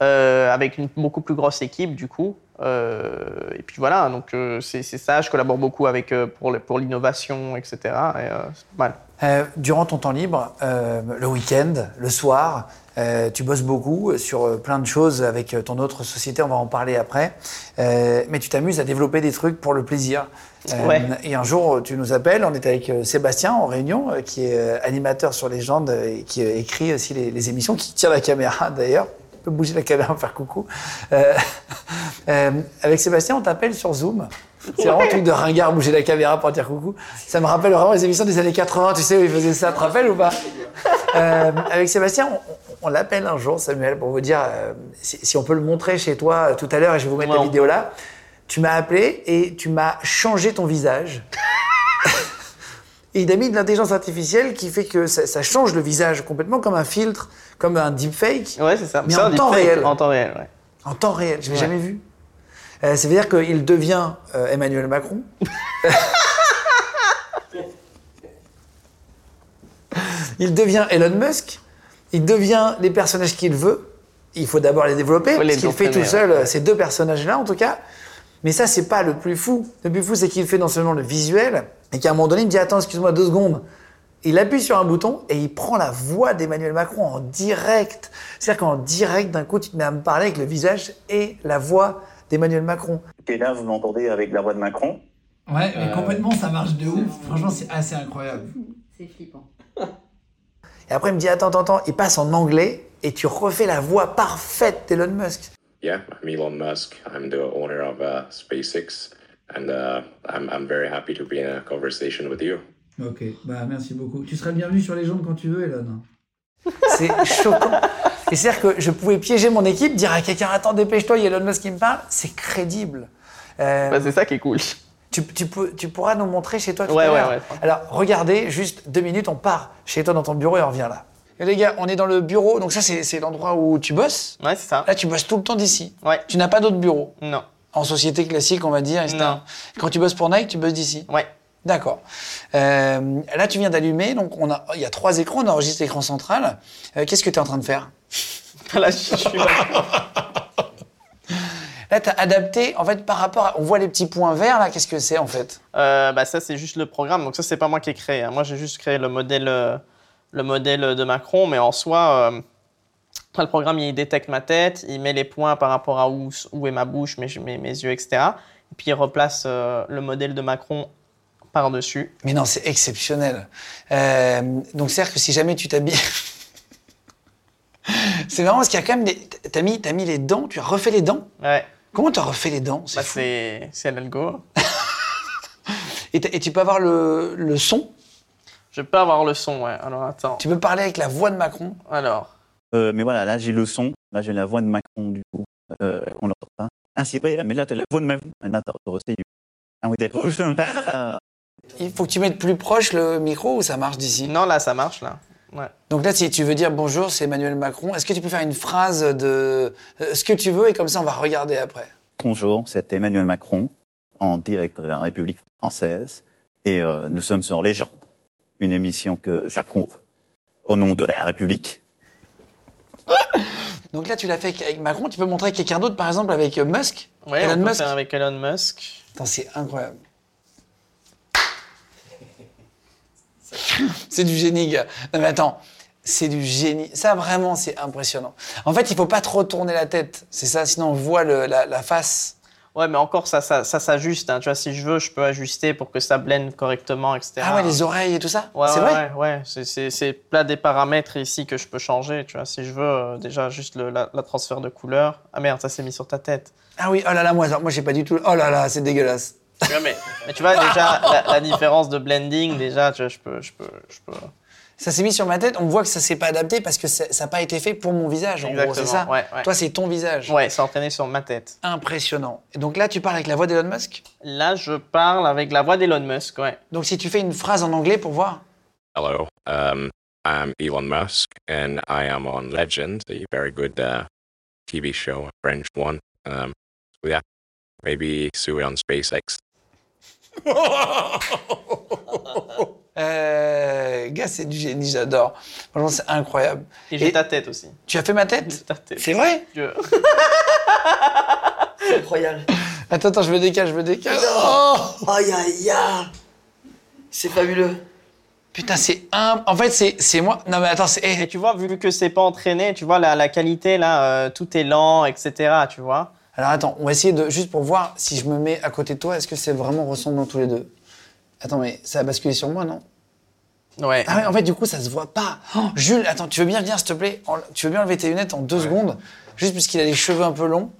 [SPEAKER 4] euh, avec une beaucoup plus grosse équipe, du coup. Euh, et puis voilà, donc euh, c'est c'est ça. Je collabore beaucoup avec euh, pour le- pour l'innovation, etc. Et, euh, c'est pas mal.
[SPEAKER 5] Euh, Durant ton temps libre, euh, le week-end, le soir, euh, tu bosses beaucoup sur euh, plein de choses avec euh, ton autre société, on va en parler après. Euh, mais tu t'amuses à développer des trucs pour le plaisir. Euh,
[SPEAKER 4] Ouais.
[SPEAKER 5] Et un jour, tu nous appelles, on est avec euh, Sébastien en réunion, euh, qui est euh, animateur sur Légende et qui euh, écrit aussi les, les émissions, qui tire la caméra d'ailleurs. Tu peux bouger la caméra, faire coucou. Euh, euh, avec Sébastien, on t'appelle sur Zoom. C'est vraiment un truc de ringard, bouger la caméra pour dire coucou. Ça me rappelle vraiment les émissions des années 80, tu sais, où ils faisaient ça, tu te rappelles ou pas Euh, Avec Sébastien, on, on- on l'appelle un jour, Samuel, pour vous dire euh, si, si on peut le montrer chez toi euh, tout à l'heure et je vais vous mettre la
[SPEAKER 4] Ouais, on-
[SPEAKER 5] vidéo là. Tu m'as appelé et tu m'as changé ton visage. Et il a mis de l'intelligence artificielle qui fait que ça, ça change le visage complètement comme un filtre, comme un deepfake
[SPEAKER 4] Ouais, c'est ça.
[SPEAKER 5] Mais
[SPEAKER 4] C'est
[SPEAKER 5] en
[SPEAKER 4] un
[SPEAKER 5] temps
[SPEAKER 4] deepfake,
[SPEAKER 5] réel.
[SPEAKER 4] En temps réel, ouais.
[SPEAKER 5] en temps réel. Je l'ai jamais vu. Euh, ça veut dire qu'il devient euh, Emmanuel Macron. il devient Elon Musk. Il devient les personnages qu'il veut. Il faut d'abord les développer.
[SPEAKER 4] Faut les
[SPEAKER 5] parce qu'il fait tout
[SPEAKER 4] entraîner,
[SPEAKER 5] seul
[SPEAKER 4] ouais.
[SPEAKER 5] euh, ces deux personnages-là, en tout cas. Mais ça, c'est pas le plus fou. Le plus fou, c'est qu'il fait non seulement le visuel, et qu'à un moment donné, il me dit Attends, excuse-moi deux secondes. Il appuie sur un bouton et il prend la voix d'Emmanuel Macron en direct. C'est-à-dire qu'en direct, d'un coup, tu te mets à me parler avec le visage et la voix d'Emmanuel Macron.
[SPEAKER 7] Et là, vous m'entendez avec la voix de Macron
[SPEAKER 5] Ouais, mais
[SPEAKER 8] Euh,
[SPEAKER 5] complètement, ça marche de
[SPEAKER 8] c'est
[SPEAKER 5] ouf.
[SPEAKER 8] vraiment-
[SPEAKER 5] Franchement, c'est assez incroyable.
[SPEAKER 8] C'est flippant.
[SPEAKER 5] Et après, il me dit Attends, attends, attends, il passe en anglais et tu refais la voix parfaite d'Elon Musk.
[SPEAKER 8] Yeah, I'm Elon Musk. I'm the owner of uh, SpaceX, and uh, I'm, I'm very happy to be in a conversation with you.
[SPEAKER 9] Ok, bah merci beaucoup. Tu seras le bienvenu sur les jambes quand tu veux, Elon.
[SPEAKER 5] C'est choquant. Et c'est-à-dire que je pouvais piéger mon équipe, dire à quelqu'un Attends, dépêche-toi, il y a Elon Musk qui me parle. C'est crédible. Euh,
[SPEAKER 4] Bah, c'est ça qui est cool.
[SPEAKER 5] tu, tu peux- tu pourras nous montrer chez toi tout
[SPEAKER 4] Ouais,
[SPEAKER 5] à
[SPEAKER 4] ouais,
[SPEAKER 5] l'heure.
[SPEAKER 4] ouais.
[SPEAKER 5] Alors, regardez, juste deux minutes, on part chez toi dans ton bureau et on revient là. Et les gars, on est dans le bureau, donc ça, c'est c'est l'endroit où tu bosses.
[SPEAKER 4] Ouais, c'est ça.
[SPEAKER 5] Là, tu bosses tout le temps d'ici.
[SPEAKER 4] Ouais.
[SPEAKER 5] Tu n'as pas d'autre bureau.
[SPEAKER 4] Non.
[SPEAKER 5] En société classique, on va dire. etc.
[SPEAKER 4] Non.
[SPEAKER 5] Quand tu bosses pour Nike, tu bosses d'ici.
[SPEAKER 4] Ouais.
[SPEAKER 5] D'accord. Euh, là, tu viens d'allumer, donc on a, il y a trois écrans, on enregistre l'écran central. Euh, Qu'est-ce que tu es en train de faire
[SPEAKER 4] Là, je je suis
[SPEAKER 5] Là, tu as adapté, en fait, par rapport à. On voit les petits points verts, là, qu'est-ce que c'est, en fait
[SPEAKER 4] Euh, bah ça c'est juste le programme donc ça c'est pas moi qui ai créé hein. moi j'ai juste créé le modèle euh, le modèle de Macron mais en soi euh, après, le programme il détecte ma tête il met les points par rapport à où, où est ma bouche mes, mes, mes yeux etc et puis il replace euh, le modèle de Macron par dessus
[SPEAKER 5] Mais non, c'est exceptionnel. Euh, donc, c'est-à-dire que si jamais tu t'habilles. c'est marrant parce qu'il y a quand même des. T'as mis, t'as mis les dents, tu as refait les dents.
[SPEAKER 4] ouais
[SPEAKER 5] Comment t'as refait les dents
[SPEAKER 4] bah,
[SPEAKER 5] C'est fou.
[SPEAKER 4] c'est c'est l'algo
[SPEAKER 5] Et, t'as- et tu peux avoir le, le son,
[SPEAKER 4] je peux avoir le son ouais alors attends
[SPEAKER 5] tu peux parler avec la voix de Macron.
[SPEAKER 4] alors
[SPEAKER 10] Euh, mais voilà, là j'ai le son, là j'ai la voix de Macron du coup, euh, on l'entend pas. Ah si, ouais, mais là t'as la voix de Macron, maintenant t'as aussi du Ah oui, d'accord. Ah,
[SPEAKER 5] Il faut que tu mettes plus proche le micro ou ça marche d'ici
[SPEAKER 4] non là ça marche là ouais
[SPEAKER 5] Donc là, si tu veux dire bonjour, c'est Emmanuel Macron, est-ce que tu peux faire une phrase de euh, ce que tu veux et comme ça on va regarder après
[SPEAKER 10] Bonjour, c'est Emmanuel Macron, en direct de la République française, et euh, nous sommes sur Légende, une émission que j'approuve, au nom de la République.
[SPEAKER 5] Donc là, tu l'as fait avec Macron, tu peux montrer quelqu'un d'autre, par exemple avec euh, Musk
[SPEAKER 4] ouais
[SPEAKER 5] Elon
[SPEAKER 4] on peut
[SPEAKER 5] Musk
[SPEAKER 4] faire avec Elon Musk
[SPEAKER 5] Attends, c'est incroyable. c'est du génie, gars. Non, mais attends, c'est du génie. Ça, vraiment, c'est impressionnant. En fait, il faut pas trop tourner la tête. C'est ça, sinon on voit le- la, la face.
[SPEAKER 4] Ouais, mais encore, ça, ça, ça s'ajuste. hein. Tu vois, si je veux, je peux ajuster pour que ça blende correctement, etc.
[SPEAKER 5] Ah ouais, les oreilles et tout ça
[SPEAKER 4] Ouais,
[SPEAKER 5] C'est
[SPEAKER 4] ouais,
[SPEAKER 5] vrai
[SPEAKER 4] ouais, ouais. C'est- C'est c'est plein des paramètres ici que je peux changer. Tu vois, si je veux, euh, déjà juste le, la, la transfert de couleur. Ah merde, ça s'est mis sur ta tête.
[SPEAKER 5] Ah oui, oh là là, moi, alors, moi j'ai pas du tout... Oh là là, c'est dégueulasse.
[SPEAKER 4] Tu vois, mais, mais tu vois déjà la, la différence de blending. Déjà, tu vois, je peux, je peux, je peux.
[SPEAKER 5] Ça s'est mis sur ma tête, on voit que ça s'est pas adapté parce que ça n'a pas été fait pour mon visage, en gros, c'est
[SPEAKER 4] Exactement,
[SPEAKER 5] ça
[SPEAKER 4] ouais, ouais.
[SPEAKER 5] Toi, c'est ton visage.
[SPEAKER 4] Ouais, c'est entraîné sur ma tête.
[SPEAKER 5] Impressionnant. Et donc là, tu parles avec la voix d'Elon Musk
[SPEAKER 4] Là, je parle avec la voix d'Elon Musk. Ouais.
[SPEAKER 5] Donc si tu fais une phrase en anglais pour voir...
[SPEAKER 8] Hello, um, I'm Elon Musk, and I am on Legend, a very good uh, TV show, a French one. Um, so yeah, maybe soon on SpaceX.
[SPEAKER 5] Euh, gars, c'est du génie, j'adore. Franchement, c'est incroyable.
[SPEAKER 4] Et j'ai
[SPEAKER 5] Et-
[SPEAKER 4] ta tête aussi.
[SPEAKER 5] Tu as fait ma
[SPEAKER 4] J'ai
[SPEAKER 5] tête
[SPEAKER 4] ta tête.
[SPEAKER 5] C'est vrai
[SPEAKER 4] Tu vois.
[SPEAKER 9] Incroyable.
[SPEAKER 5] Attends, attends, je me décale, je me décale. Oh
[SPEAKER 9] Aïe, aïe, aïe. C'est fabuleux.
[SPEAKER 5] Putain, c'est un. En fait, c'est c'est moi. Non, mais attends, c'est. eh,
[SPEAKER 4] Et tu vois, vu que c'est pas entraîné, tu vois, la, la qualité, là, euh, tout est lent, etc., tu vois.
[SPEAKER 5] Alors attends, on va essayer de. Juste pour voir si je me mets à côté de toi, est-ce que c'est vraiment ressemblant tous les deux Attends, mais ça a basculé sur moi, non
[SPEAKER 4] Ouais.
[SPEAKER 5] Ah ouais, en fait, du coup, ça se voit pas. Oh, Jules, attends, tu veux bien venir, s'il te plaît En- Tu veux bien enlever tes lunettes en deux secondes Juste parce qu'il a les cheveux un peu longs.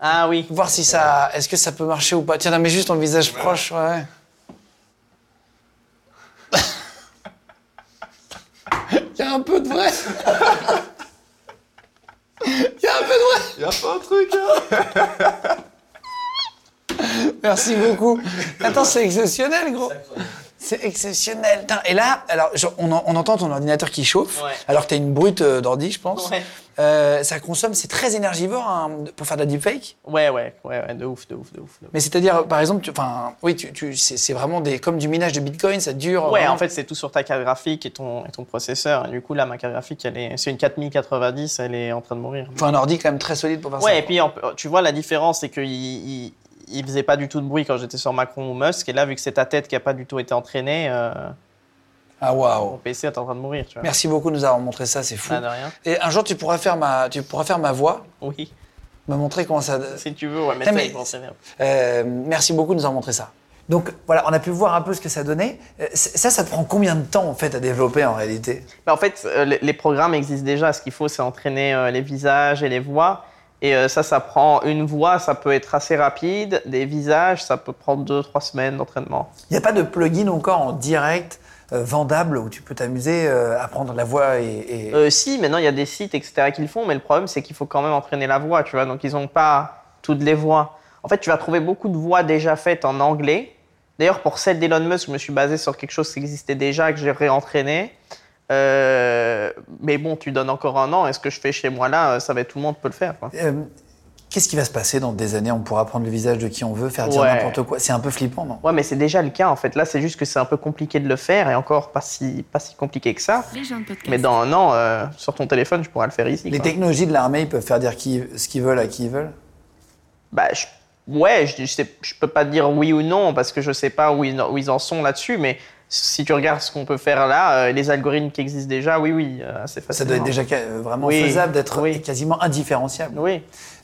[SPEAKER 4] Ah oui.
[SPEAKER 5] Voir si ça. Est-ce que ça peut marcher ou pas Tiens, non, mais juste ton visage proche, ouais. Il y a un peu de vrai. Il y a un peu de vrai. Il y a pas un truc, hein. Merci beaucoup. Attends, c'est exceptionnel, gros. C'est exceptionnel. Putain, Et là, alors, je- on, en- on entend ton ordinateur qui chauffe,
[SPEAKER 4] Ouais.
[SPEAKER 5] alors que t'as une brute euh, d'ordi, je pense.
[SPEAKER 4] Ouais.
[SPEAKER 5] Euh, ça consomme, c'est très énergivore hein, pour faire de la deepfake.
[SPEAKER 4] Ouais, ouais, ouais, ouais, de ouf, de ouf, de ouf. de ouf.
[SPEAKER 5] Mais c'est-à-dire, par exemple, tu- enfin, oui, tu, tu- c'est c'est vraiment des, comme du minage de Bitcoin, ça dure.
[SPEAKER 4] Ouais,
[SPEAKER 5] vraiment.
[SPEAKER 4] en fait, c'est tout sur ta carte graphique et ton, et ton processeur. Et du coup, là, ma carte graphique, elle est, c'est une 4090, elle est en train de mourir.
[SPEAKER 5] Faut un ordi quand même très solide pour faire Ah, ça.
[SPEAKER 4] Ouais, et puis, on peut- tu vois, la différence, c'est qu'il il, il faisait pas du tout de bruit quand j'étais sur Macron ou Musk. Et là, vu que c'est ta tête qui a pas du tout été entraînée, euh,
[SPEAKER 5] Ah
[SPEAKER 4] mon
[SPEAKER 5] waouh.
[SPEAKER 4] PC est en train de mourir, tu vois.
[SPEAKER 5] Merci beaucoup de nous avoir montré ça, c'est fou.
[SPEAKER 4] Ah, de rien.
[SPEAKER 5] Et un jour, tu pourras faire ma, tu pourras faire ma voix,
[SPEAKER 4] Oui,
[SPEAKER 5] me montrer comment ça.
[SPEAKER 4] si tu veux, ouais, mais
[SPEAKER 5] Putain,
[SPEAKER 4] ça,
[SPEAKER 5] mais-
[SPEAKER 4] ils vont s'énerver.
[SPEAKER 5] Euh, merci beaucoup de nous avoir montré ça. Donc voilà, on a pu voir un peu ce que ça donnait. Euh, c- Ça, ça te prend combien de temps en fait à développer en réalité
[SPEAKER 4] Bah, en fait, euh, les, les programmes existent déjà. Ce qu'il faut, c'est entraîner euh, les visages et les voix. Et euh, ça, ça prend une voix, ça peut être assez rapide. Des visages, ça peut prendre deux, trois semaines d'entraînement.
[SPEAKER 5] Il n'y a pas de plugin encore en direct euh, vendable où tu peux t'amuser euh, à prendre la voix et, et-
[SPEAKER 4] Euh, si, maintenant, il y a des sites, etc., qui le font, mais le problème, c'est qu'il faut quand même entraîner la voix, tu vois. Donc, ils n'ont pas toutes les voix. En fait, tu vas trouver beaucoup de voix déjà faites en anglais. D'ailleurs, pour celle d'Elon Musk, je me suis basé sur quelque chose qui existait déjà, que j'ai réentraîné. Euh, mais bon, tu donnes encore un an, et ce que je fais chez moi là, euh, ça va être tout le monde peut le faire. quoi.
[SPEAKER 5] Euh, Qu'est-ce qui va se passer dans des années On pourra prendre le visage de qui on veut, faire dire
[SPEAKER 4] Ouais.
[SPEAKER 5] n'importe quoi. C'est un peu flippant, non
[SPEAKER 4] Ouais, mais c'est déjà le cas en fait. Là, c'est juste que c'est un peu compliqué de le faire et encore pas si, pas si compliqué que ça.
[SPEAKER 11] Les gens de podcast.
[SPEAKER 4] Mais dans un an, euh, sur ton téléphone, je pourrais le faire ici.
[SPEAKER 5] Les
[SPEAKER 4] quoi.
[SPEAKER 5] technologies de l'armée, ils peuvent faire dire qui, ce qu'ils veulent à qui ils veulent.
[SPEAKER 4] Bah, je- ouais, je, je, sais- je peux pas dire oui ou non parce que je sais pas où ils, où ils en sont là-dessus, mais si tu regardes ce qu'on peut faire là, euh, les algorithmes qui existent déjà, oui, oui, euh, c'est facile.
[SPEAKER 5] Ça doit être déjà ca- euh, vraiment
[SPEAKER 4] Oui.
[SPEAKER 5] faisable d'être quasiment indifférenciable.
[SPEAKER 4] Oui.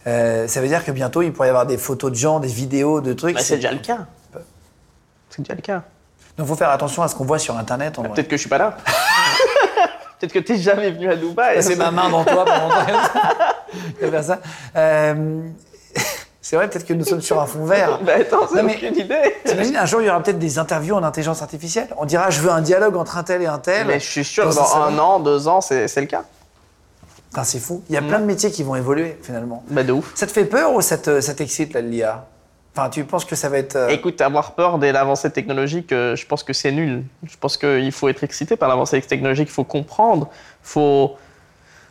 [SPEAKER 5] Euh, ça veut dire que bientôt, il pourrait y avoir des photos de gens, des vidéos, de trucs.
[SPEAKER 4] Bah, c'est déjà le cas. C'est déjà le cas.
[SPEAKER 5] Donc, faut faire attention à ce qu'on voit sur Internet. en vrai.
[SPEAKER 4] Ah, Peut-être que je suis pas là. Peut-être que t'es jamais venu à Dubaï.
[SPEAKER 5] C'est ma main dans toi pendant Il y a personne. Euh, c'est vrai, peut-être que nous sommes sur un fond vert.
[SPEAKER 4] Bah, attends, c'est
[SPEAKER 5] Non, mais
[SPEAKER 4] aucune idée.
[SPEAKER 5] T'imagines, un jour, il y aura peut-être des interviews en intelligence artificielle. On dira, je veux un dialogue entre un tel et un tel.
[SPEAKER 4] Eh, Mais je suis sûr,
[SPEAKER 5] Dans
[SPEAKER 4] ben, dans,
[SPEAKER 5] un salon.
[SPEAKER 4] un an, deux ans, c'est c'est le cas.
[SPEAKER 5] Putain, c'est fou.
[SPEAKER 4] Mm.
[SPEAKER 5] Il y a plein de métiers qui vont évoluer, finalement.
[SPEAKER 4] Bah, de ouf.
[SPEAKER 5] Ça te fait peur ou ça te- ça t'excite, là, l'IA Enfin, tu penses que ça va être... euh,
[SPEAKER 4] Écoute, avoir peur de l'avancée technologique, euh, je pense que c'est nul. Je pense qu'il faut être excité par l'avancée technologique, il faut comprendre, il faut,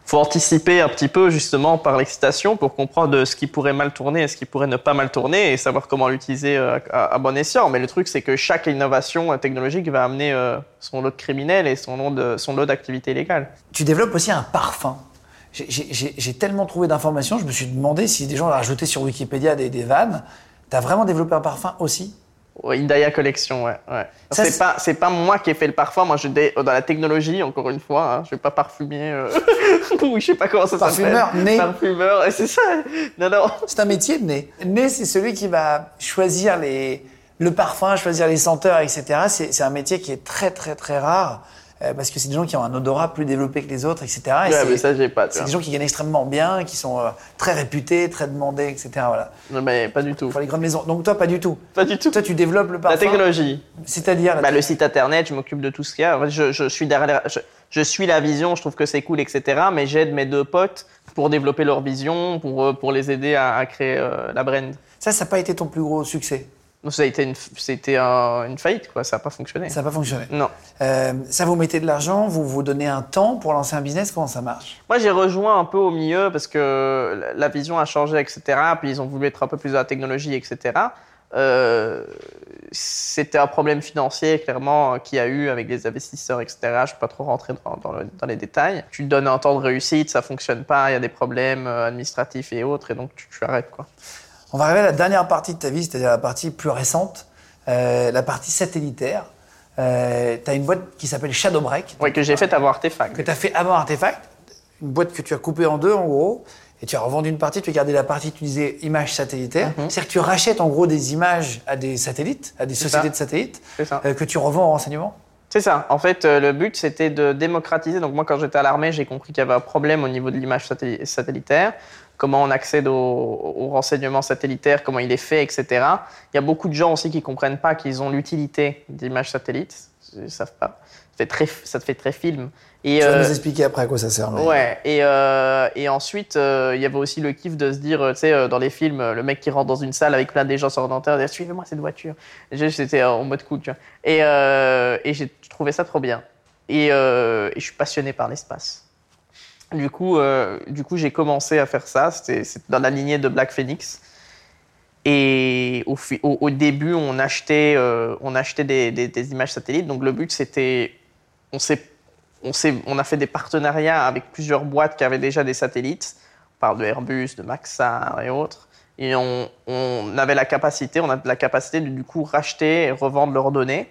[SPEAKER 4] faut anticiper un petit peu justement par l'excitation pour comprendre ce qui pourrait mal tourner et ce qui pourrait ne pas mal tourner et savoir comment l'utiliser euh, à, à bon escient. Mais le truc, c'est que chaque innovation euh, technologique va amener euh, son lot de criminels et son lot de- son lot d'activités illégales.
[SPEAKER 5] Tu développes aussi un parfum. J'ai- j'ai- J'ai j'ai tellement trouvé d'informations, je me suis demandé si des gens ont rajouté sur Wikipédia des, des vannes. T'as vraiment développé un parfum aussi
[SPEAKER 4] Ouais, Hidaya Collection, ouais. ouais.
[SPEAKER 5] Ça,
[SPEAKER 4] c'est
[SPEAKER 5] c'est-
[SPEAKER 4] pas, c'est pas moi qui ai fait le parfum. Moi, je dé- dans la technologie, encore une fois, hein, je suis pas parfumier. euh, ou je sais pas comment ça s'appelle.
[SPEAKER 5] Parfumeur, né.
[SPEAKER 4] Parfumeur, et c'est ça. Non, non.
[SPEAKER 5] C'est un métier de nez. Nez, c'est celui qui va choisir les, le parfum, choisir les senteurs, etc. C'est c'est un métier qui est très, très, très rare euh, parce que c'est des gens qui ont un odorat plus développé que les autres, etc. Et
[SPEAKER 4] Ouais,
[SPEAKER 5] c'est-
[SPEAKER 4] mais ça, j'ai pas. Tu
[SPEAKER 5] c'est
[SPEAKER 4] vois.
[SPEAKER 5] des gens qui gagnent extrêmement bien, qui sont euh, très réputés, très demandés, etc. Voilà.
[SPEAKER 4] Non, mais pas du tout.
[SPEAKER 5] Pour les grandes maisons. Donc toi, pas du tout.
[SPEAKER 4] Pas du tout.
[SPEAKER 5] Toi, tu développes le parfum.
[SPEAKER 4] La technologie.
[SPEAKER 5] C'est-à-dire la
[SPEAKER 4] Bah, le site internet, je m'occupe de tout ce qu'il y a. En fait, je, je suis derrière, je, je suis la vision, je trouve que c'est cool, etc. Mais j'aide mes deux potes pour développer leur vision, pour, euh, pour les aider à, à créer euh, la brand.
[SPEAKER 5] Ça, ça n'a pas été ton plus gros succès.
[SPEAKER 4] Donc, ça a été une, f- c'était un- une faillite, quoi. Ça n'a pas fonctionné.
[SPEAKER 5] Ça n'a pas fonctionné.
[SPEAKER 4] Non.
[SPEAKER 5] Euh, ça, vous mettez de l'argent, vous vous donnez un temps pour lancer un business, comment ça marche
[SPEAKER 4] Moi, j'ai rejoint un peu au milieu parce que la- la vision a changé, etc. Puis ils ont voulu être un peu plus dans la technologie, etc. Euh, C'était un problème financier, clairement, euh, qu'il y a eu avec les investisseurs, etc. Je ne peux pas trop rentrer dans, dans le- dans les détails. Tu te donnes un temps de réussite, ça ne fonctionne pas, il y a des problèmes euh, administratifs et autres, et donc tu, tu arrêtes. Quoi.
[SPEAKER 5] On va arriver à la dernière partie de ta vie, c'est-à-dire la partie plus récente, euh, la partie satellitaire. tu as une boîte qui s'appelle Shadowbreak,
[SPEAKER 4] Ouais, que j'ai fait avoir
[SPEAKER 5] que
[SPEAKER 4] artefact.
[SPEAKER 5] tu as fait avant Artefact, une boîte que tu as coupée en deux en gros, et tu as revendu une partie, tu as gardé la partie, tu disais images satellitaires.
[SPEAKER 4] Mhm.
[SPEAKER 5] C'est-à-dire que tu rachètes en gros des images à des satellites, à des sociétés
[SPEAKER 4] ça.
[SPEAKER 5] de satellites,
[SPEAKER 4] C'est ça.
[SPEAKER 5] euh, que tu revends en renseignement.
[SPEAKER 4] C'est ça. En fait, euh, le but, c'était de démocratiser. Donc, moi, quand j'étais à l'armée, j'ai compris qu'il y avait un problème au niveau de l'image satel- satellitaire, comment on accède au, au renseignement satellitaire, comment il est fait, etc. Il y a beaucoup de gens aussi qui comprennent pas qu'ils ont l'utilité d'images satellites. Ils savent pas. Ça, fait très, ça te fait très film. Et,
[SPEAKER 5] Tu vas
[SPEAKER 4] euh,
[SPEAKER 5] nous expliquer après à quoi ça sert. mais-
[SPEAKER 4] Ouais, et, euh, et ensuite, euh, il y avait aussi le kiff de se dire, euh, tu sais, euh, dans les films, euh, le mec qui rentre dans une salle avec plein de gens ordinateurs, dire suivez-moi cette voiture. Et j'ai- J'étais euh, en mode cool, tu vois. Et, euh, et j'ai trouvé ça trop bien. Et, euh, et je suis passionné par l'espace. Du coup, euh, du coup j'ai commencé à faire ça. C'était c'était dans la lignée de Black Phoenix. Et au, fi- au- au début, on achetait, euh, on achetait des, des- des images satellites. Donc le but, c'était, on s'est- on s'est- on a fait des partenariats avec plusieurs boîtes qui avaient déjà des satellites. On parle de Airbus, de Maxar et autres. Et on, on avait la capacité, on a de la capacité de du coup racheter et revendre leurs données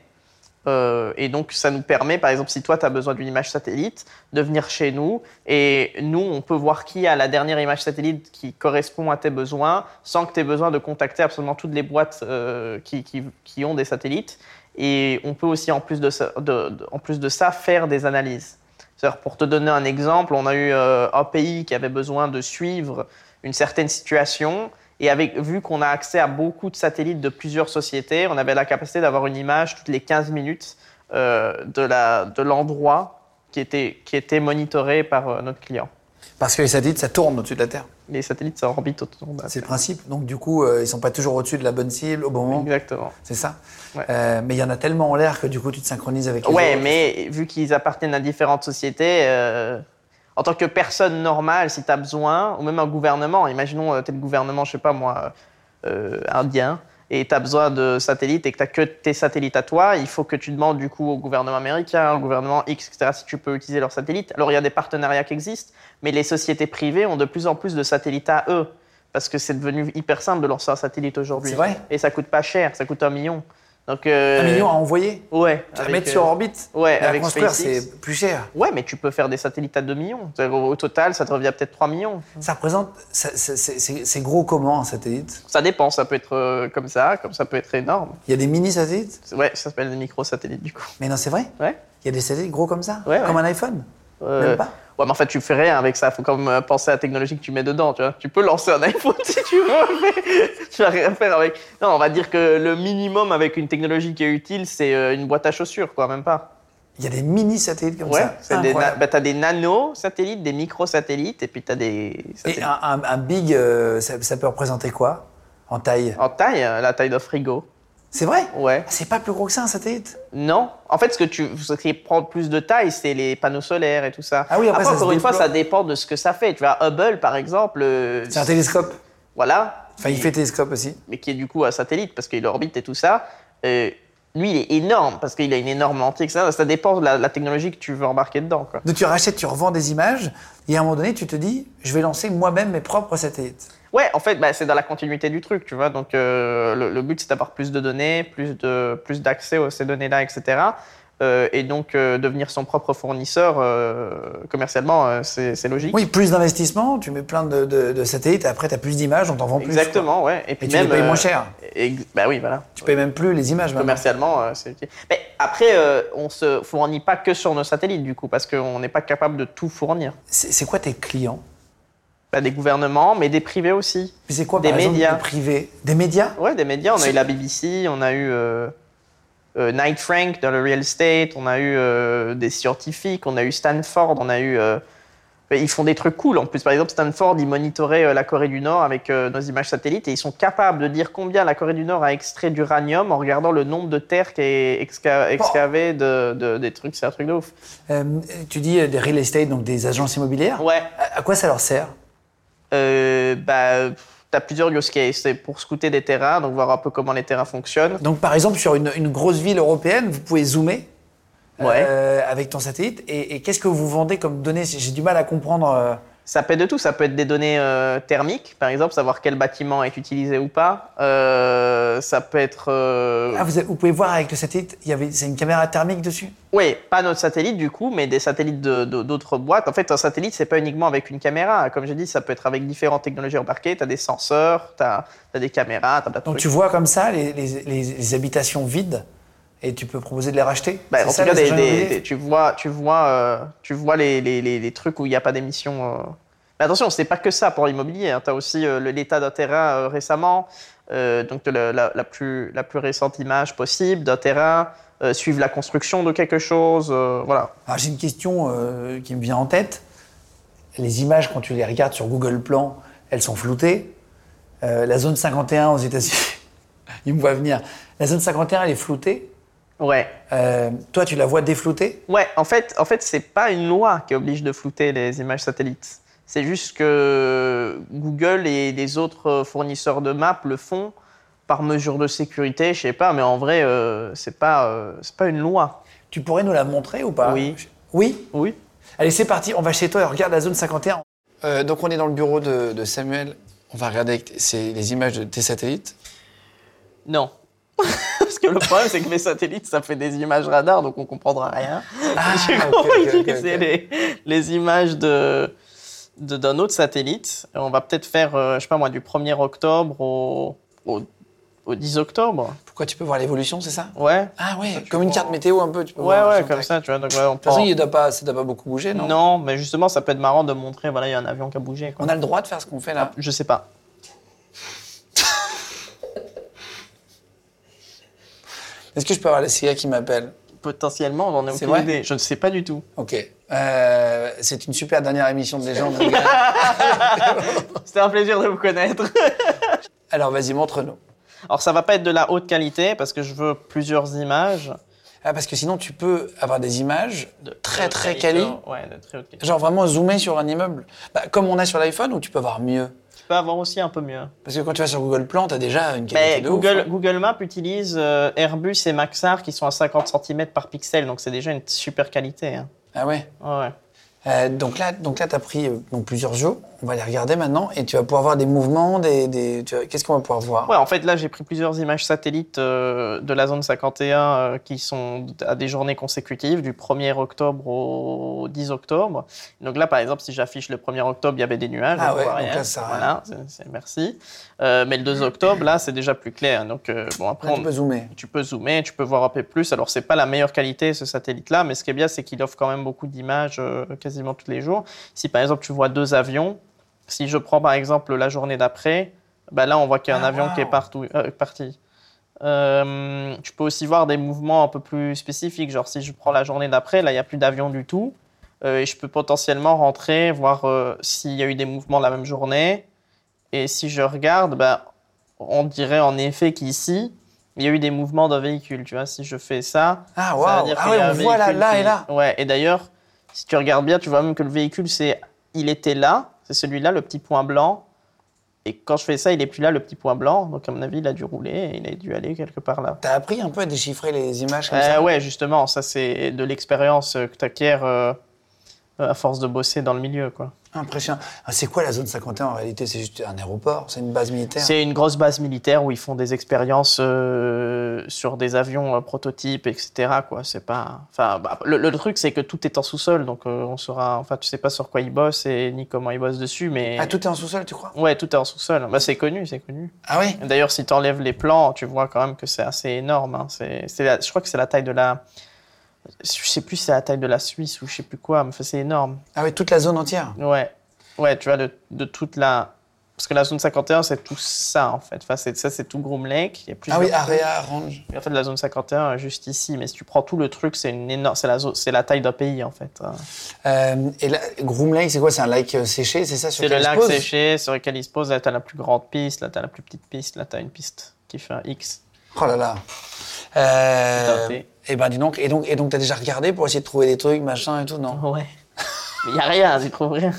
[SPEAKER 4] Euh, et donc, ça nous permet, par exemple, si toi, tu as besoin d'une image satellite, de venir chez nous. Et nous, on peut voir qui a la dernière image satellite qui correspond à tes besoins, sans que tu aies besoin de contacter absolument toutes les boîtes euh, qui, qui, qui ont des satellites. Et on peut aussi, en plus de ça, de- de- en plus de ça faire des analyses. C'est-à-dire, pour te donner un exemple, on a eu euh, un pays qui avait besoin de suivre une certaine situation. Et avec, vu qu'on a accès à beaucoup de satellites de plusieurs sociétés, on avait la capacité d'avoir une image toutes les 15 minutes euh, de la- de l'endroit qui était, qui était monitoré par euh, notre client.
[SPEAKER 5] Parce que les satellites, ça tourne au-dessus de la Terre.
[SPEAKER 4] Les satellites, Bah, ça orbite autour de la
[SPEAKER 5] C'est le principe. Donc, du coup, euh, ils sont pas toujours au-dessus de la bonne cible au bon moment.
[SPEAKER 4] Exactement.
[SPEAKER 5] C'est ça.
[SPEAKER 4] Ouais.
[SPEAKER 5] Euh, mais il y en a tellement en l'air que du coup, tu te synchronises avec les
[SPEAKER 4] Ouais,
[SPEAKER 5] autres.
[SPEAKER 4] mais vu qu'ils appartiennent à différentes sociétés, euh, en tant que personne normale, si tu as besoin, ou même un gouvernement, imaginons euh, t'es le gouvernement, je sais pas moi, euh, indien, et tu as besoin de satellites et que tu que tes satellites à toi, il faut que tu demandes du coup au gouvernement américain, au gouvernement X, etc., si tu peux utiliser leurs satellites. Alors il y a des partenariats qui existent, mais les sociétés privées ont de plus en plus de satellites à eux. Parce que c'est devenu hyper simple de lancer un satellite aujourd'hui.
[SPEAKER 5] C'est vrai
[SPEAKER 4] Et ça coûte pas cher, ça coûte un million. Donc, euh,
[SPEAKER 5] Un million à envoyer,
[SPEAKER 4] Ouais.
[SPEAKER 5] à
[SPEAKER 4] avec,
[SPEAKER 5] mettre sur
[SPEAKER 4] euh,
[SPEAKER 5] orbite.
[SPEAKER 4] Ouais,
[SPEAKER 5] Mais à
[SPEAKER 4] avec
[SPEAKER 5] construire,
[SPEAKER 4] SpaceX.
[SPEAKER 5] c'est plus cher.
[SPEAKER 4] Ouais, mais tu peux faire des satellites à 2 millions. C'est-à-dire, Au au total, ça te revient peut-être 3 millions.
[SPEAKER 5] Ça représente. ça- ça- C'est c'est- c'est gros comment un satellite
[SPEAKER 4] Ça dépend, ça peut être euh, comme ça, comme ça peut être énorme.
[SPEAKER 5] Il y a des mini-satellites
[SPEAKER 4] C'est- Ouais, ça s'appelle des microsatellites du coup.
[SPEAKER 5] Mais non, c'est vrai
[SPEAKER 4] Ouais.
[SPEAKER 5] Il y a des satellites gros comme ça
[SPEAKER 4] Ouais, ouais.
[SPEAKER 5] Comme un iPhone
[SPEAKER 4] Euh,
[SPEAKER 5] Même pas
[SPEAKER 4] Ouais, mais en fait, tu fais rien avec ça. Faut quand même euh, penser à la technologie que tu mets dedans, tu vois. Tu peux lancer un iPhone si tu veux, mais tu vas rien faire avec. Non, on va dire que le minimum avec une technologie qui est utile, c'est euh, une boîte à chaussures, quoi, même pas.
[SPEAKER 5] Il y a des mini-satellites comme
[SPEAKER 4] ouais,
[SPEAKER 5] ça
[SPEAKER 4] c'est des na-
[SPEAKER 5] Incroyable.
[SPEAKER 4] bah, t'as des nano-satellites, des microsatellites, et puis t'as des.
[SPEAKER 5] Et
[SPEAKER 4] satellites.
[SPEAKER 5] un, un- un big, euh, ça, ça peut représenter quoi En taille
[SPEAKER 4] En taille, euh, la taille d'un frigo.
[SPEAKER 5] C'est vrai
[SPEAKER 4] Ouais.
[SPEAKER 5] Ah, C'est pas plus gros que ça un satellite
[SPEAKER 4] Non. En fait, ce que tu, ce qui prend plus de taille, c'est les panneaux solaires et tout ça.
[SPEAKER 5] Ah oui, après, ça se
[SPEAKER 4] encore une fois,
[SPEAKER 5] déploie.
[SPEAKER 4] ça dépend de ce que ça fait. Tu vois, Hubble, par exemple. euh,
[SPEAKER 5] C'est un télescope.
[SPEAKER 4] Voilà.
[SPEAKER 5] Enfin, il fait télescope aussi.
[SPEAKER 4] Mais qui est du coup un satellite parce qu'il orbite et tout ça. Euh, lui, il est énorme parce qu'il a une énorme lentille, etc. Ça dépend de la, la technologie que tu veux embarquer dedans, quoi.
[SPEAKER 5] Donc tu rachètes, tu revends des images, et à un moment donné, tu te dis, je vais lancer moi-même mes propres satellites.
[SPEAKER 4] Ouais, en fait, bah, c'est dans la continuité du truc, tu vois. Donc, euh, le, le but, c'est d'avoir plus de données, plus de plus d'accès à ces données-là, etc. Euh, et donc, euh, devenir son propre fournisseur euh, commercialement, euh, c'est c'est logique.
[SPEAKER 5] Oui, plus d'investissement, tu mets plein de, de- de satellites, et après tu as plus d'images, on t'en vend plus. quoi.
[SPEAKER 4] Exactement, ouais. Et puis
[SPEAKER 5] Et tu
[SPEAKER 4] même.
[SPEAKER 5] les payes
[SPEAKER 4] euh,
[SPEAKER 5] moins cher.
[SPEAKER 4] ex- bah oui, voilà.
[SPEAKER 5] Tu payes même plus les images maintenant.
[SPEAKER 4] Commercialement, euh, c'est utile. Mais après, euh, on se fournit pas que sur nos satellites, du coup, parce qu'on n'est pas capable de tout fournir.
[SPEAKER 5] C'est c'est quoi tes clients
[SPEAKER 4] Bah, des gouvernements, mais des privés aussi.
[SPEAKER 5] Puis c'est quoi
[SPEAKER 4] Des
[SPEAKER 5] par
[SPEAKER 4] médias.
[SPEAKER 5] exemple des privés Des médias
[SPEAKER 4] Ouais, des médias. On a eu la BBC, on a eu euh, euh, Knight Frank dans le real estate, on a eu euh, des scientifiques, on a eu Stanford, on a eu. euh, mais ils font des trucs cool. En plus, par exemple, Stanford, ils monitoraient euh, la Corée du Nord avec euh, nos images satellites et ils sont capables de dire combien la Corée du Nord a extrait d'uranium en regardant le nombre de terres qui est exca- excavé de, de- des trucs. C'est un truc de ouf.
[SPEAKER 5] Euh, Tu dis euh, des real estate, donc des agences immobilières.
[SPEAKER 4] Ouais.
[SPEAKER 5] À, à quoi ça leur sert
[SPEAKER 4] Euh, bah, t'as plusieurs use cases. C'est pour scouter des terrains, donc voir un peu comment les terrains fonctionnent.
[SPEAKER 5] Donc par exemple, sur une, une grosse ville européenne, vous pouvez zoomer
[SPEAKER 4] Ouais.
[SPEAKER 5] euh, avec ton satellite. Et, et qu'est-ce que vous vendez comme données J'ai du mal à comprendre. euh,
[SPEAKER 4] Ça peut être de tout. Ça peut être des données euh, thermiques, par exemple, savoir quel bâtiment est utilisé ou pas. Euh, ça peut être. euh,
[SPEAKER 5] Ah, vous, avez- vous pouvez voir avec le satellite, il y avait, c'est une caméra thermique dessus.
[SPEAKER 4] Oui, pas notre satellite du coup, mais des satellites de- de- d'autres boîtes. En fait, un satellite, c'est pas uniquement avec une caméra. Comme j'ai dit, ça peut être avec différentes technologies embarquées. T'as des senseurs, t'as as des caméras, t'as plein de
[SPEAKER 5] Donc
[SPEAKER 4] trucs.
[SPEAKER 5] tu vois comme ça les, les- les- les habitations vides et tu peux proposer de les racheter.
[SPEAKER 4] Bah,
[SPEAKER 5] C'est
[SPEAKER 4] en
[SPEAKER 5] ça,
[SPEAKER 4] tout cas,
[SPEAKER 5] les
[SPEAKER 4] des-
[SPEAKER 5] agents
[SPEAKER 4] des-
[SPEAKER 5] immobiliers
[SPEAKER 4] des- tu vois, tu vois, euh, tu vois les, les- les- les trucs où il n'y a pas d'émission. euh. Mais attention, c'est pas que ça pour l'immobilier. Tu as aussi euh, le- l'état d'un terrain euh, récemment. Euh, donc, de la, la- la plus, la plus récente image possible d'un terrain, euh, suivre la construction de quelque chose. euh, voilà.
[SPEAKER 5] Alors, j'ai une question euh, qui me vient en tête. Les images, quand tu les regardes sur Google Plan, elles sont floutées. Euh, la zone 51 aux États-Unis, il me voit venir. La zone 51, elle est floutée.
[SPEAKER 4] Ouais.
[SPEAKER 5] Euh, toi, tu la vois défloutée
[SPEAKER 4] Ouais, en fait, en fait, c'est pas une loi qui oblige de flouter les images satellites. C'est juste que Google et les autres fournisseurs de maps le font par mesure de sécurité, je sais pas, mais en vrai, euh, c'est pas, euh, c'est pas une loi.
[SPEAKER 5] Tu pourrais nous la montrer ou pas
[SPEAKER 4] Oui.
[SPEAKER 5] Oui
[SPEAKER 4] Oui.
[SPEAKER 5] Allez, c'est parti, on va chez toi et on regarde la zone 51. Euh, donc, on est dans le bureau de, de Samuel. On va regarder avec- c'est les images de tes satellites.
[SPEAKER 4] Non. Parce que Le problème, c'est que mes satellites, ça fait des images radar, donc on comprendra rien.
[SPEAKER 5] Ah,
[SPEAKER 4] Du
[SPEAKER 5] ok,
[SPEAKER 4] coup,
[SPEAKER 5] ok,
[SPEAKER 4] ils
[SPEAKER 5] ok,
[SPEAKER 4] utilisaient
[SPEAKER 5] ok.
[SPEAKER 4] les, les images de de- d'un autre satellite. On va peut-être faire, euh, je sais pas moi, du 1er octobre au, au, au 10 octobre.
[SPEAKER 5] Pourquoi tu peux voir l'évolution, c'est ça
[SPEAKER 4] Ouais.
[SPEAKER 5] Ah ouais, Oh.
[SPEAKER 4] tu
[SPEAKER 5] comme une
[SPEAKER 4] vois.
[SPEAKER 5] carte météo un peu. Tu peux
[SPEAKER 4] Ouais,
[SPEAKER 5] voir,
[SPEAKER 4] ouais,
[SPEAKER 5] genre,
[SPEAKER 4] comme
[SPEAKER 5] tac.
[SPEAKER 4] ça, tu vois. Donc, ouais, on
[SPEAKER 5] De toute façon,
[SPEAKER 4] prend-
[SPEAKER 5] il doit pas, ça doit pas beaucoup bouger, non,
[SPEAKER 4] non. mais justement, ça peut être marrant de montrer, voilà, il y a un avion qui a bougé. quoi.
[SPEAKER 5] On a le droit de faire ce qu'on fait là.
[SPEAKER 4] Je sais pas.
[SPEAKER 5] Est-ce que je peux avoir la CIA qui m'appelle
[SPEAKER 4] Potentiellement, on en a
[SPEAKER 5] C'est vrai
[SPEAKER 4] aucune idée. Je ne sais pas du tout.
[SPEAKER 5] Ok. Euh, c'est une super dernière émission de légende. les gars.
[SPEAKER 4] C'était un plaisir de vous connaître.
[SPEAKER 5] Alors vas-y, montre-nous.
[SPEAKER 4] Alors, ça va pas être de la haute qualité parce que je veux plusieurs images.
[SPEAKER 5] Ah, parce que sinon, tu peux avoir des images
[SPEAKER 4] de
[SPEAKER 5] très
[SPEAKER 4] haute
[SPEAKER 5] très
[SPEAKER 4] qualité.
[SPEAKER 5] quali,
[SPEAKER 4] Ouais, de très haute qualité.
[SPEAKER 5] genre vraiment zoomées sur un immeuble, Bah, comme on a sur l'iPhone, ou tu peux avoir mieux.
[SPEAKER 4] Tu peux avoir aussi un peu mieux.
[SPEAKER 5] Parce que quand tu vas sur Google Plan, t'as déjà une qualité
[SPEAKER 4] Mais
[SPEAKER 5] de ouf,
[SPEAKER 4] Bah, Google,
[SPEAKER 5] hein.
[SPEAKER 4] Google Maps utilise euh, Airbus et Maxar qui sont à 50 cm par pixel, donc c'est déjà une super qualité. hein.
[SPEAKER 5] Ah ouais.
[SPEAKER 4] Ouais.
[SPEAKER 5] Euh, donc là, donc là, t'as pris euh, donc plusieurs jeux. On va les regarder maintenant, et tu vas pouvoir voir des mouvements, des, des tu vois, qu'est-ce qu'on va pouvoir voir
[SPEAKER 4] Ouais, en fait, là, j'ai pris plusieurs images satellites euh, de la zone 51 euh, qui sont à des journées consécutives, du 1er octobre au 10 octobre. Donc là, par exemple, si j'affiche le 1er octobre, il y avait des nuages.
[SPEAKER 5] Ah
[SPEAKER 4] on
[SPEAKER 5] ouais,
[SPEAKER 4] voit
[SPEAKER 5] donc
[SPEAKER 4] rien.
[SPEAKER 5] là, ça sert à
[SPEAKER 4] Voilà, c'est- c'est- merci. Euh, mais le 2 octobre, là, c'est déjà plus clair. Donc, euh, bon, après,
[SPEAKER 5] Là,
[SPEAKER 4] on-
[SPEAKER 5] tu peux zoomer.
[SPEAKER 4] tu peux zoomer, tu peux voir un peu plus. Alors, c'est pas la meilleure qualité, ce satellite-là, mais ce qui est bien, c'est qu'il offre quand même beaucoup d'images euh, quasiment tous les jours. Si, par exemple, tu vois deux avions, si je prends, par exemple, la journée d'après, bah là, on voit qu'il y a un
[SPEAKER 5] Ah,
[SPEAKER 4] avion qui est
[SPEAKER 5] wow.
[SPEAKER 4] partout- euh, parti. Euh, tu peux aussi voir des mouvements un peu plus spécifiques. Genre, si je prends la journée d'après, là, il n'y a plus d'avion du tout. Euh, et je peux potentiellement rentrer, voir euh, s'il y a eu des mouvements la même journée. Et si je regarde, bah, on dirait en effet qu'ici, il y a eu des mouvements d'un véhicule. Tu vois, si je fais ça,
[SPEAKER 5] Ah
[SPEAKER 4] ça veut
[SPEAKER 5] waouh
[SPEAKER 4] dire
[SPEAKER 5] Ah
[SPEAKER 4] qu'il
[SPEAKER 5] ouais,
[SPEAKER 4] y a
[SPEAKER 5] on
[SPEAKER 4] un
[SPEAKER 5] voit là,
[SPEAKER 4] véhicule
[SPEAKER 5] là
[SPEAKER 4] qui-
[SPEAKER 5] et là.
[SPEAKER 4] Ouais, et d'ailleurs, si tu regardes bien, tu vois même que le véhicule, c'est, il était là, c'est celui-là, le petit point blanc. Et quand je fais ça, il est plus là, le petit point blanc. Donc, à mon avis, il a dû rouler et il a dû aller quelque part là.
[SPEAKER 5] T'as appris un peu à déchiffrer les images comme
[SPEAKER 4] Euh,
[SPEAKER 5] ça
[SPEAKER 4] ouais, justement, ça, c'est de l'expérience euh, que tu acquiers à force de bosser dans le milieu, quoi.
[SPEAKER 5] Impressionnant. Ah, C'est quoi la zone 51 en réalité C'est juste un aéroport, c'est une base militaire.
[SPEAKER 4] C'est une grosse base militaire où ils font des expériences euh, sur des avions euh, prototypes, etc. Quoi, c'est pas. Enfin, bah, le, le truc c'est que tout est en sous-sol, donc euh, on saura. Enfin, tu sais pas sur quoi ils bossent et ni comment ils bossent dessus, mais.
[SPEAKER 5] Ah, tout est en sous-sol, tu crois
[SPEAKER 4] Ouais, tout est en sous-sol. Bah, c'est connu, c'est connu.
[SPEAKER 5] Ah oui
[SPEAKER 4] D'ailleurs, si tu enlèves les plans, tu vois quand même que c'est assez énorme. hein. C'est, c'est la- je crois que c'est la taille de la. Je sais plus si c'est la taille de la Suisse ou je sais plus quoi, mais enfin, c'est énorme.
[SPEAKER 5] Ah oui, toute la zone entière.
[SPEAKER 4] Ouais, ouais, tu vois, de, de toute la. Parce que la zone 51, c'est tout ça, en fait. Enfin, c'est, ça, c'est tout Groom Lake. Il y a
[SPEAKER 5] Ah
[SPEAKER 4] plusieurs
[SPEAKER 5] oui,
[SPEAKER 4] trucs.
[SPEAKER 5] area, range.
[SPEAKER 4] En fait, la zone 51, est euh, juste ici. Mais si tu prends tout le truc, c'est une énorme. C'est la, zo- c'est la taille d'un pays, en fait. hein.
[SPEAKER 5] Euh, et là, Groom Lake, c'est quoi C'est un lac euh, séché, c'est ça sur
[SPEAKER 4] C'est le
[SPEAKER 5] lequel il se
[SPEAKER 4] lac
[SPEAKER 5] pose
[SPEAKER 4] séché sur lequel il se pose. Là, t'as la plus grande piste. Là, t'as la plus petite piste. Là, t'as une piste qui fait un X.
[SPEAKER 5] Oh là là. Euh,
[SPEAKER 4] Tout à fait.
[SPEAKER 5] et ben dis donc, et donc, et donc t'as déjà regardé pour essayer de trouver des trucs, machin et tout, non
[SPEAKER 4] Ouais. Mais y a rien, j'y trouve rien.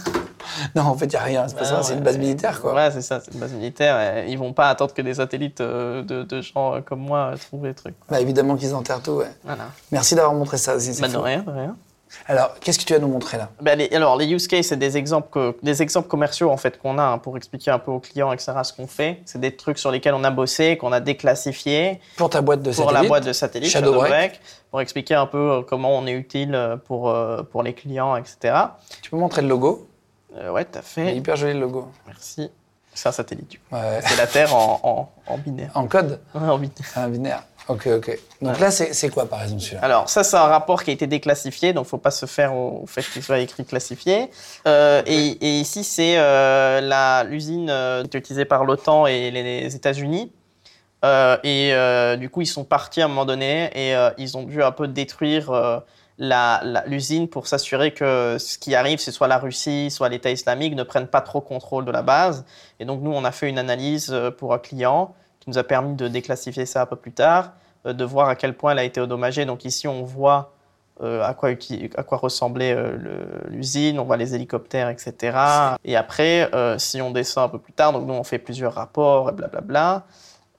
[SPEAKER 5] Non, en fait, y a rien, c'est pas ça,
[SPEAKER 4] Ah,
[SPEAKER 5] c'est
[SPEAKER 4] ouais.
[SPEAKER 5] une base militaire, quoi.
[SPEAKER 4] Ouais, c'est ça, c'est une base militaire. et Ils vont pas attendre que des satellites euh, de, de gens euh, comme moi euh, trouvent des trucs.
[SPEAKER 5] Bah évidemment qu'ils enterrent tout, ouais.
[SPEAKER 4] Voilà.
[SPEAKER 5] Merci d'avoir montré ça aussi, c'est
[SPEAKER 4] Bah, de
[SPEAKER 5] fou.
[SPEAKER 4] rien, de rien.
[SPEAKER 5] Alors, qu'est-ce que tu vas nous montrer là
[SPEAKER 4] Ben, les- alors, les use cases, c'est des exemples, que- des exemples commerciaux en fait qu'on a hein, pour expliquer un peu aux clients, etc., ce qu'on fait. C'est des trucs sur lesquels on a bossé, qu'on a déclassifié
[SPEAKER 5] Pour ta boîte de
[SPEAKER 4] pour la
[SPEAKER 5] satellite
[SPEAKER 4] boîte de satellite,
[SPEAKER 5] Shadow
[SPEAKER 4] Shadowbreak,
[SPEAKER 5] Break.
[SPEAKER 4] pour expliquer un peu euh, comment on est utile euh, pour, euh, pour les clients, etc.
[SPEAKER 5] Tu peux montrer le logo
[SPEAKER 4] Euh, ouais, t'as
[SPEAKER 5] Il est
[SPEAKER 4] fait.
[SPEAKER 5] hyper joli le logo.
[SPEAKER 4] Merci. C'est un satellite, du coup.
[SPEAKER 5] Ouais.
[SPEAKER 4] C'est la Terre en, en, en binaire.
[SPEAKER 5] En code
[SPEAKER 4] Ouais, en binaire.
[SPEAKER 5] Un binaire. Ok, ok. Donc là, c'est c'est quoi par exemple celui-là
[SPEAKER 4] Alors, ça, c'est un rapport qui a été déclassifié, donc faut pas se faire au, au fait qu'il soit écrit classifié. Euh, et, et ici, c'est euh, la- l'usine euh, qui est utilisée par l'OTAN et les, les États-Unis. Euh, et euh, du coup, ils sont partis à un moment donné et euh, ils ont dû un peu détruire euh, la- la- l'usine pour s'assurer que ce qui arrive, c'est soit la Russie, soit l'État islamique, ne prennent pas trop contrôle de la base. Et donc, nous, on a fait une analyse euh, pour un client qui nous a permis de déclassifier ça un peu plus tard, euh, de voir à quel point elle a été endommagée. Donc, ici, on voit euh, à, quoi, uti- à quoi ressemblait euh, le- l'usine, on voit les hélicoptères, etc. Et après, euh, si on descend un peu plus tard, donc nous, on fait plusieurs rapports et blablabla.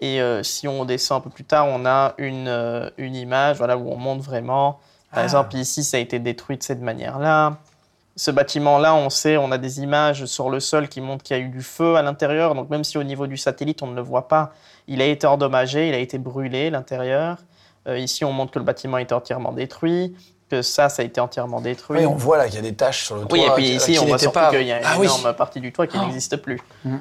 [SPEAKER 4] Et euh, si on descend un peu plus tard, on a une, euh, une image voilà, où on montre vraiment. Par
[SPEAKER 5] Ah.
[SPEAKER 4] exemple, ici, ça a été détruit de cette manière-là. Ce bâtiment-là, on sait, on a des images sur le sol qui montrent qu'il y a eu du feu à l'intérieur. Donc même si au niveau du satellite, on ne le voit pas, il a été endommagé, il a été brûlé l'intérieur. Euh, ici, on montre que le bâtiment a été entièrement détruit, que ça, ça a été entièrement détruit.
[SPEAKER 5] Oui, on voit là qu'il y a des taches sur le toit.
[SPEAKER 4] Oui, et puis
[SPEAKER 5] qui-
[SPEAKER 4] ici,
[SPEAKER 5] qui
[SPEAKER 4] on voit
[SPEAKER 5] n'étaient
[SPEAKER 4] surtout
[SPEAKER 5] pas-
[SPEAKER 4] qu'il y a une
[SPEAKER 5] Ah oui.
[SPEAKER 4] énorme partie du toit qui n'existe plus. Oui.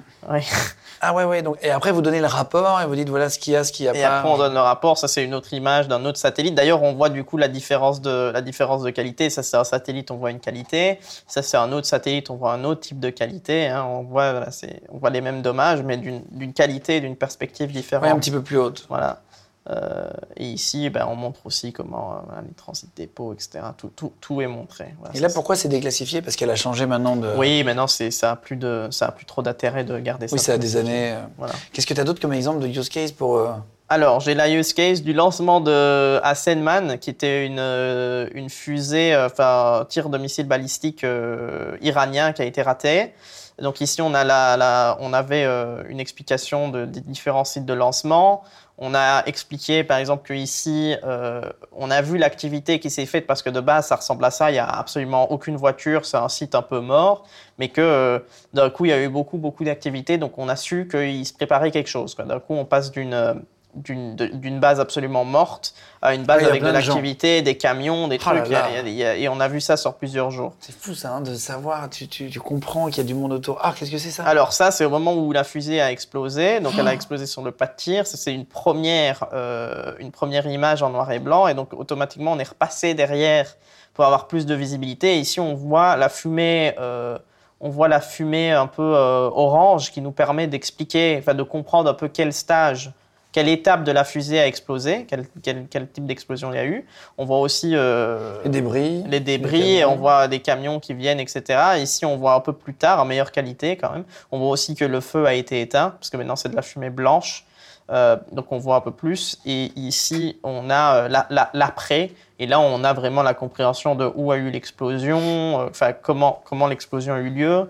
[SPEAKER 5] Ah ouais, ouais. Donc, et après, vous donnez le rapport et vous dites voilà ce qu'il y a, ce qu'il y a
[SPEAKER 4] Et
[SPEAKER 5] pas.
[SPEAKER 4] après, on donne le rapport. Ça, c'est une autre image d'un autre satellite. D'ailleurs, on voit du coup la différence de, la différence de qualité. Ça, c'est un satellite, on voit une qualité. Ça, c'est un autre satellite, on voit un autre type de qualité. hein. On, voit, voilà, c'est- on voit les mêmes dommages, mais d'une d'une qualité, et d'une perspective différente.
[SPEAKER 5] Ouais, un petit peu plus haute.
[SPEAKER 4] Voilà. Euh, et ici, ben, on montre aussi comment euh, voilà, les transits dépôts, etc. Tout, tout, tout est montré. Voilà,
[SPEAKER 5] Et
[SPEAKER 4] ça,
[SPEAKER 5] là,
[SPEAKER 4] c'est-
[SPEAKER 5] pourquoi c'est déclassifié Parce qu'elle a changé maintenant de.
[SPEAKER 4] Oui, maintenant, c'est- ça a plus de, ça a plus trop d'intérêt de garder ça.
[SPEAKER 5] Oui, ça a des
[SPEAKER 4] pour-
[SPEAKER 5] années. euh.
[SPEAKER 4] Voilà.
[SPEAKER 5] Qu'est-ce que tu as d'autre comme exemple de use case pour. euh,
[SPEAKER 4] Alors, j'ai la use case du lancement de Asenman, qui était une, euh, une fusée, euh, enfin, un tir de missile balistique euh, iranien qui a été raté. Donc ici, on, a la, la- on avait euh, une explication de- des différents sites de lancement. On a expliqué, par exemple, que ici, euh, on a vu l'activité qui s'est faite parce que de base, ça ressemble à ça. Il n'y a absolument aucune voiture. C'est un site un peu mort. Mais que euh, d'un coup, il y a eu beaucoup, beaucoup d'activités. Donc, on a su qu'il se préparait quelque chose. quoi. D'un coup, on passe d'une euh, d'une de- d'une base absolument morte à une base
[SPEAKER 5] Ouais, Ah, il y a
[SPEAKER 4] avec de
[SPEAKER 5] plein de gens.
[SPEAKER 4] l'activité, des camions, des
[SPEAKER 5] Ah là
[SPEAKER 4] trucs. Il y a-
[SPEAKER 5] là.
[SPEAKER 4] il y a- il y a- et on a vu ça sur plusieurs jours.
[SPEAKER 5] C'est fou ça, hein, de savoir. Tu, tu, tu comprends qu'il y a du monde autour. Ah, qu'est-ce que c'est ça
[SPEAKER 4] Alors ça, c'est au moment où la fusée a explosé. Donc elle a explosé sur le pas de tir. Ça, C'est une première, euh, une première image en noir et blanc. Et donc automatiquement, on est repassé derrière pour avoir plus de visibilité. Et ici, on voit la fumée, euh, on voit la fumée un peu euh, orange qui nous permet d'expliquer, enfin de comprendre un peu quel stage. Quelle étape de la fusée a explosé quel, quel- quel type d'explosion il y a eu On voit aussi euh,
[SPEAKER 5] Les débris.
[SPEAKER 4] les débris et on voit des camions qui viennent, etc. Ici, on voit un peu plus tard, en meilleure qualité quand même. On voit aussi que le feu a été éteint, parce que maintenant c'est de la fumée blanche. Euh, donc on voit un peu plus. Et ici, on a euh, la- la- l'après. et là, on a vraiment la compréhension de où a eu l'explosion, euh, enfin comment, comment l'explosion a eu lieu.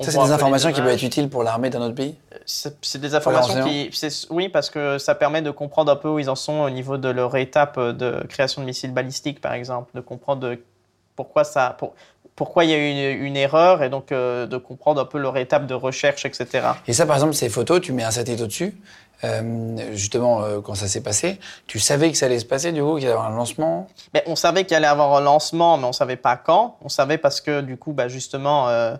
[SPEAKER 4] On
[SPEAKER 5] Ça, c'est
[SPEAKER 4] voit
[SPEAKER 5] des
[SPEAKER 4] un peu les
[SPEAKER 5] informations qui peuvent
[SPEAKER 4] dommages.
[SPEAKER 5] être utiles pour l'armée d'un autre pays.
[SPEAKER 4] C'est c'est des informations
[SPEAKER 5] Voilà,
[SPEAKER 4] qui. c'est- Oui, parce que ça permet de comprendre un peu où ils en sont au niveau de leur étape euh, de création de missiles balistiques, par exemple, de comprendre de- pourquoi, ça, pour- pourquoi il y a eu une, une erreur et donc euh, de comprendre un peu leur étape de recherche, etc.
[SPEAKER 5] Et ça, par exemple, ces photos, tu mets un satellite au-dessus. Euh, justement, euh, quand ça s'est passé, tu savais que ça allait se passer, du coup, qu'il y avait un lancement.
[SPEAKER 4] Mais on savait qu'il allait avoir un lancement, mais on savait pas quand. On savait parce que du coup, bah, justement, euh,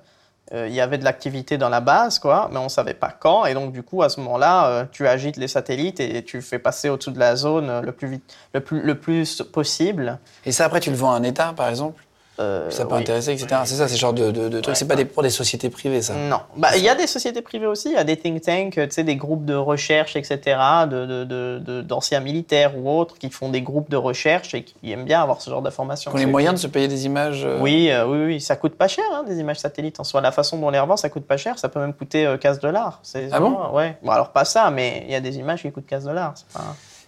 [SPEAKER 4] euh, il y avait de l'activité dans la base, quoi, mais on savait pas quand. Et donc, du coup, à ce moment-là, euh, tu agites les satellites et tu fais passer au-dessous de la zone euh, le plus vite, le plus, le plus possible.
[SPEAKER 5] Et ça, après, tu le vends à un État, par exemple.
[SPEAKER 4] Euh,
[SPEAKER 5] ça peut
[SPEAKER 4] oui.
[SPEAKER 5] intéresser, etc. C'est ça, c'est ce genre de, de, de trucs.
[SPEAKER 4] Ouais.
[SPEAKER 5] c'est pas des, pour des sociétés privées, ça.
[SPEAKER 4] Non. Bah, Il y a des sociétés privées aussi, il y a des think tanks, euh, tu sais, des groupes de recherche, etc., d'anciens de, de, de- d'anciens militaires ou autres qui font des groupes de recherche et qui aiment bien avoir ce genre d'informations.
[SPEAKER 5] Qui ont les
[SPEAKER 4] C'est-
[SPEAKER 5] moyens de se payer des images. euh,
[SPEAKER 4] Oui, euh, oui, oui, ça coûte pas cher, hein, des images satellites en soi. La façon dont on les revend, ça coûte pas cher, ça peut même coûter euh, 15 dollars.
[SPEAKER 5] Ah bon
[SPEAKER 4] Ouais. Bon, alors pas ça, mais il y a des images qui coûtent 15 dollars.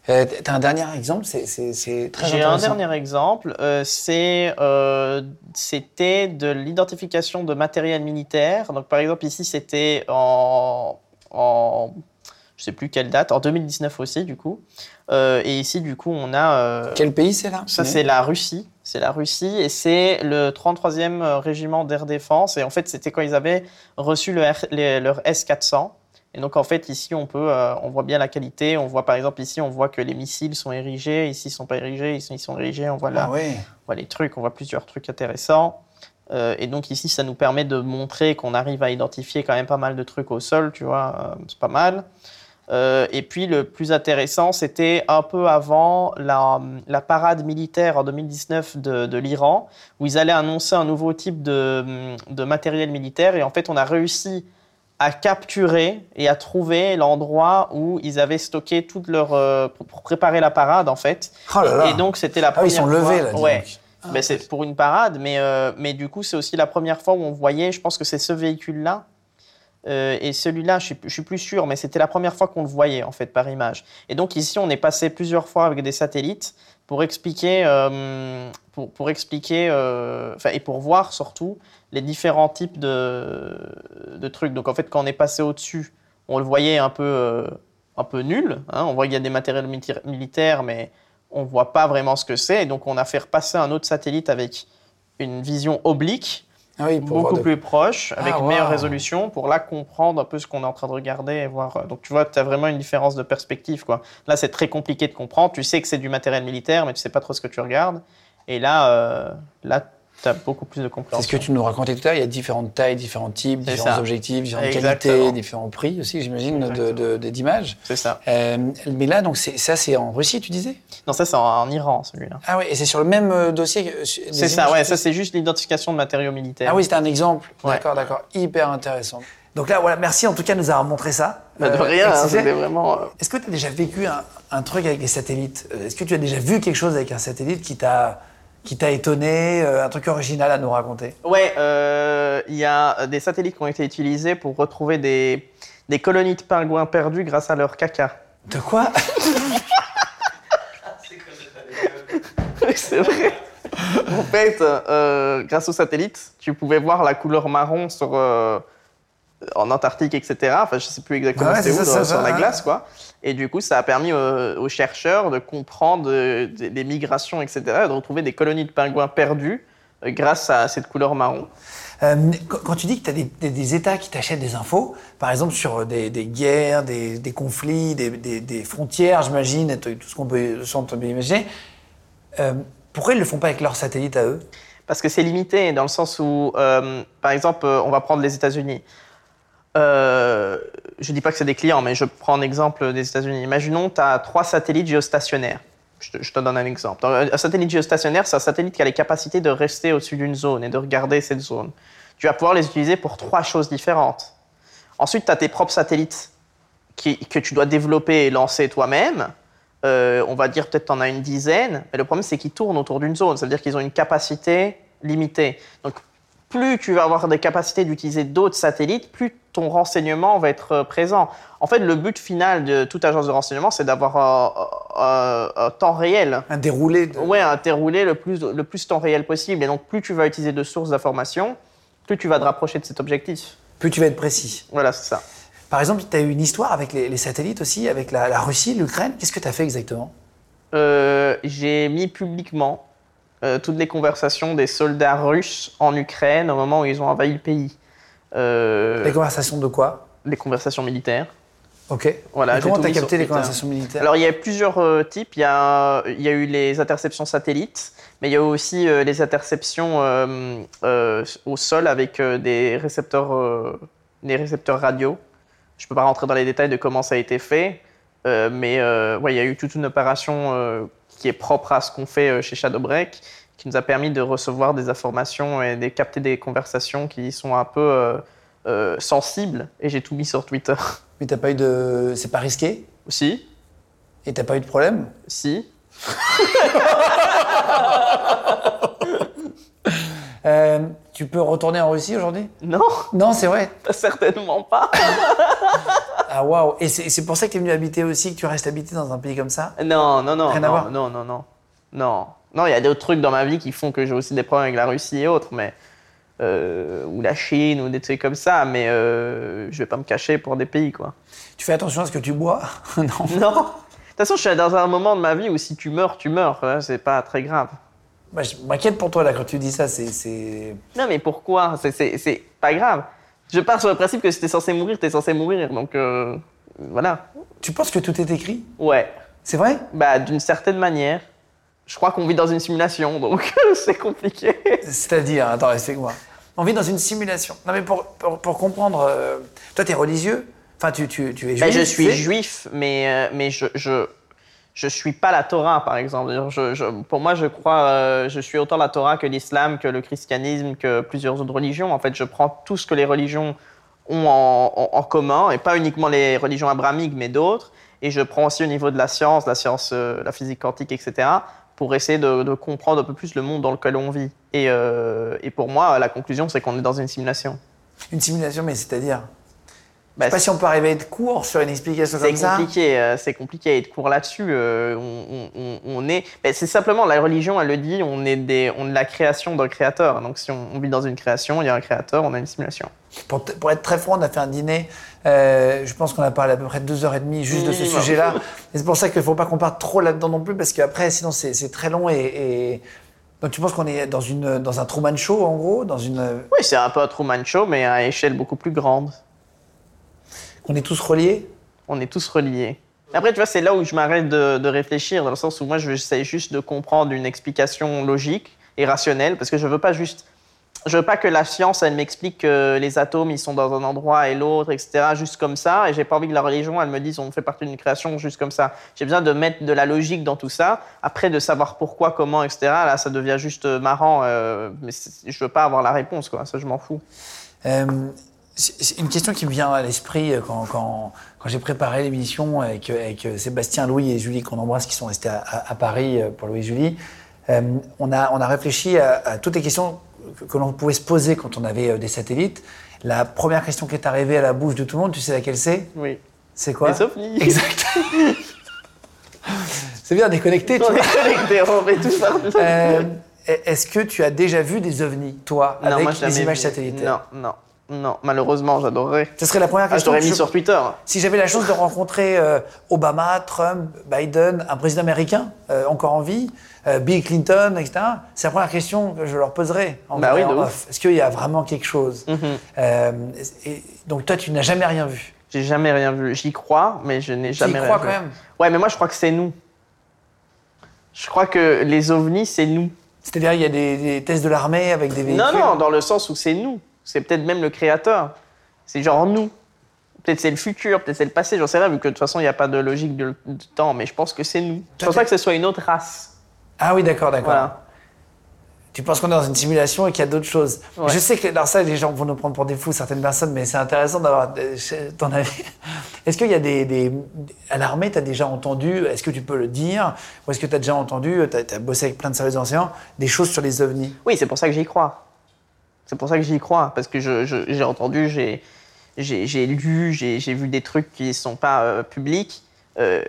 [SPEAKER 5] Euh, T'as un dernier exemple, c'est- c'est c'est très
[SPEAKER 4] J'ai un
[SPEAKER 5] intéressant.
[SPEAKER 4] dernier exemple, euh, c'est, euh, c'était de l'identification de matériel militaire. Donc, par exemple, ici, c'était en, en- je sais plus quelle date, en 2019 aussi, du coup. Euh, et ici, du coup, on a... euh,
[SPEAKER 5] Quel pays c'est là
[SPEAKER 4] ça, c'est la Russie. C'est la Russie et c'est le 33e euh, régiment d'air défense. Et en fait, c'était quand ils avaient reçu le R- les- leur S-400. Et donc, en fait, ici, on, peut, euh, on voit bien la qualité. On voit, par exemple, ici, on voit que les missiles sont érigés. Ici, ils sont pas érigés. Ici, ils sont érigés. On voit, la-
[SPEAKER 5] Ah ouais.
[SPEAKER 4] on voit les trucs. On voit plusieurs trucs intéressants. Euh, et donc, ici, ça nous permet de montrer qu'on arrive à identifier quand même pas mal de trucs au sol. Tu vois, euh, c'est pas mal. Euh, et puis le plus intéressant, c'était un peu avant la, la parade militaire en 2019 de, de l'Iran, où ils allaient annoncer un nouveau type de, de matériel militaire. Et en fait, on a réussi à capturer et à trouver l'endroit où ils avaient stocké toute leur euh, pour- pour préparer la parade en fait.
[SPEAKER 5] Oh là là.
[SPEAKER 4] Et donc c'était la
[SPEAKER 5] ah oui, ils
[SPEAKER 4] première
[SPEAKER 5] sont levés là.
[SPEAKER 4] fois-
[SPEAKER 5] dis
[SPEAKER 4] Ouais.
[SPEAKER 5] donc.
[SPEAKER 4] Ben, c'est pour une parade, mais, euh, mais du coup, c'est aussi la première fois où on voyait, je pense que c'est ce véhicule-là. euh, et celui-là, je ne suis, plus- je suis plus sûr, mais c'était la première fois qu'on le voyait, en fait, par image. Et donc, ici, on est passé plusieurs fois avec des satellites pour expliquer, euh, pour, pour expliquer euh, enfin, et pour voir surtout les différents types de, de trucs. Donc, en fait, quand on est passé au-dessus, on le voyait un peu, euh, un peu nul. hein. On voit qu'il y a des matériels miti- militaires, mais on voit pas vraiment ce que c'est. Et donc, on a fait repasser un autre satellite avec une vision oblique
[SPEAKER 12] Ah oui, pour voir
[SPEAKER 4] beaucoup
[SPEAKER 12] de-
[SPEAKER 4] plus proche, avec
[SPEAKER 12] Ah,
[SPEAKER 4] une meilleure
[SPEAKER 12] waouh.
[SPEAKER 4] résolution, pour là comprendre un peu ce qu'on est en train de regarder et voir. euh, Donc tu vois, tu as vraiment une différence de perspective. Quoi. Là, c'est très compliqué de comprendre. Tu sais que c'est du matériel militaire, mais tu sais pas trop ce que tu regardes. Et là, euh, là tu as beaucoup plus de
[SPEAKER 12] C'est
[SPEAKER 4] compréhension.
[SPEAKER 12] ce que tu nous racontais tout à l'heure, il y a différentes tailles, différents types,
[SPEAKER 4] C'est
[SPEAKER 12] différents
[SPEAKER 4] ça.
[SPEAKER 12] objectifs, différentes
[SPEAKER 4] Exactement.
[SPEAKER 12] qualités, différents prix aussi, j'imagine, de- de- de- d'images.
[SPEAKER 4] C'est ça.
[SPEAKER 12] Euh, mais là, donc, c'est- ça, c'est en Russie, tu disais
[SPEAKER 4] Non, ça, c'est en, en Iran, celui-là.
[SPEAKER 12] Ah oui, et c'est sur le même euh, dossier que- euh, su- des
[SPEAKER 4] C'est ça,
[SPEAKER 12] images
[SPEAKER 4] ouais.
[SPEAKER 12] que-
[SPEAKER 4] Ça, c'est juste l'identification de matériaux militaires.
[SPEAKER 12] Ah oui, c'était un exemple.
[SPEAKER 4] Ouais.
[SPEAKER 12] D'accord, d'accord. Hyper intéressant.
[SPEAKER 5] Donc là, voilà, merci en tout cas de nous avoir montré ça.
[SPEAKER 4] Bah, de
[SPEAKER 5] Euh,
[SPEAKER 4] rien, hein,
[SPEAKER 5] Exigé.
[SPEAKER 4] c'était vraiment. euh,
[SPEAKER 5] Est-ce que tu as déjà vécu un, un truc avec les satellites Euh, Est-ce que tu as déjà vu quelque chose avec un satellite qui t'a qui t'a étonné, euh, un truc original à nous raconter
[SPEAKER 4] Ouais, euh, il y a des satellites qui ont été utilisés pour retrouver des, des colonies de pingouins perdues grâce à leur caca.
[SPEAKER 5] De quoi
[SPEAKER 4] C'est vrai. En fait, euh, grâce aux satellites, tu pouvais voir la couleur marron sur, euh, en Antarctique, etc. Enfin, je sais plus exactement
[SPEAKER 5] Ouais,
[SPEAKER 4] c'était
[SPEAKER 5] c'est
[SPEAKER 4] où,
[SPEAKER 5] ça, ça,
[SPEAKER 4] dans- sur
[SPEAKER 5] ça,
[SPEAKER 4] la
[SPEAKER 5] ouais.
[SPEAKER 4] glace, quoi. Et du coup, ça a permis euh, aux chercheurs de comprendre euh, des, des migrations, etc., et de retrouver des colonies de pingouins perdues euh, grâce à cette couleur marron.
[SPEAKER 5] Euh, quand- Quand tu dis que tu as des, des- des États qui t'achètent des infos, par exemple sur euh, des, des guerres, des, des conflits, des, des- des frontières, j'imagine, et tout tout ce qu'on peut, ce qu'on peut imaginer, euh, pourquoi ils le font pas avec leurs satellites à eux
[SPEAKER 4] parce que c'est limité dans le sens où, euh, par exemple, euh, on va prendre les États-Unis. Euh, je dis pas que c'est des clients, mais je prends un exemple des États-Unis. Imaginons, tu as trois satellites géostationnaires. Je te, je te donne un exemple. Un un satellite géostationnaire, c'est un satellite qui a les capacités de rester au-dessus d'une zone et de regarder cette zone. Tu vas pouvoir les utiliser pour trois choses différentes. Ensuite, tu as tes propres satellites qui- que tu dois développer et lancer toi-même. Euh, on va dire peut-être t'en as une dizaine, mais le problème c'est qu'ils tournent autour d'une zone, ça veut dire qu'ils ont une capacité limitée. Donc plus tu vas avoir des capacités d'utiliser d'autres satellites, plus ton renseignement va être euh, présent. En fait, le but final de toute agence de renseignement, c'est d'avoir euh, euh, un temps réel.
[SPEAKER 5] Un déroulé de...
[SPEAKER 4] Ouais, un déroulé le plus, le plus temps réel possible. Et donc plus tu vas utiliser de sources d'informations, plus tu vas te rapprocher de cet objectif.
[SPEAKER 5] Plus tu vas être précis.
[SPEAKER 4] Voilà, c'est ça.
[SPEAKER 5] Par exemple, tu as eu une histoire avec les, les satellites aussi, avec la, la Russie, l'Ukraine. Qu'est-ce que tu as fait exactement
[SPEAKER 4] Euh, j'ai mis publiquement euh, toutes les conversations des soldats russes en Ukraine au moment où ils ont envahi le pays. Euh,
[SPEAKER 5] Les conversations de quoi
[SPEAKER 4] les conversations militaires.
[SPEAKER 5] Ok.
[SPEAKER 4] Voilà,
[SPEAKER 5] Et comment
[SPEAKER 4] j'ai tout
[SPEAKER 5] t'as
[SPEAKER 4] mis sur
[SPEAKER 5] capté les
[SPEAKER 4] Twitter.
[SPEAKER 5] conversations militaires
[SPEAKER 4] Alors, il y a plusieurs euh, types. Il y a, il y a eu les interceptions satellites, mais il y a eu aussi euh, les interceptions euh, euh, au sol avec euh, des, récepteurs, euh, des récepteurs radio. Je ne peux pas rentrer dans les détails de comment ça a été fait, euh, mais euh, ouais, il y a eu toute une opération euh, qui est propre à ce qu'on fait euh, chez Shadowbreak, qui nous a permis de recevoir des informations et de capter des conversations qui sont un peu euh, euh, sensibles. Et j'ai tout mis sur Twitter
[SPEAKER 5] Mais t'as pas eu de. C'est pas risqué
[SPEAKER 4] aussi.
[SPEAKER 5] Et t'as pas eu de problème
[SPEAKER 4] Si,
[SPEAKER 5] Euh, Tu peux retourner en Russie aujourd'hui
[SPEAKER 4] Non,
[SPEAKER 5] Non, c'est vrai.
[SPEAKER 4] certainement pas.
[SPEAKER 5] Ah waouh Et c'est c'est pour ça que t'es venu habiter aussi, que tu restes habité dans un pays comme ça
[SPEAKER 4] Non, non, non.
[SPEAKER 5] Rien à
[SPEAKER 4] non,
[SPEAKER 5] voir.
[SPEAKER 4] non, non, non. Non. Non, il y a d'autres trucs dans ma vie qui font que j'ai aussi des problèmes avec la Russie et autres, mais. euh, ou la Chine, ou des trucs comme ça, mais euh, je vais pas me cacher pour des pays, quoi.
[SPEAKER 5] Tu fais attention à ce que tu bois Non.
[SPEAKER 4] Non. De toute façon, je suis dans un moment de ma vie où si tu meurs, tu meurs. hein, C'est pas très grave.
[SPEAKER 5] Moi, je m'inquiète pour toi là quand tu dis ça, c'est- c'est.
[SPEAKER 4] Non, mais pourquoi C'est- C'est c'est pas grave. Je pars sur le principe que si t'es censé mourir, t'es censé mourir, donc euh, voilà.
[SPEAKER 5] Tu penses que tout est écrit
[SPEAKER 4] Ouais.
[SPEAKER 5] C'est vrai
[SPEAKER 4] Bah, d'une certaine manière, je crois qu'on vit dans une simulation, donc c'est compliqué.
[SPEAKER 5] C'est-à-dire, attends, explique-moi. On vit dans une simulation. Non mais pour, pour, pour comprendre, euh, toi t'es religieux Enfin, tu, tu, tu es juif
[SPEAKER 4] Ben, je suis
[SPEAKER 5] tu sais
[SPEAKER 4] juif, mais, euh, mais je, je, je suis pas la Torah, par exemple. Je- je- pour moi, je crois, euh, je suis autant la Torah que l'islam, que le christianisme, que plusieurs autres religions. En fait, je prends tout ce que les religions ont en, en- en commun, et pas uniquement les religions abrahamiques, mais d'autres. Et je prends aussi au niveau de la science, la science, euh, la physique quantique, etc., pour essayer de, de comprendre un peu plus le monde dans lequel on vit. Et, euh, et pour moi, la conclusion, c'est qu'on est dans une simulation.
[SPEAKER 5] Une simulation, mais c'est-à-dire
[SPEAKER 4] Ben,
[SPEAKER 5] Je sais pas si on peut arriver à être court sur une explication comme
[SPEAKER 4] C'est
[SPEAKER 5] ça.
[SPEAKER 4] compliqué, euh, c'est compliqué à être court là-dessus. euh, on, on- on- on est, ben, c'est simplement la religion, elle le dit, on est des, on est la création d'un créateur. Donc si on, on vit dans une création, il y a un créateur, on a une simulation.
[SPEAKER 5] Pour, t- pour être très franc, on a fait un dîner. euh, je pense qu'on a parlé à peu près deux heures et demie juste de ce
[SPEAKER 4] Minimum.
[SPEAKER 5] sujet-là. Et c'est pour ça qu'il ne faut pas qu'on parte trop là-dedans non plus, parce qu'après, sinon, c'est c'est très long et, et Donc tu penses qu'on est dans, une, dans un Truman Show, en gros dans une...
[SPEAKER 4] Oui, c'est un peu un Truman Show, mais à échelle beaucoup plus grande.
[SPEAKER 5] On est tous reliés
[SPEAKER 4] On est tous reliés. Après, tu vois, c'est là où je m'arrête de, de, réfléchir, dans le sens où moi, j'essaie juste de comprendre une explication logique et rationnelle, parce que je veux pas juste... Je veux pas que la science, elle m'explique que les atomes, ils sont dans un endroit et l'autre, etc., juste comme ça, et j'ai pas envie que la religion, elle me dise, on fait partie d'une création juste comme ça. J'ai besoin de mettre de la logique dans tout ça. Après, de savoir pourquoi, comment, etc., là, ça devient juste marrant, euh, mais je veux pas avoir la réponse, quoi. Ça, je m'en fous.
[SPEAKER 5] Euh... C'est une question qui me vient à l'esprit euh, quand, quand, quand j'ai préparé l'émission avec, euh, avec, Sébastien, Louis et Julie, qu'on embrasse, qui sont restés à, à, à Paris pour Louis et Julie. Euh, on, a, on, a, réfléchi à, à, toutes les questions que, que l'on pouvait se poser quand on avait euh, des satellites. La première question qui est arrivée à la bouche de tout le monde, tu sais laquelle c'est
[SPEAKER 4] Oui.
[SPEAKER 5] C'est quoi
[SPEAKER 4] Les ovnis.
[SPEAKER 5] Exact. c'est bien, déconnecté,
[SPEAKER 4] tu Déconnecté, on est tous partout.
[SPEAKER 5] Euh, Est-ce que tu as déjà vu des ovnis, toi,
[SPEAKER 4] non,
[SPEAKER 5] avec
[SPEAKER 4] moi,
[SPEAKER 5] les images
[SPEAKER 4] vu.
[SPEAKER 5] satellitaires
[SPEAKER 4] Non, non. Non, malheureusement, j'adorerais.
[SPEAKER 5] Ce serait la première question.
[SPEAKER 4] Ah, je t'aurais mis sur Twitter.
[SPEAKER 5] Si j'avais la chance de rencontrer euh, Obama, Trump, Biden, un président américain euh, encore en vie, euh, Bill Clinton, etc., c'est la première question que je leur poserais. En euh,
[SPEAKER 4] bah oui,
[SPEAKER 5] Est-ce qu'il y a vraiment quelque chose
[SPEAKER 4] mm
[SPEAKER 5] -hmm. et, Donc toi, tu n'as jamais rien vu
[SPEAKER 4] J'ai jamais rien vu. J'y crois, mais je n'ai jamais
[SPEAKER 5] y
[SPEAKER 4] rien
[SPEAKER 5] crois
[SPEAKER 4] vu.
[SPEAKER 5] quand même
[SPEAKER 4] Ouais, mais moi, je crois que c'est nous. Je crois que les ovnis, c'est nous.
[SPEAKER 5] C'est-à-dire, il y a des, des tests de l'armée avec des véhicules
[SPEAKER 4] Non, non, dans le sens où c'est nous. C'est peut-être même le créateur. C'est genre nous. Peut-être c'est le futur, peut-être c'est le passé, j'en sais rien, vu que de toute façon, il n'y a pas de logique de, de, temps, mais je pense que c'est nous. Je pense pas que ce soit une autre race.
[SPEAKER 5] Ah oui, d'accord, d'accord.
[SPEAKER 4] Voilà.
[SPEAKER 5] Tu penses qu'on est dans une simulation et qu'il y a d'autres choses.
[SPEAKER 4] Ouais.
[SPEAKER 5] Je sais que dans ça, les gens vont nous prendre pour des fous, certaines personnes, mais c'est intéressant d'avoir euh, ton avis. Est-ce qu'il y a des. des- à l'armée, tu as déjà entendu, est-ce que tu peux le dire, ou est-ce que tu as déjà entendu, tu as, bossé avec plein de services anciens, des choses sur les ovnis
[SPEAKER 4] Oui, c'est pour ça que j'y crois. C'est pour ça que j'y crois, parce que je- je- j'ai entendu, j'ai j'ai- j'ai lu, j'ai j'ai vu des trucs qui ne sont pas euh, publics. Euh,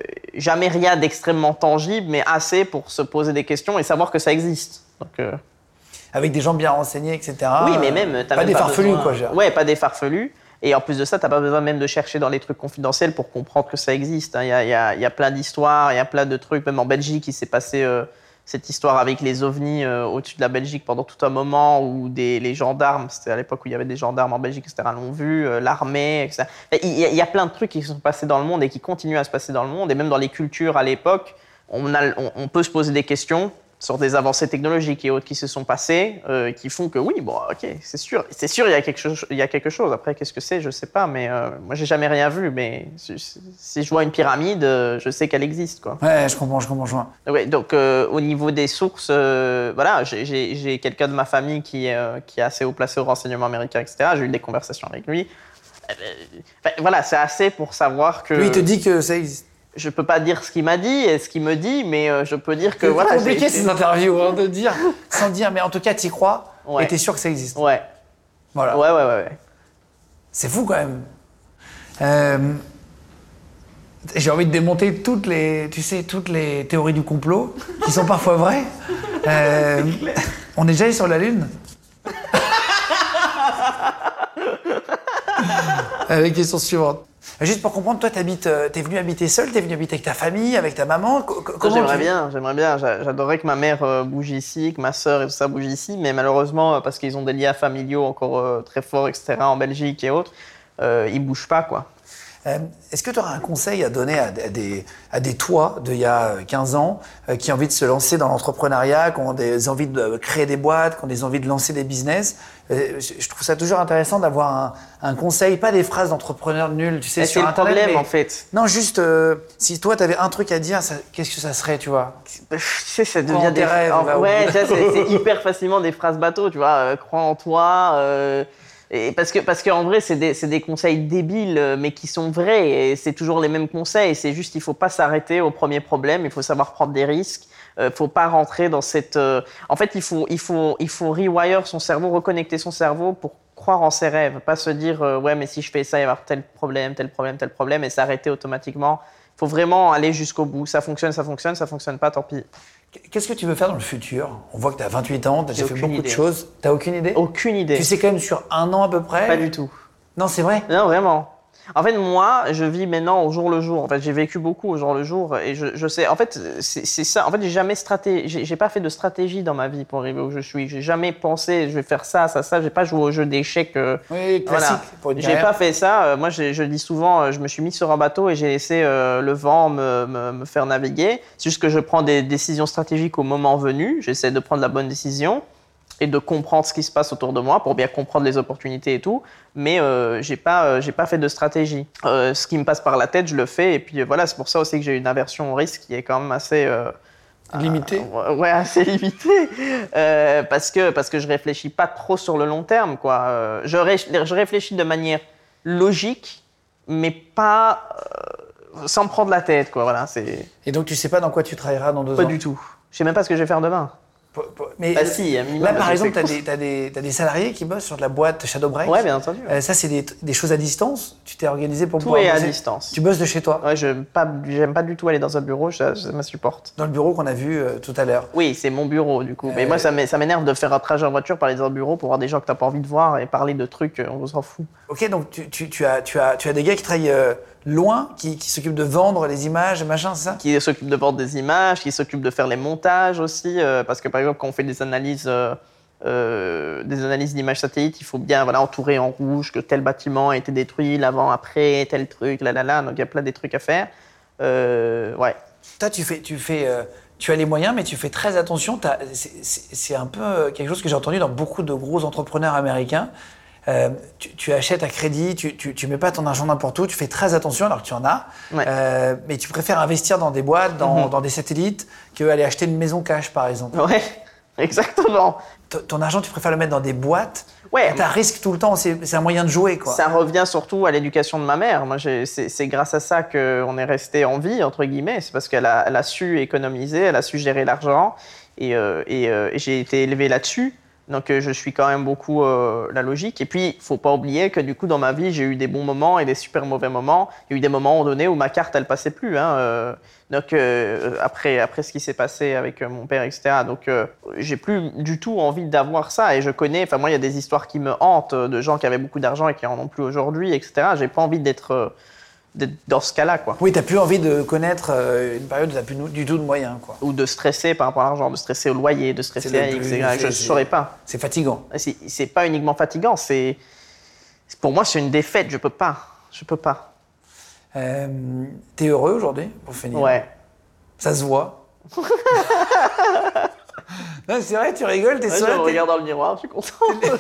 [SPEAKER 4] jamais rien d'extrêmement tangible, mais assez pour se poser des questions et savoir que ça existe. Donc, euh,
[SPEAKER 5] Avec des gens bien renseignés, etc.
[SPEAKER 4] Oui, mais même. t'as
[SPEAKER 5] Pas
[SPEAKER 4] même
[SPEAKER 5] des farfelus,
[SPEAKER 4] besoin-
[SPEAKER 5] quoi, je veux dire.
[SPEAKER 4] Ouais, pas des farfelus. Et en plus de ça, t'as pas besoin même de chercher dans les trucs confidentiels pour comprendre que ça existe. hein. Il y, a, il y a- il y a plein d'histoires, il y a plein de trucs. Même en Belgique, il s'est passé euh, cette histoire avec les ovnis euh, au-dessus de la Belgique pendant tout un moment où des, les gendarmes, c'était à l'époque où il y avait des gendarmes en Belgique, etc., l'ont vu, euh, l'armée, etc. Et Il y, a- il y a plein de trucs qui se sont passés dans le monde et qui continuent à se passer dans le monde. Et même dans les cultures à l'époque, on, a- on- on peut se poser des questions sur des avancées technologiques et autres qui se sont passées, euh, qui font que oui, bon, ok, c'est sûr, c'est sûr, il y a quelque chose, il y a quelque chose. Après, qu'est-ce que c'est, je sais pas, mais euh, moi, j'ai jamais rien vu, mais si, si je vois une pyramide, euh, je sais qu'elle existe, quoi.
[SPEAKER 5] Ouais, je comprends, je comprends, je vois.
[SPEAKER 4] Ouais, donc, euh, au niveau des sources, euh, voilà, j'ai- j'ai j'ai quelqu'un de ma famille qui, est, euh, qui est assez haut placé au renseignement américain, etc. J'ai eu des conversations avec lui. Euh, ben, voilà, c'est assez pour savoir que
[SPEAKER 5] Lui, il te dit que ça existe.
[SPEAKER 4] je peux pas dire ce qu'il m'a dit et ce qu'il me dit, mais euh, je peux dire que
[SPEAKER 5] C'est
[SPEAKER 4] voilà.
[SPEAKER 5] compliqué
[SPEAKER 4] j'ai-
[SPEAKER 5] ces interviews, hein, de dire, sans dire, mais en tout cas, tu y crois
[SPEAKER 4] Ouais.
[SPEAKER 5] et tu es sûr que ça existe.
[SPEAKER 4] Ouais.
[SPEAKER 5] Voilà.
[SPEAKER 4] Ouais, ouais, ouais, ouais.
[SPEAKER 5] C'est fou quand même. Euh, J'ai envie de démonter toutes les, tu sais, toutes les théories du complot qui sont parfois vraies. Euh, on est déjà allé sur la lune. Euh, les questions suivantes. Euh, Juste pour comprendre, toi, t'habites, euh, t'es venu habiter seul, t'es venu habiter avec ta famille, avec ta maman. co- co- comment
[SPEAKER 4] J'aimerais
[SPEAKER 5] tu-
[SPEAKER 4] bien, j'aimerais bien. J'a- J'adorerais que ma mère euh, bouge ici, que ma sœur et tout ça bouge ici, mais malheureusement, euh, parce qu'ils ont des liens familiaux encore euh, très forts, etc., en Belgique et autres, euh, ils bougent pas, quoi.
[SPEAKER 5] Euh, Est-ce que tu auras un conseil à donner à, à des, à des toits d'il y a euh, 15 ans euh, qui ont envie de se lancer dans l'entrepreneuriat, qui ont des envies de euh, créer des boîtes, qui ont des envies de lancer des business Euh, Je je trouve ça toujours intéressant d'avoir un, un conseil, pas des phrases d'entrepreneurs nuls, tu sais,
[SPEAKER 4] Et Eh, C'est
[SPEAKER 5] sur
[SPEAKER 4] le
[SPEAKER 5] Internet.
[SPEAKER 4] problème,
[SPEAKER 5] mais-
[SPEAKER 4] en fait.
[SPEAKER 5] Non, juste, euh, si toi, tu avais un truc à dire, ça- qu'est-ce que ça serait, tu vois
[SPEAKER 4] Tu sais,
[SPEAKER 5] Crois
[SPEAKER 4] ça devient
[SPEAKER 5] en
[SPEAKER 4] des
[SPEAKER 5] tes rêves,
[SPEAKER 4] en-
[SPEAKER 5] va au
[SPEAKER 4] Ouais,
[SPEAKER 5] bout.
[SPEAKER 4] ça, c'est c'est hyper facilement des phrases bateaux, tu vois. euh, crois en toi. euh, et parce que parce qu'en vrai, c'est des, c'est des conseils débiles, euh, mais qui sont vrais. Et c'est toujours les mêmes conseils. C'est juste, il faut pas s'arrêter au premier problème. Il faut savoir prendre des risques. Euh, faut pas rentrer dans cette. euh, En fait, il faut il faut il faut rewire son cerveau, reconnecter son cerveau pour croire en ses rêves, pas se dire euh, ouais mais si je fais ça il va y avoir tel problème, tel problème, tel problème et s'arrêter automatiquement. Faut vraiment aller jusqu'au bout. Ça fonctionne, ça fonctionne, ça fonctionne pas, tant pis.
[SPEAKER 5] Qu'est-ce que tu veux faire dans le futur On voit que tu as 28 ans, tu as
[SPEAKER 4] J'ai
[SPEAKER 5] déjà fait
[SPEAKER 4] aucune
[SPEAKER 5] beaucoup de
[SPEAKER 4] idée.
[SPEAKER 5] choses. Tu aucune idée
[SPEAKER 4] Aucune idée.
[SPEAKER 5] Tu sais quand même sur un an à peu près
[SPEAKER 4] Pas du tout.
[SPEAKER 5] Non, c'est vrai.
[SPEAKER 4] Non, vraiment. En fait, moi, je vis maintenant au jour le jour. En fait, j'ai vécu beaucoup au jour le jour et je, je sais. En fait, c'est c'est ça. En fait, j'ai jamais straté- j'ai j'ai pas fait de stratégie dans ma vie pour arriver où je suis. J'ai jamais pensé, je vais faire ça, ça, ça. J'ai pas joué au jeu d'échecs. euh,
[SPEAKER 5] Oui, classique pour une
[SPEAKER 4] J'ai
[SPEAKER 5] carrière.
[SPEAKER 4] pas fait ça. Euh, Moi, je, je dis souvent, euh, je me suis mis sur un bateau et j'ai laissé euh, le vent me, me- me faire naviguer. C'est juste que je prends des décisions stratégiques au moment venu. J'essaie de prendre la bonne décision et de comprendre ce qui se passe autour de moi pour bien comprendre les opportunités et tout. Mais euh, j'ai pas, euh, j'ai pas fait de stratégie. Euh, ce qui me passe par la tête, je le fais. Et puis euh, voilà, c'est pour ça aussi que j'ai une aversion au risque qui est quand même assez. euh,
[SPEAKER 5] Limité.
[SPEAKER 4] Ouais, ouais, assez limité. Euh, parce, que, parce que je réfléchis pas trop sur le long terme. Quoi. Euh, je, ré- je réfléchis de manière logique, mais pas euh, sans me prendre la tête. Quoi. Voilà, c'est
[SPEAKER 5] Et donc, tu sais pas dans quoi tu travailleras dans deux
[SPEAKER 4] pas
[SPEAKER 5] ans
[SPEAKER 4] du tout. Je sais même pas ce que je vais faire demain.
[SPEAKER 5] Mais
[SPEAKER 4] Bah si, un minimum
[SPEAKER 5] là,
[SPEAKER 4] de
[SPEAKER 5] par exemple, tu as,
[SPEAKER 4] conséquences.
[SPEAKER 5] des, t'as des- t'as des salariés qui bossent sur de la boîte Shadowbreak.
[SPEAKER 4] Ouais, bien entendu.
[SPEAKER 5] Euh, ça, c'est des, des choses à distance. Tu t'es organisé pour
[SPEAKER 4] Tout
[SPEAKER 5] pouvoir
[SPEAKER 4] est à
[SPEAKER 5] bosser.
[SPEAKER 4] distance.
[SPEAKER 5] Tu bosses de chez toi,
[SPEAKER 4] Ouais, je n'aime pas, j'aime pas du tout aller dans un bureau, ça, ça me supporte.
[SPEAKER 5] dans le bureau qu'on a vu euh, tout à l'heure.
[SPEAKER 4] Oui, c'est mon bureau du coup. Mais
[SPEAKER 5] Euh,
[SPEAKER 4] moi, ça m'é- ça m'énerve de faire un trajet en voiture, parler dans un bureau pour voir des gens que t'as pas envie de voir et parler de trucs, euh, on s'en fout.
[SPEAKER 5] Ok, donc tu, tu- tu as, tu, as, tu as des gars qui travaillent euh, loin, qui, qui s'occupent de vendre les images, machin, c'est ça
[SPEAKER 4] qui s'occupe de vendre des images, qui s'occupe de faire les montages aussi, euh, parce que par exemple quand on fait des analyses, euh, euh, des analyses d'images satellites, il faut bien voilà entourer en rouge que tel bâtiment a été détruit, l'avant, après, tel truc, là là là, donc il y a plein des trucs à faire. Euh, ouais.
[SPEAKER 5] Toi, tu fais, tu fais, euh, tu as les moyens, mais tu fais très attention. T'as- c'est- C'est c'est un peu euh, quelque chose que j'ai entendu dans beaucoup de gros entrepreneurs américains. Euh, tu, tu achètes à crédit, tu, tu, tu mets pas ton argent n'importe où, tu fais très attention alors que tu en as.
[SPEAKER 4] Ouais.
[SPEAKER 5] Euh, mais tu préfères investir dans des boîtes, dans,
[SPEAKER 4] Mhm.
[SPEAKER 5] dans des satellites, que aller acheter une maison cash, par exemple.
[SPEAKER 4] Ouais, exactement.
[SPEAKER 5] T- Ton argent, tu préfères le mettre dans des boîtes.
[SPEAKER 4] Ouais.
[SPEAKER 5] T'as risque tout le temps. C'est c'est un moyen de jouer, quoi.
[SPEAKER 4] Ça revient surtout à l'éducation de ma mère. Moi, j'ai- c'est c'est grâce à ça qu'on est resté en vie, entre guillemets. C'est parce qu'elle a, elle a su économiser, elle a su gérer l'argent. Et, euh, et, euh, et j'ai été élevé là-dessus. Donc, euh, je suis quand même beaucoup euh, la logique. Et puis, faut pas oublier que du coup, dans ma vie, j'ai eu des bons moments et des super mauvais moments. Il y a eu des moments donné où ma carte, elle passait plus. hein, euh, donc, euh, après, après ce qui s'est passé avec euh, mon père, etc. Donc, euh, j'ai plus du tout envie d'avoir ça. Et je connais, enfin, moi, il y a des histoires qui me hantent euh, de gens qui avaient beaucoup d'argent et qui en ont plus aujourd'hui, etc. J'ai pas envie d'être euh, d'être dans ce cas-là, quoi.
[SPEAKER 5] Oui, t'as plus envie de connaître euh, une période où t'as plus nou- du tout de moyens, quoi.
[SPEAKER 4] Ou de stresser par rapport à l'argent, de stresser au loyer, de stresser
[SPEAKER 5] C'est le
[SPEAKER 4] à X,
[SPEAKER 5] plus-
[SPEAKER 4] etc. Je
[SPEAKER 5] c'est-
[SPEAKER 4] ne saurais pas.
[SPEAKER 5] C'est fatigant.
[SPEAKER 4] C'est c'est pas uniquement fatigant, c'est. c'est- Pour moi, c'est une défaite, je peux pas. Je peux pas.
[SPEAKER 5] Euh, T'es heureux aujourd'hui, pour finir
[SPEAKER 4] Ouais.
[SPEAKER 5] Ça se voit. Non, c'est vrai, tu rigoles, t'es
[SPEAKER 4] Ouais, je
[SPEAKER 5] soleil,
[SPEAKER 4] me
[SPEAKER 5] t'es-
[SPEAKER 4] regarde dans le miroir, je suis content.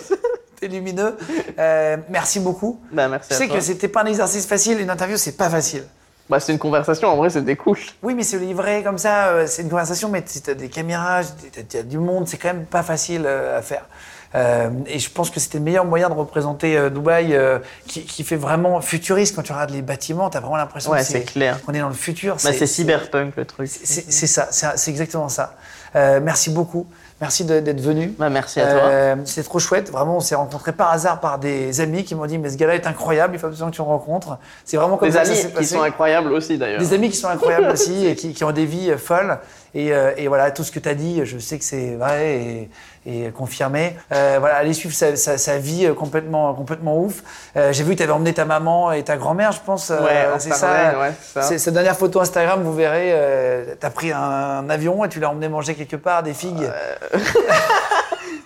[SPEAKER 5] t'es lumineux. Euh, merci beaucoup.
[SPEAKER 4] Bah, merci
[SPEAKER 5] Je
[SPEAKER 4] à
[SPEAKER 5] sais
[SPEAKER 4] toi.
[SPEAKER 5] que c'était pas un exercice facile, une interview c'est pas facile.
[SPEAKER 4] Bah, c'est une conversation, en vrai, c'était cool.
[SPEAKER 5] Oui, mais se livrer comme ça, euh, c'est une conversation, mais si t'as des caméras, si t'as- t'as du monde, c'est quand même pas facile euh, à faire. Euh, et je pense que c'était le meilleur moyen de représenter euh, Dubaï, euh, qui, qui fait vraiment futuriste quand tu regardes les bâtiments, t'as vraiment l'impression
[SPEAKER 4] Ouais,
[SPEAKER 5] que
[SPEAKER 4] c'est clair.
[SPEAKER 5] qu'on est dans le futur.
[SPEAKER 4] Bah, c'est cyberpunk le truc.
[SPEAKER 5] c'est- c'est ça, c'est c'est exactement ça. Euh, merci beaucoup, merci de- d'être venu.
[SPEAKER 4] Bah, merci à toi.
[SPEAKER 5] Euh, c'est trop chouette. Vraiment, on s'est rencontrés par hasard par des amis qui m'ont dit Mais ce gars-là est incroyable, il faut absolument que tu le rencontres. C'est vraiment comme
[SPEAKER 4] Des
[SPEAKER 5] ça que ça
[SPEAKER 4] amis
[SPEAKER 5] s'est
[SPEAKER 4] qui
[SPEAKER 5] passé.
[SPEAKER 4] sont incroyables aussi d'ailleurs.
[SPEAKER 5] Des amis qui sont incroyables aussi et qui, qui ont des vies euh, folles. Et, euh, et voilà, tout ce que tu as dit, je sais que c'est vrai et, et confirmé. Euh, voilà, allez suivre sa, sa- sa vie euh, complètement, complètement ouf. Euh, J'ai vu que tu avais emmené ta maman et ta grand-mère, je pense. euh,
[SPEAKER 4] Ouais, en
[SPEAKER 5] c'est
[SPEAKER 4] parallèle,
[SPEAKER 5] ça.
[SPEAKER 4] ouais, c'est ça.
[SPEAKER 5] C'est- Cette dernière photo Instagram, vous verrez, euh, tu as pris un, avion et tu l'as emmené manger quelque part, des figues.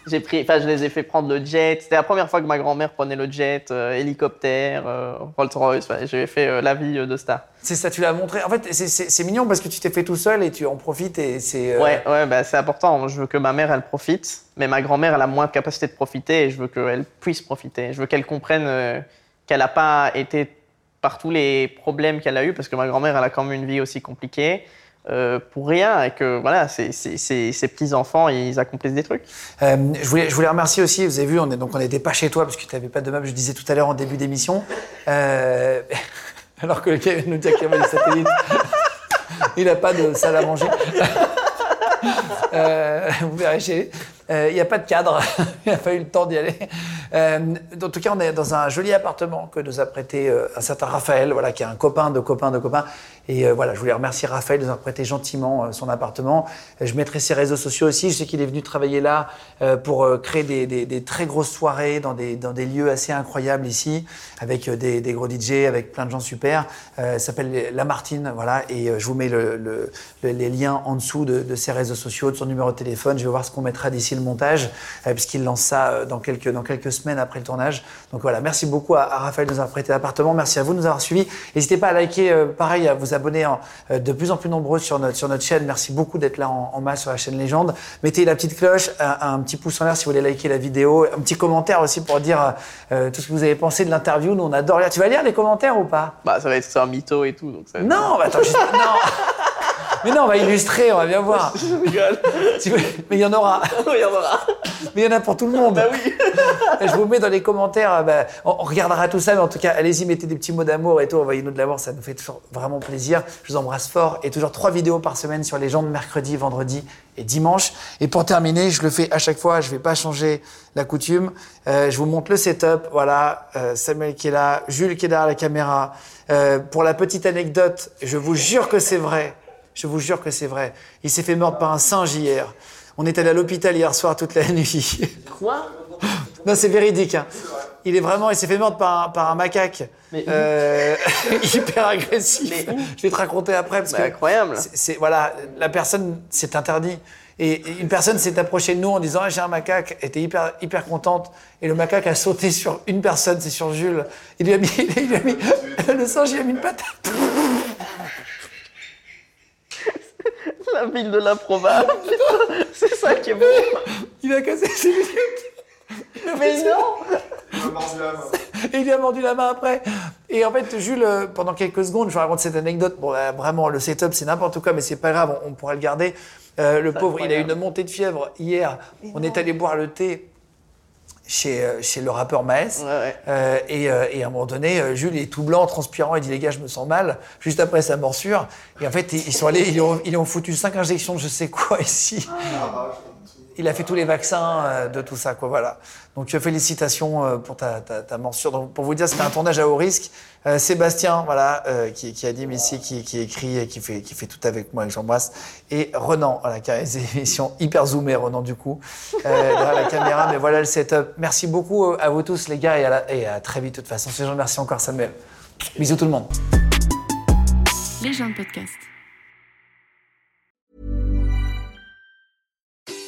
[SPEAKER 4] J'ai pris, enfin, je les ai fait prendre le jet. C'était la première fois que ma grand-mère prenait le jet, euh, hélicoptère, euh, Rolls-Royce. Enfin, j'ai fait euh, la vie euh, de star.
[SPEAKER 5] C'est ça, tu l'as montré. En fait, c'est- c'est c'est mignon parce que tu t'es fait tout seul et tu en profites et c'est. euh,
[SPEAKER 4] Ouais, ouais, bah, c'est important. Je veux que ma mère, elle profite, mais ma grand-mère, elle a moins de capacité de profiter et je veux qu'elle puisse profiter. Je veux qu'elle comprenne euh, qu'elle n'a pas été par tous les problèmes qu'elle a eu, parce que ma grand-mère, elle a quand même une vie aussi compliquée. euh, pour rien et que voilà ces, ces- ces- ces petits enfants ils accomplissent des trucs
[SPEAKER 5] Euh, je, voulais, je voulais remercier aussi, vous avez vu, on est, donc on n'était pas chez toi parce que tu n'avais pas de meubles, je disais tout à l'heure en début d'émission. Euh, alors que le gars vient de nous dire qu'il y avait des satellites. Il n'a pas de salle à manger. Euh, vous verrez chez lui. Il euh, n'y a pas de cadre, il a pas eu le temps d'y aller. Euh, en tout cas, on est dans un joli appartement que nous a prêté euh, un certain Raphaël, voilà, qui est un copain de copain de copain. Et euh, voilà, je voulais remercier Raphaël de nous avoir prêté gentiment euh, son appartement. Euh, je mettrai ses réseaux sociaux aussi. Je sais qu'il est venu travailler là euh, pour créer des, des, des, très grosses soirées dans des, dans des lieux assez incroyables ici, avec euh, des, des gros DJ, avec plein de gens super. ça s'appelle La Martine, voilà. Et euh, je vous mets le, le, le, les liens en dessous de, de ses réseaux sociaux, de son numéro de téléphone. Je vais voir ce qu'on mettra d'ici le montage, euh, puisqu'il lance ça dans quelques, dans quelques semaines après le tournage. Donc voilà, merci beaucoup à, à Raphaël de nous avoir prêté l'appartement. Merci à vous de nous avoir suivis. N'hésitez pas à liker, euh, pareil, à vous abonner en, euh, de plus en plus nombreux sur notre, sur notre chaîne. Merci beaucoup d'être là en, en, masse sur la chaîne Légende. Mettez la petite cloche, un, un petit pouce en l'air si vous voulez liker la vidéo. Un petit commentaire aussi pour dire euh, tout ce que vous avez pensé de l'interview. Nous, on adore lire. Tu vas lire les commentaires ou pas
[SPEAKER 4] Bah, ça va être un mytho et tout. Donc ça va être...
[SPEAKER 5] Non, bah, attends, juste... non Mais non, on va illustrer, on va bien voir.
[SPEAKER 4] Je rigole.
[SPEAKER 5] Mais il y en aura.
[SPEAKER 4] il y en aura.
[SPEAKER 5] Mais il y en a pour tout le monde.
[SPEAKER 4] Bah oui.
[SPEAKER 5] je vous mets dans les commentaires. Bah, on, regardera tout ça, mais en tout cas, allez-y, mettez des petits mots d'amour et tout. Envoyez-nous de l'amour, ça nous fait toujours vraiment plaisir. Je vous embrasse fort. Et toujours trois vidéos par semaine sur les gens de mercredi, vendredi et dimanche. Et pour terminer, je le fais à chaque fois. Je vais pas changer la coutume. Euh, je vous montre le setup. Voilà, euh, Samuel qui est là, Jules qui est derrière la caméra. Euh, pour la petite anecdote, je vous jure que c'est vrai. Je vous jure que c'est vrai. Il s'est fait mordre par un singe hier. On est allé à l'hôpital hier soir toute la nuit.
[SPEAKER 4] Quoi
[SPEAKER 5] Non, c'est véridique. Hein. Il est vraiment, il s'est fait mordre par un, par un macaque.
[SPEAKER 4] Mais...
[SPEAKER 5] Euh, hyper agressif. Mais... Je vais te raconter après parce
[SPEAKER 4] bah,
[SPEAKER 5] que
[SPEAKER 4] incroyable.
[SPEAKER 5] C'est voilà, la personne c'est interdit. Et une personne s'est approchée de nous en disant ah, j'ai un macaque, était hyper hyper contente et le macaque a sauté sur une personne, c'est sur Jules. Il lui a mis, il lui a mis le singe, il lui a mis une patate.
[SPEAKER 4] la ville de la province. C'est ça qui est bon.
[SPEAKER 5] Il a cassé ses lunettes.
[SPEAKER 4] Mais non
[SPEAKER 13] Il a mordu la main.
[SPEAKER 5] Et il lui a mordu la main après. Et en fait, Jules, euh, pendant quelques secondes, je vous raconte cette anecdote. Bon, là, vraiment, le setup, c'est n'importe quoi, mais c'est pas grave, on, on pourra le garder. Euh, le pauvre, incroyable. il a eu une montée de fièvre hier. Mais on non. est allé boire le thé chez, euh, chez, le rappeur Maes.
[SPEAKER 4] Ouais, ouais.
[SPEAKER 5] Euh, et, euh, et, à un moment donné, euh, Jules est tout blanc, transpirant, il dit les gars, je me sens mal, juste après sa morsure. Et en fait, ils, ils sont allés, ils ont, ils ont foutu cinq injections de je sais quoi ici. Il a fait tous les vaccins euh, de tout ça, quoi, voilà. Donc, euh, félicitations pour ta, ta, ta morsure. Donc, pour vous dire, c'était un tournage à haut risque. Euh, Sébastien, voilà, euh, qui, qui, anime ici, qui, qui, écrit et qui fait, qui fait tout avec moi et que j'embrasse. Et Renan, voilà, qui a des émissions hyper zoomées, Renan, du coup, euh, derrière la caméra. Mais voilà le setup merci beaucoup euh, à vous tous, les gars, et à, la, et à très vite de toute façon. Je remercie encore Samuel. Bisous tout le monde.
[SPEAKER 14] Les gens de podcast.